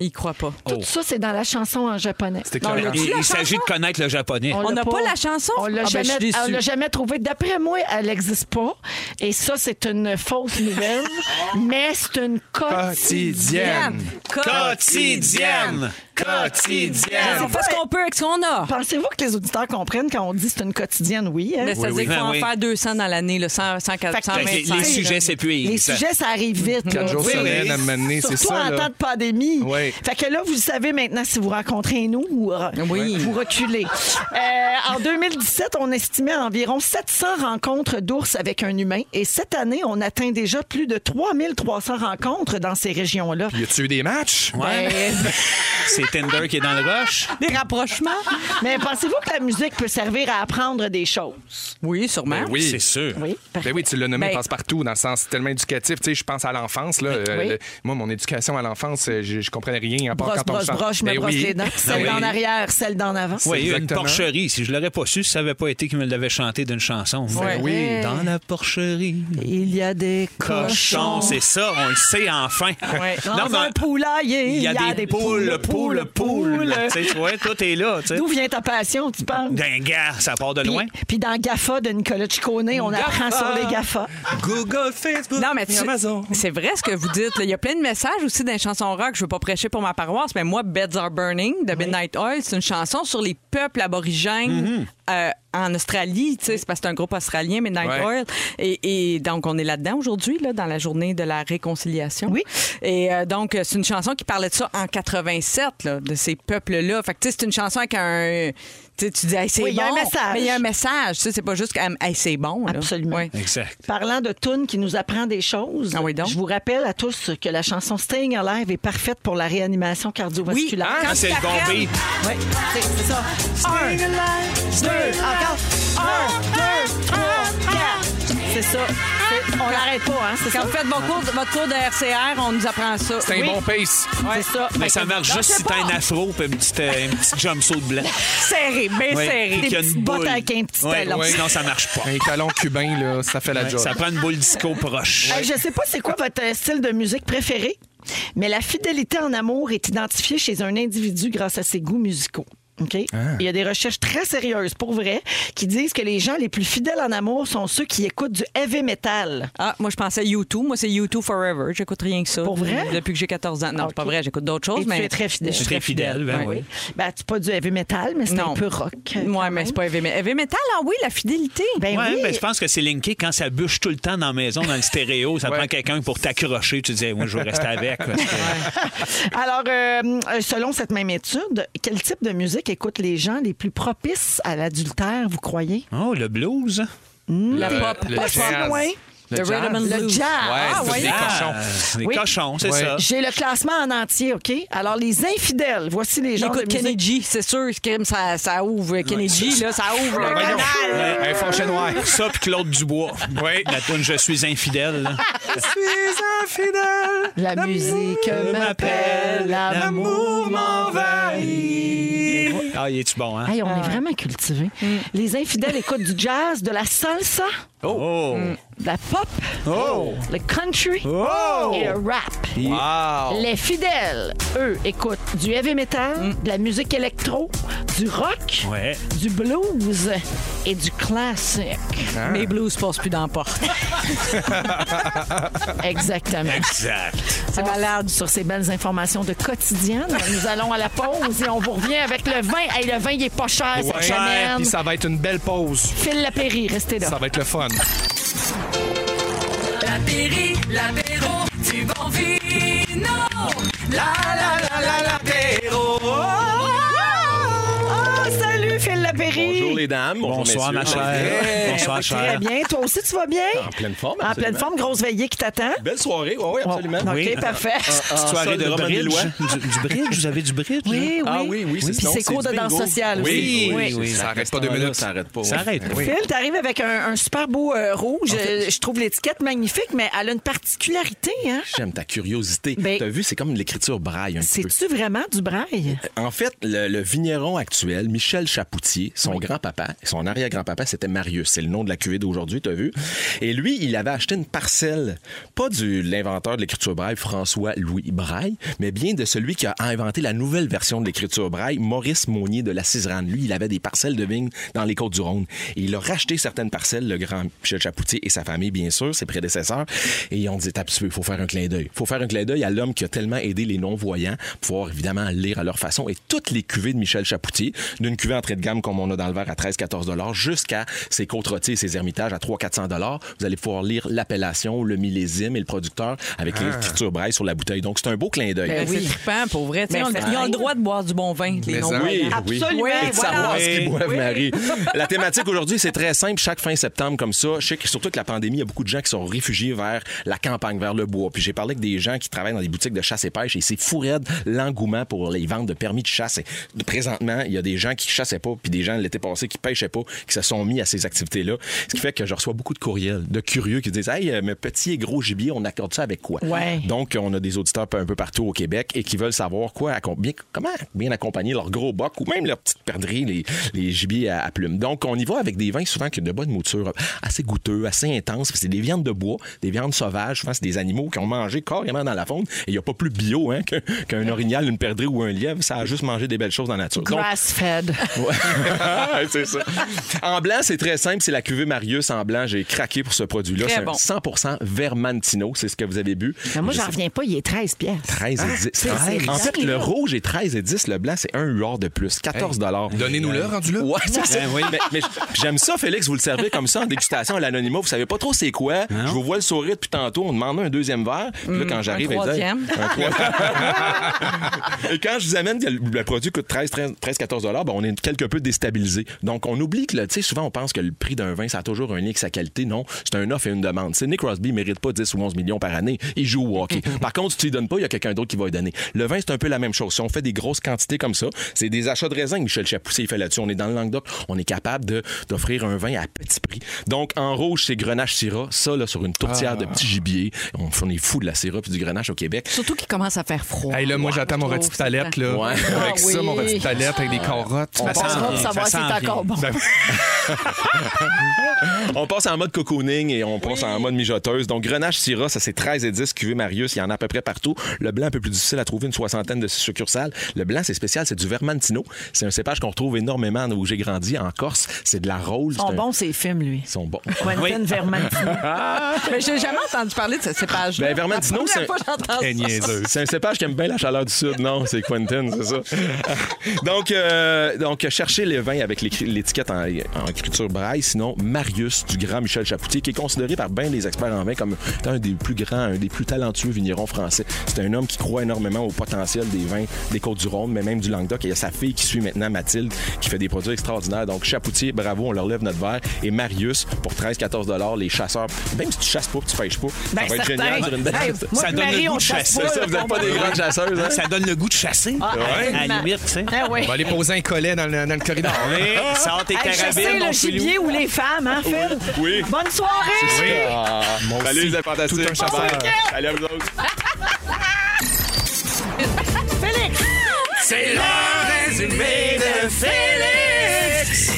Speaker 3: Il croit pas.
Speaker 4: Oh.
Speaker 2: Tout ça, c'est dans la chanson en japonais.
Speaker 4: C'était
Speaker 3: Non,
Speaker 4: écœurant.
Speaker 3: le-
Speaker 1: Il, il s'agit de connaître le japonais.
Speaker 3: On
Speaker 2: l'a
Speaker 3: n'a pas la chanson?
Speaker 2: On l'a
Speaker 3: Ah ben, je
Speaker 2: jamais,
Speaker 3: suis déçue.
Speaker 2: on l'a jamais trouvé. D'après moi, elle n'existe pas. Et ça, c'est une fausse nouvelle. mais c'est une quotidienne.
Speaker 4: Quotidienne.
Speaker 1: Quotidienne! Quotidienne!
Speaker 3: C'est pas ce qu'on peut avec ce qu'on a.
Speaker 2: Pensez-vous que les auditeurs comprennent quand on dit c'est une quotidienne? Oui. hein?
Speaker 3: Mais ça veut
Speaker 1: oui.
Speaker 3: dire qu'il faut
Speaker 1: Ben
Speaker 3: en
Speaker 1: oui.
Speaker 3: faire 200 dans l'année, là, 100, 100,
Speaker 2: Fait que
Speaker 1: Les, les
Speaker 3: 125.
Speaker 1: sujets s'épuisent.
Speaker 2: Les sujets, ça arrive vite. là.
Speaker 4: Quatre jours
Speaker 1: Oui, oui.
Speaker 4: semaine à mener, c'est
Speaker 2: Surtout
Speaker 4: ça.
Speaker 2: en
Speaker 4: là.
Speaker 2: temps de pandémie.
Speaker 4: Oui.
Speaker 2: Fait que là, vous le savez maintenant, si vous rencontrez un ours,
Speaker 3: Oui.
Speaker 2: vous reculez. Euh, en 2017, on estimait environ 700 rencontres d'ours avec un humain. Et cette année, on atteint déjà plus de 3300 rencontres dans ces régions-là.
Speaker 4: Y a-tu eu des matchs?
Speaker 2: Eh.
Speaker 1: Ouais. C'est Tinder qui est dans le rush.
Speaker 3: Des rapprochements?
Speaker 2: Mais pensez-vous que la musique peut servir à apprendre des choses?
Speaker 3: Oui, sûrement.
Speaker 4: Ben oui.
Speaker 1: Ah C'est sûr.
Speaker 4: Ben oui, tu l'as nommé
Speaker 3: Ben-
Speaker 4: passe-partout dans le sens tellement éducatif. Tu sais, je pense à l'enfance. Là, Euh,
Speaker 2: Ben Oui.
Speaker 4: le- moi, mon éducation à l'enfance, euh, je, je comprenais rien. À part
Speaker 2: Brosse,
Speaker 4: quand on
Speaker 2: brosse,
Speaker 4: chante.
Speaker 2: broche, je me
Speaker 4: Ben
Speaker 2: brosse
Speaker 4: oui.
Speaker 2: les dents. Celle
Speaker 4: Ben
Speaker 2: d'en
Speaker 4: oui.
Speaker 2: arrière, celle d'en avant.
Speaker 1: Oui, il y a une
Speaker 4: Exactement.
Speaker 1: porcherie. Si je l'aurais pas su, ça n'avait pas été qu'il me l'avait chanté d'une chanson.
Speaker 3: Ben
Speaker 4: oui.
Speaker 1: Dans la porcherie.
Speaker 2: Il y a des cochons.
Speaker 1: Cochon, c'est ça, on le sait enfin.
Speaker 2: Dans
Speaker 1: Non, mais
Speaker 2: un poulailler,
Speaker 1: il y a, des, poules, poules, poules. Tu sais, tu vois, tout est là. tu sais.
Speaker 2: D'où vient ta passion, tu parles?
Speaker 1: D'un gars, ça part de
Speaker 2: Puis,
Speaker 1: loin.
Speaker 2: puis dans GAFA de Nicolas Ciccone, on apprend sur les GAFA.
Speaker 1: Google, Facebook,
Speaker 3: Non, mais tu- c'est vrai ce que vous dites. là. Il y a plein de messages aussi dans les chansons rock. Je veux pas prêcher pour ma paroisse, mais moi, Beds Are Burning de Midnight Oil, c'est une chanson sur les peuples aborigènes
Speaker 2: Mm-hmm.
Speaker 3: euh, en Australie. Tu sais, C'est parce que c'est un groupe australien, Midnight
Speaker 4: Ouais.
Speaker 3: Oil. Et, et donc, on est là-dedans aujourd'hui, là, dans la journée de la réconciliation.
Speaker 2: Oui.
Speaker 3: Et euh, donc, euh, c'est une chanson qui parlait de ça en 87, là, de ces peuples-là. Fait que tu sais, c'est une chanson avec un... Tu sais, tu dis, Hey, c'est
Speaker 2: Oui, il y
Speaker 3: bon.
Speaker 2: a un message.
Speaker 3: Mais il y a un message. Tu sais, C'est pas juste, comme, hey, c'est bon. là.
Speaker 2: Absolument.
Speaker 3: Ouais.
Speaker 1: Exact.
Speaker 2: Parlant de Toon qui nous apprend des choses,
Speaker 3: Ah oui donc.
Speaker 2: je vous rappelle à tous que la chanson Staying Alive est parfaite pour la réanimation cardiovasculaire.
Speaker 1: Ah,
Speaker 3: Quand
Speaker 1: c'est
Speaker 3: tu
Speaker 1: le bon
Speaker 3: t'apprennes-
Speaker 1: beat.
Speaker 2: Oui, c'est c'est ça. Un, deux, encore. Un, deux, trois, quatre. C'est ça. C'est- On l'arrête pas, hein? C'est
Speaker 3: Quand
Speaker 2: ça?
Speaker 3: vous faites vos cours- votre cours de RCR, on nous apprend ça.
Speaker 4: C'est un bon pace.
Speaker 2: C'est ça.
Speaker 1: Mais ça marche juste si t'as un afro et un petit, euh, un petit jumpsuit blanc.
Speaker 3: serré, bien
Speaker 1: Ouais,
Speaker 3: serré.
Speaker 1: puis qu'il y a
Speaker 2: petites
Speaker 1: une
Speaker 2: bottes
Speaker 1: boule.
Speaker 2: avec un petit
Speaker 1: Ouais,
Speaker 2: talon.
Speaker 1: ouais, Sinon, ça marche pas.
Speaker 4: Un talon cubain, là, ça fait la job.
Speaker 1: Ça prend une boule disco proche.
Speaker 2: Hey, je sais pas c'est quoi votre euh, style de musique préféré, mais la fidélité en amour est identifiée chez un individu grâce à ses goûts musicaux. OK?
Speaker 4: Ah.
Speaker 2: Il y a des recherches très sérieuses, pour vrai, qui disent que les gens les plus fidèles en amour sont ceux qui écoutent du heavy metal.
Speaker 3: Ah, moi, je pensais U2. Moi, c'est U2 Forever. J'écoute rien que ça.
Speaker 2: Pour vrai?
Speaker 3: Depuis que j'ai 14 ans. Non,
Speaker 2: Ok.
Speaker 3: c'est pas vrai. J'écoute d'autres choses.
Speaker 2: Et tu
Speaker 3: mais
Speaker 2: es très fidèle.
Speaker 3: Je suis
Speaker 1: Très fidèle,
Speaker 4: Ah
Speaker 1: ben oui.
Speaker 2: Ben, c'est pas du heavy metal, mais c'est
Speaker 3: Non.
Speaker 2: un peu rock. euh, quand
Speaker 3: Ouais, mais
Speaker 2: même.
Speaker 3: c'est pas heavy metal. Heavy metal, ah oui, la fidélité.
Speaker 2: Ben
Speaker 1: Ouais,
Speaker 2: oui.
Speaker 1: ben, je pense que c'est linké quand ça bûche tout le temps dans la maison, dans le stéréo. Ça
Speaker 4: Ouais.
Speaker 1: prend quelqu'un pour t'accrocher. Tu disais, moi, je veux rester avec. parce que-
Speaker 2: Alors, euh, euh, selon cette même étude, quel type de musique écoutent les gens les plus propices à l'adultère, vous croyez? Hmm.
Speaker 1: Oh, le blues.
Speaker 2: Ah,
Speaker 3: la
Speaker 4: Le-
Speaker 3: pop,
Speaker 4: le
Speaker 3: pas
Speaker 4: jazz.
Speaker 3: pop.
Speaker 2: loin.
Speaker 4: Le
Speaker 3: The
Speaker 4: jazz.
Speaker 3: rhythm and
Speaker 4: Ouais,
Speaker 2: Le
Speaker 3: blues.
Speaker 2: jazz. Ah,
Speaker 4: c'est
Speaker 3: ouais.
Speaker 4: des cochons.
Speaker 1: Les
Speaker 2: Oui.
Speaker 1: cochons, c'est
Speaker 4: Ouais.
Speaker 1: ça.
Speaker 2: J'ai le classement en entier, OK? Alors, les infidèles, voici les gens de
Speaker 3: J'écoute Kenny
Speaker 2: musique.
Speaker 3: G, c'est sûr. ce crime, Ça, ça ouvre. Kenny G, là, ça ouvre. le
Speaker 4: Voyons.
Speaker 3: canal.
Speaker 4: Un fonchet noir.
Speaker 1: Ça, puis Claude Dubois. Oui. La toune Je suis infidèle. là.
Speaker 2: La musique m'appelle, l'amour m'envahit.
Speaker 1: Ah, Mm. il est-tu bon, hein?
Speaker 2: Hey, on est vraiment cultivés. Les infidèles écoutent du jazz, de la salsa,
Speaker 1: Oh!
Speaker 2: de la pop, le country
Speaker 1: Oh.
Speaker 2: et le rap.
Speaker 4: Wow.
Speaker 2: Les fidèles, eux, écoutent du heavy metal, de la musique électro, du rock,
Speaker 1: Mm. Ouais.
Speaker 2: du blues et du classique.
Speaker 1: Ah.
Speaker 3: Mes blues passent plus dans la porte.
Speaker 2: Ah. Exactement.
Speaker 1: Exact.
Speaker 2: C'est malade. Sur ces belles informations de quotidienne, Ben, nous allons à la pause et on vous revient avec le vin. Hey, le vin, il est pas cher cette
Speaker 4: Ouais.
Speaker 2: semaine.
Speaker 4: Puis ça va être une belle pause.
Speaker 2: Phil Lapéry, restez là.
Speaker 4: Ça va être le fun.
Speaker 11: l'apéro du bon vino. La la la la l'apéro.
Speaker 2: Ah, salut Phil Lapéry.
Speaker 4: Bonjour,
Speaker 12: les dames. Bonjour,
Speaker 6: Bonsoir, ma
Speaker 12: messieurs.
Speaker 6: chère.
Speaker 12: Hey,
Speaker 6: Bonsoir,
Speaker 2: Très
Speaker 6: chère.
Speaker 2: bien. Toi aussi, tu vas bien?
Speaker 12: En pleine forme,
Speaker 2: En
Speaker 12: absolument.
Speaker 2: pleine forme, grosse veillée qui t'attend. Oh,
Speaker 12: Belle soirée, oui, oui, Ah, absolument.
Speaker 2: OK,
Speaker 6: Oui.
Speaker 2: parfait.
Speaker 12: En
Speaker 6: Petite soirée
Speaker 12: sol
Speaker 6: de
Speaker 12: de Romain
Speaker 6: bridge.
Speaker 12: Lois.
Speaker 6: Du, du bridge, vous avez du bridge? hein?
Speaker 2: Oui, oui.
Speaker 12: Ah oui, oui, c'est
Speaker 2: Puis
Speaker 12: sinon,
Speaker 2: c'est cours de
Speaker 12: du
Speaker 2: danse
Speaker 12: bingo.
Speaker 2: sociale aussi.
Speaker 12: Oui,
Speaker 2: Oui.
Speaker 12: oui, oui.
Speaker 6: Ça
Speaker 12: À
Speaker 6: arrête
Speaker 12: ce
Speaker 6: pas deux
Speaker 12: temps-là,
Speaker 6: minutes.
Speaker 12: Ça arrête pas.
Speaker 6: Ça arrête.
Speaker 12: Oui.
Speaker 2: Phil, t'arrives avec un, un super beau euh, rouge. Euh, je trouve l'étiquette magnifique, mais elle a une particularité. Hein?
Speaker 12: J'aime ta curiosité.
Speaker 2: Ben-
Speaker 12: T'as vu, c'est comme l'écriture braille un petit peu.
Speaker 2: C'est-tu vraiment du braille?
Speaker 12: En fait, le, le vigneron actuel, Michel Chapoutier, son grand-papa, son arrière-grand-papa, c'était Marius. C'est le nom de la cuvée d'aujourd'hui, t'as vu? Et lui, il avait acheté une parcelle, pas du l'inventeur de l'écriture braille, François-Louis Braille, mais bien de celui qui a inventé la nouvelle version de l'écriture braille, Maurice Monnier de la Ciserane. Lui, il avait des parcelles de vignes dans les Côtes-du-Rhône. Et il a racheté certaines parcelles, le grand Michel Chapoutier et sa famille, bien sûr, ses prédécesseurs. Et ils ont dit, tape, il faut faire un clin d'œil. faut faire un clin d'œil à l'homme qui a tellement aidé les non-voyants, pouvoir évidemment lire à leur façon. Et toutes les cuvées de Michel Chapoutier, d'une cuvée entrée de gamme comme on a dans le verre à 13-14 jusqu'à ses côtes rôties et ses ermitages à 300-400 vous allez pouvoir lire l'appellation, le millésime et le producteur avec l'écriture braille sur la bouteille. Donc, c'est un beau clin d'œil.
Speaker 3: Ben, C'est trippant, pour vrai. Tu sais, on- ils ont le droit de boire du bon vin, les
Speaker 4: Mais
Speaker 3: non
Speaker 4: ça-
Speaker 12: Oui, oui.
Speaker 2: Absolument.
Speaker 12: Et de savoir ce qu'ils boivent, Marie. La thématique aujourd'hui, c'est très simple. Chaque fin septembre, comme ça, je sais que surtout que la pandémie, il y a beaucoup de gens qui sont réfugiés vers la campagne, vers le bois. Puis j'ai parlé avec des gens qui travaillent dans des boutiques de chasse et pêche et c'est fou raide l'engouement pour les ventes de permis de chasse. Et présentement, il y a des gens qui chassaient pas, puis des gens l'été passé qui pêchaient pas, qui se sont mis à ces activités-là. Ce qui fait que je reçois beaucoup de courriels de curieux qui disent Hey, euh, mais petit et gros gibier, on accorde ça avec quoi?
Speaker 2: Ouais.
Speaker 12: Donc, on a des auditeurs un peu partout au Québec et qui veulent savoir quoi, accom- bien- comment bien accompagner leur gros boc ou même leur petite perdrix, les, les gibiers à, à plumes. Donc, on y va avec des vins souvent qui ont de bonne mouture, assez goûteux, assez intense. C'est des viandes de bois, des viandes sauvages. Souvent, c'est des animaux qui ont mangé carrément dans la faune. Et il n'y a pas plus bio hein, que- qu'un orignal, une perdrix ou un lièvre. Ça a juste mangé des belles choses dans la nature. Donc,
Speaker 2: Grass-fed.
Speaker 12: Ouais. c'est ça. En blanc, c'est très simple. C'est la cuvée Marius en blanc. J'ai craqué pour ce produit-là.
Speaker 3: Très
Speaker 12: C'est un
Speaker 3: bon.
Speaker 12: 100 Vermentino. C'est ce que vous avez bu.
Speaker 2: Mais Ben, moi,
Speaker 12: Je
Speaker 2: j'en
Speaker 12: sais-
Speaker 2: reviens pas, il est 13 pièces.
Speaker 12: 13 et 10.
Speaker 2: c'est
Speaker 12: En
Speaker 2: ridicule.
Speaker 12: fait, le rouge est 13 et 10. Le blanc, c'est un huard de plus. 14 dollars.
Speaker 4: Donnez-nous-le, rendu là.
Speaker 12: Ouais, c'est ça. Mais, mais j'aime ça, Félix. Vous le servez comme ça en dégustation à l'anonymat. Vous savez pas trop c'est quoi. Je vous vois le sourire depuis tantôt. On demande un deuxième verre. Puis là,
Speaker 2: Mm.
Speaker 12: quand j'arrive,
Speaker 3: un
Speaker 12: elle dit,
Speaker 3: troisième.
Speaker 12: Un troisième. Et quand je vous amène que le le produit coûte 13, 13, 13 14 dollars, ben, on est quelque peu déstabilisé. Donc, on oublie que, le- tu sais, souvent, on pense que le prix d'un vin, ça a toujours un lien avec sa qualité. Non, c'est un offre et une demande. Tu sais, Nick Crosby mérite pas 10 ou 11 millions par année. Il joue au hockey. Par contre, si tu lui donnes pas, il y a quelqu'un d'autre qui va lui donner. Le vin, c'est un peu la même chose. Si on fait des grosses quantités comme ça, c'est des achats de raisins. que Michel Chapoussé, il fait là-dessus. On est dans le Languedoc. On est capable de- d'offrir un vin à petit prix. Donc, en rouge, c'est Grenache Syrah. Ça, là, sur une tourtière de petit gibier. On, on est fou de la Syrah puis du Grenache au Québec.
Speaker 5: Surtout qu'il commence à faire froid.
Speaker 4: Hey, là, moi, j'attends mon
Speaker 5: je
Speaker 4: rôti de
Speaker 5: trouve, ça
Speaker 4: palette,
Speaker 5: prend-
Speaker 4: là.
Speaker 12: Ouais.
Speaker 4: Avec
Speaker 2: Ah
Speaker 4: ça,
Speaker 2: oui.
Speaker 4: mon rôti de palette, avec des carottes.
Speaker 6: Ça sent
Speaker 2: On va
Speaker 6: bien,
Speaker 2: savoir si
Speaker 6: ça
Speaker 2: c'est
Speaker 6: sent bien.
Speaker 2: encore bon.
Speaker 12: On passe en mode cocooning et on passe en mode mijoteuse. Donc, Grenache Syrah, ça c'est 13 et 10 cuvées Marius. Il y en a à peu près partout. Le blanc, un peu plus difficile à trouver, une soixantaine de succursales. Le blanc, c'est spécial, c'est du Vermentino. C'est un cépage qu'on retrouve énormément où j'ai grandi, en Corse. C'est de la rôle.
Speaker 2: Ils sont bons, ces films, lui.
Speaker 12: Ils sont bons.
Speaker 2: Quentin Vermentino.
Speaker 3: Mais j'ai jamais entendu parler de ce cépage.
Speaker 12: Ben, Vermentino, c'est-
Speaker 3: La première fois que j'entends
Speaker 4: Eh,
Speaker 3: ça.
Speaker 4: niaiseuse.
Speaker 12: C'est un cépage qui aime bien la chaleur du sud, non? C'est Quentin, c'est ça. donc, euh, donc, cherchez les vins avec l'écri- l'étiquette en, en écriture braille, sinon Marius du grand Michel Chapoutier, qui est considéré par bien des experts en vin comme étant un des plus grands, un des plus talentueux vignerons français. C'est un homme qui croit énormément au potentiel des vins des Côtes-du-Rhône, mais même du Languedoc. Et il y a sa fille qui suit maintenant, Mathilde, qui fait des produits extraordinaires. Donc, Chapoutier, bravo, on leur lève notre verre. Et Marius, pour 13-14 les chasseurs, même si tu chasses pas, tu pêches pas,
Speaker 2: Ben,
Speaker 12: ça va être
Speaker 2: certain.
Speaker 12: génial sur une
Speaker 2: Hey,
Speaker 6: Ça
Speaker 2: moi, puis
Speaker 6: donne le
Speaker 2: Marie,
Speaker 6: goût
Speaker 2: on
Speaker 6: de
Speaker 2: chasse
Speaker 6: chasser.
Speaker 2: pas,
Speaker 12: ça,
Speaker 2: là.
Speaker 12: vous n'êtes pas des grandes chasseuses, hein?
Speaker 6: Ça donne le goût de chasser.
Speaker 2: Ouais.
Speaker 6: À la limite, tu sais.
Speaker 2: Ah oui.
Speaker 4: On va aller poser un collet dans le, dans le corridor.
Speaker 6: Allez, sors tes
Speaker 2: Hey, chasser
Speaker 6: carabines,
Speaker 2: le
Speaker 6: mon filou.
Speaker 2: gibier ou les femmes, hein, Phil?
Speaker 12: Oui.
Speaker 2: Bonne soirée!
Speaker 12: Ah, Salut les fantastiques.
Speaker 4: Tout un chasseur.
Speaker 12: Salut à vous autres.
Speaker 11: C'est le résumé de Félix.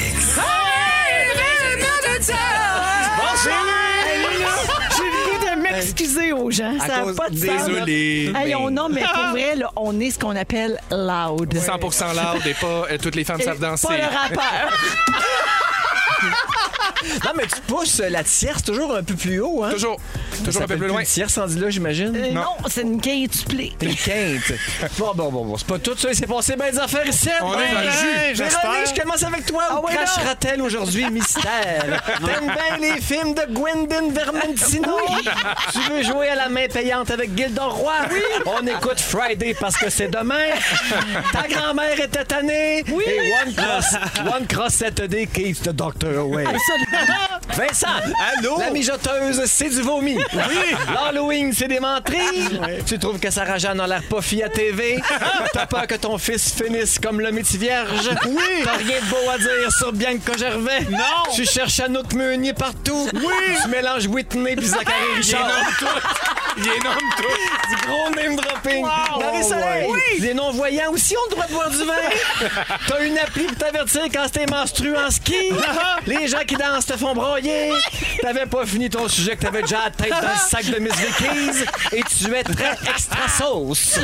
Speaker 2: J'ai le goût de m'excuser aux gens.
Speaker 4: À
Speaker 2: Ça n'a
Speaker 4: cause-
Speaker 2: pas de sens.
Speaker 4: Désolé,
Speaker 2: Hey,
Speaker 4: mais-
Speaker 2: on, non, mais pour vrai, là, on est ce qu'on appelle loud.
Speaker 4: 100 l'art et pas euh, toutes les femmes
Speaker 2: Et
Speaker 4: savent danser.
Speaker 2: Pas le rappeur.
Speaker 8: Non, mais tu pousses euh, la tierce toujours un peu plus haut, hein?
Speaker 4: Toujours. Toujours
Speaker 8: Ça
Speaker 4: un peu
Speaker 8: s'appelle
Speaker 4: plus loin.
Speaker 8: Une tierce rendue là, j'imagine.
Speaker 2: Euh, non, c'est une quintuplée.
Speaker 8: T'es une quinte. bon, bon, bon, bon. C'est pas tout ça. Il s'est passé bien des affaires ici.
Speaker 4: On est dans le jus,
Speaker 8: Véronique, je commence avec toi.
Speaker 2: Ah
Speaker 8: Où
Speaker 2: oui, non.
Speaker 8: crachera-t-elle aujourd'hui mystère? T'aimes bien les films de Gwendolyn Vermentino? Tu veux jouer à la main payante avec Gildor Roy? On écoute Friday parce que c'est demain. Ta grand-mère était tannée. Oui. Et One Cross, One Cross Saturday keeps the doctor away. Vincent!
Speaker 1: Allô?
Speaker 8: La mijoteuse, c'est du vomi. Oui! Ah, L'Halloween, c'est des menteries. Tu trouves que Sarah Jeanne a l'air pas fille à TV. T'as peur que ton fils finisse comme le métier vierge. Oui! T'as rien de beau à dire sur Bianca Gervais.
Speaker 1: Non.
Speaker 8: Tu cherches Anouk Meunier partout. Oui! Tu mélanges Whitney puis Zachary Richard.
Speaker 4: Il est énorme, toi.
Speaker 8: Du gros name dropping. Marie-Soleil, les non-voyants aussi ont le droit de boire du vin. T'as une appli pour t'avertir quand t'es menstrué en ski. les gens qui dansent te font broyer. T'avais pas fini ton sujet que t'avais déjà la tête dans le sac de Miss Vickies. Et tu es très extra sauce.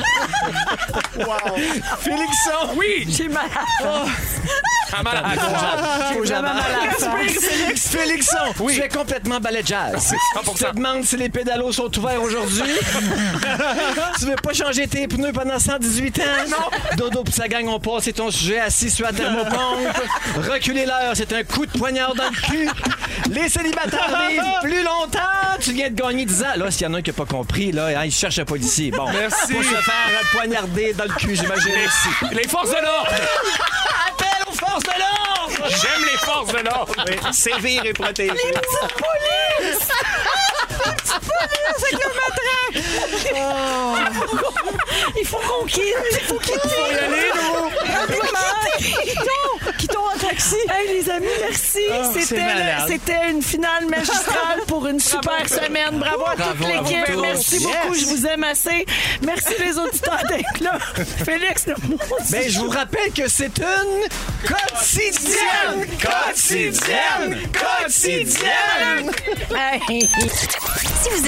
Speaker 8: Félixon. Oui.
Speaker 2: J'ai mal.
Speaker 4: ah,
Speaker 8: Faut jamais Félix, Félixon, tu es complètement ballet jazz. Tu te demandes si les pédalos sont ouverts aujourd'hui. tu veux pas changer tes pneus pendant 118 ans. Dodo pis sa gang ont passé ton sujet assis sur la thermopompe. Reculer l'heure, c'est un coup de poignard dans le cul. Les célibataires vivent plus longtemps. Tu viens de gagner 10 ans. Là, s'il y en a un qui n'a pas compris, là, hein, il cherche un policier. Bon,
Speaker 4: Merci.
Speaker 8: pour se faire poignarder dans le cul, j'imagine.
Speaker 4: Les forces de l'ordre.
Speaker 8: Appel aux forces de l'ordre!
Speaker 4: J'aime les forces de l'ordre.
Speaker 1: Sévir et protéger.
Speaker 2: Il faut qu'on quitte. Il faut quitter. Quittons. Quittons en taxi. Hey, les amis, merci. C'était
Speaker 1: malade.
Speaker 2: le- C'était une finale magistrale pour une super semaine. Bravo à toute l'équipe. Merci beaucoup. Je vous aime assez. Merci les auditeurs d'être là. Félix, le mot.
Speaker 8: Ben, je vous rappelle que c'est une quotidienne! Quotidienne! Quotidienne!
Speaker 2: Hey.
Speaker 13: Si vous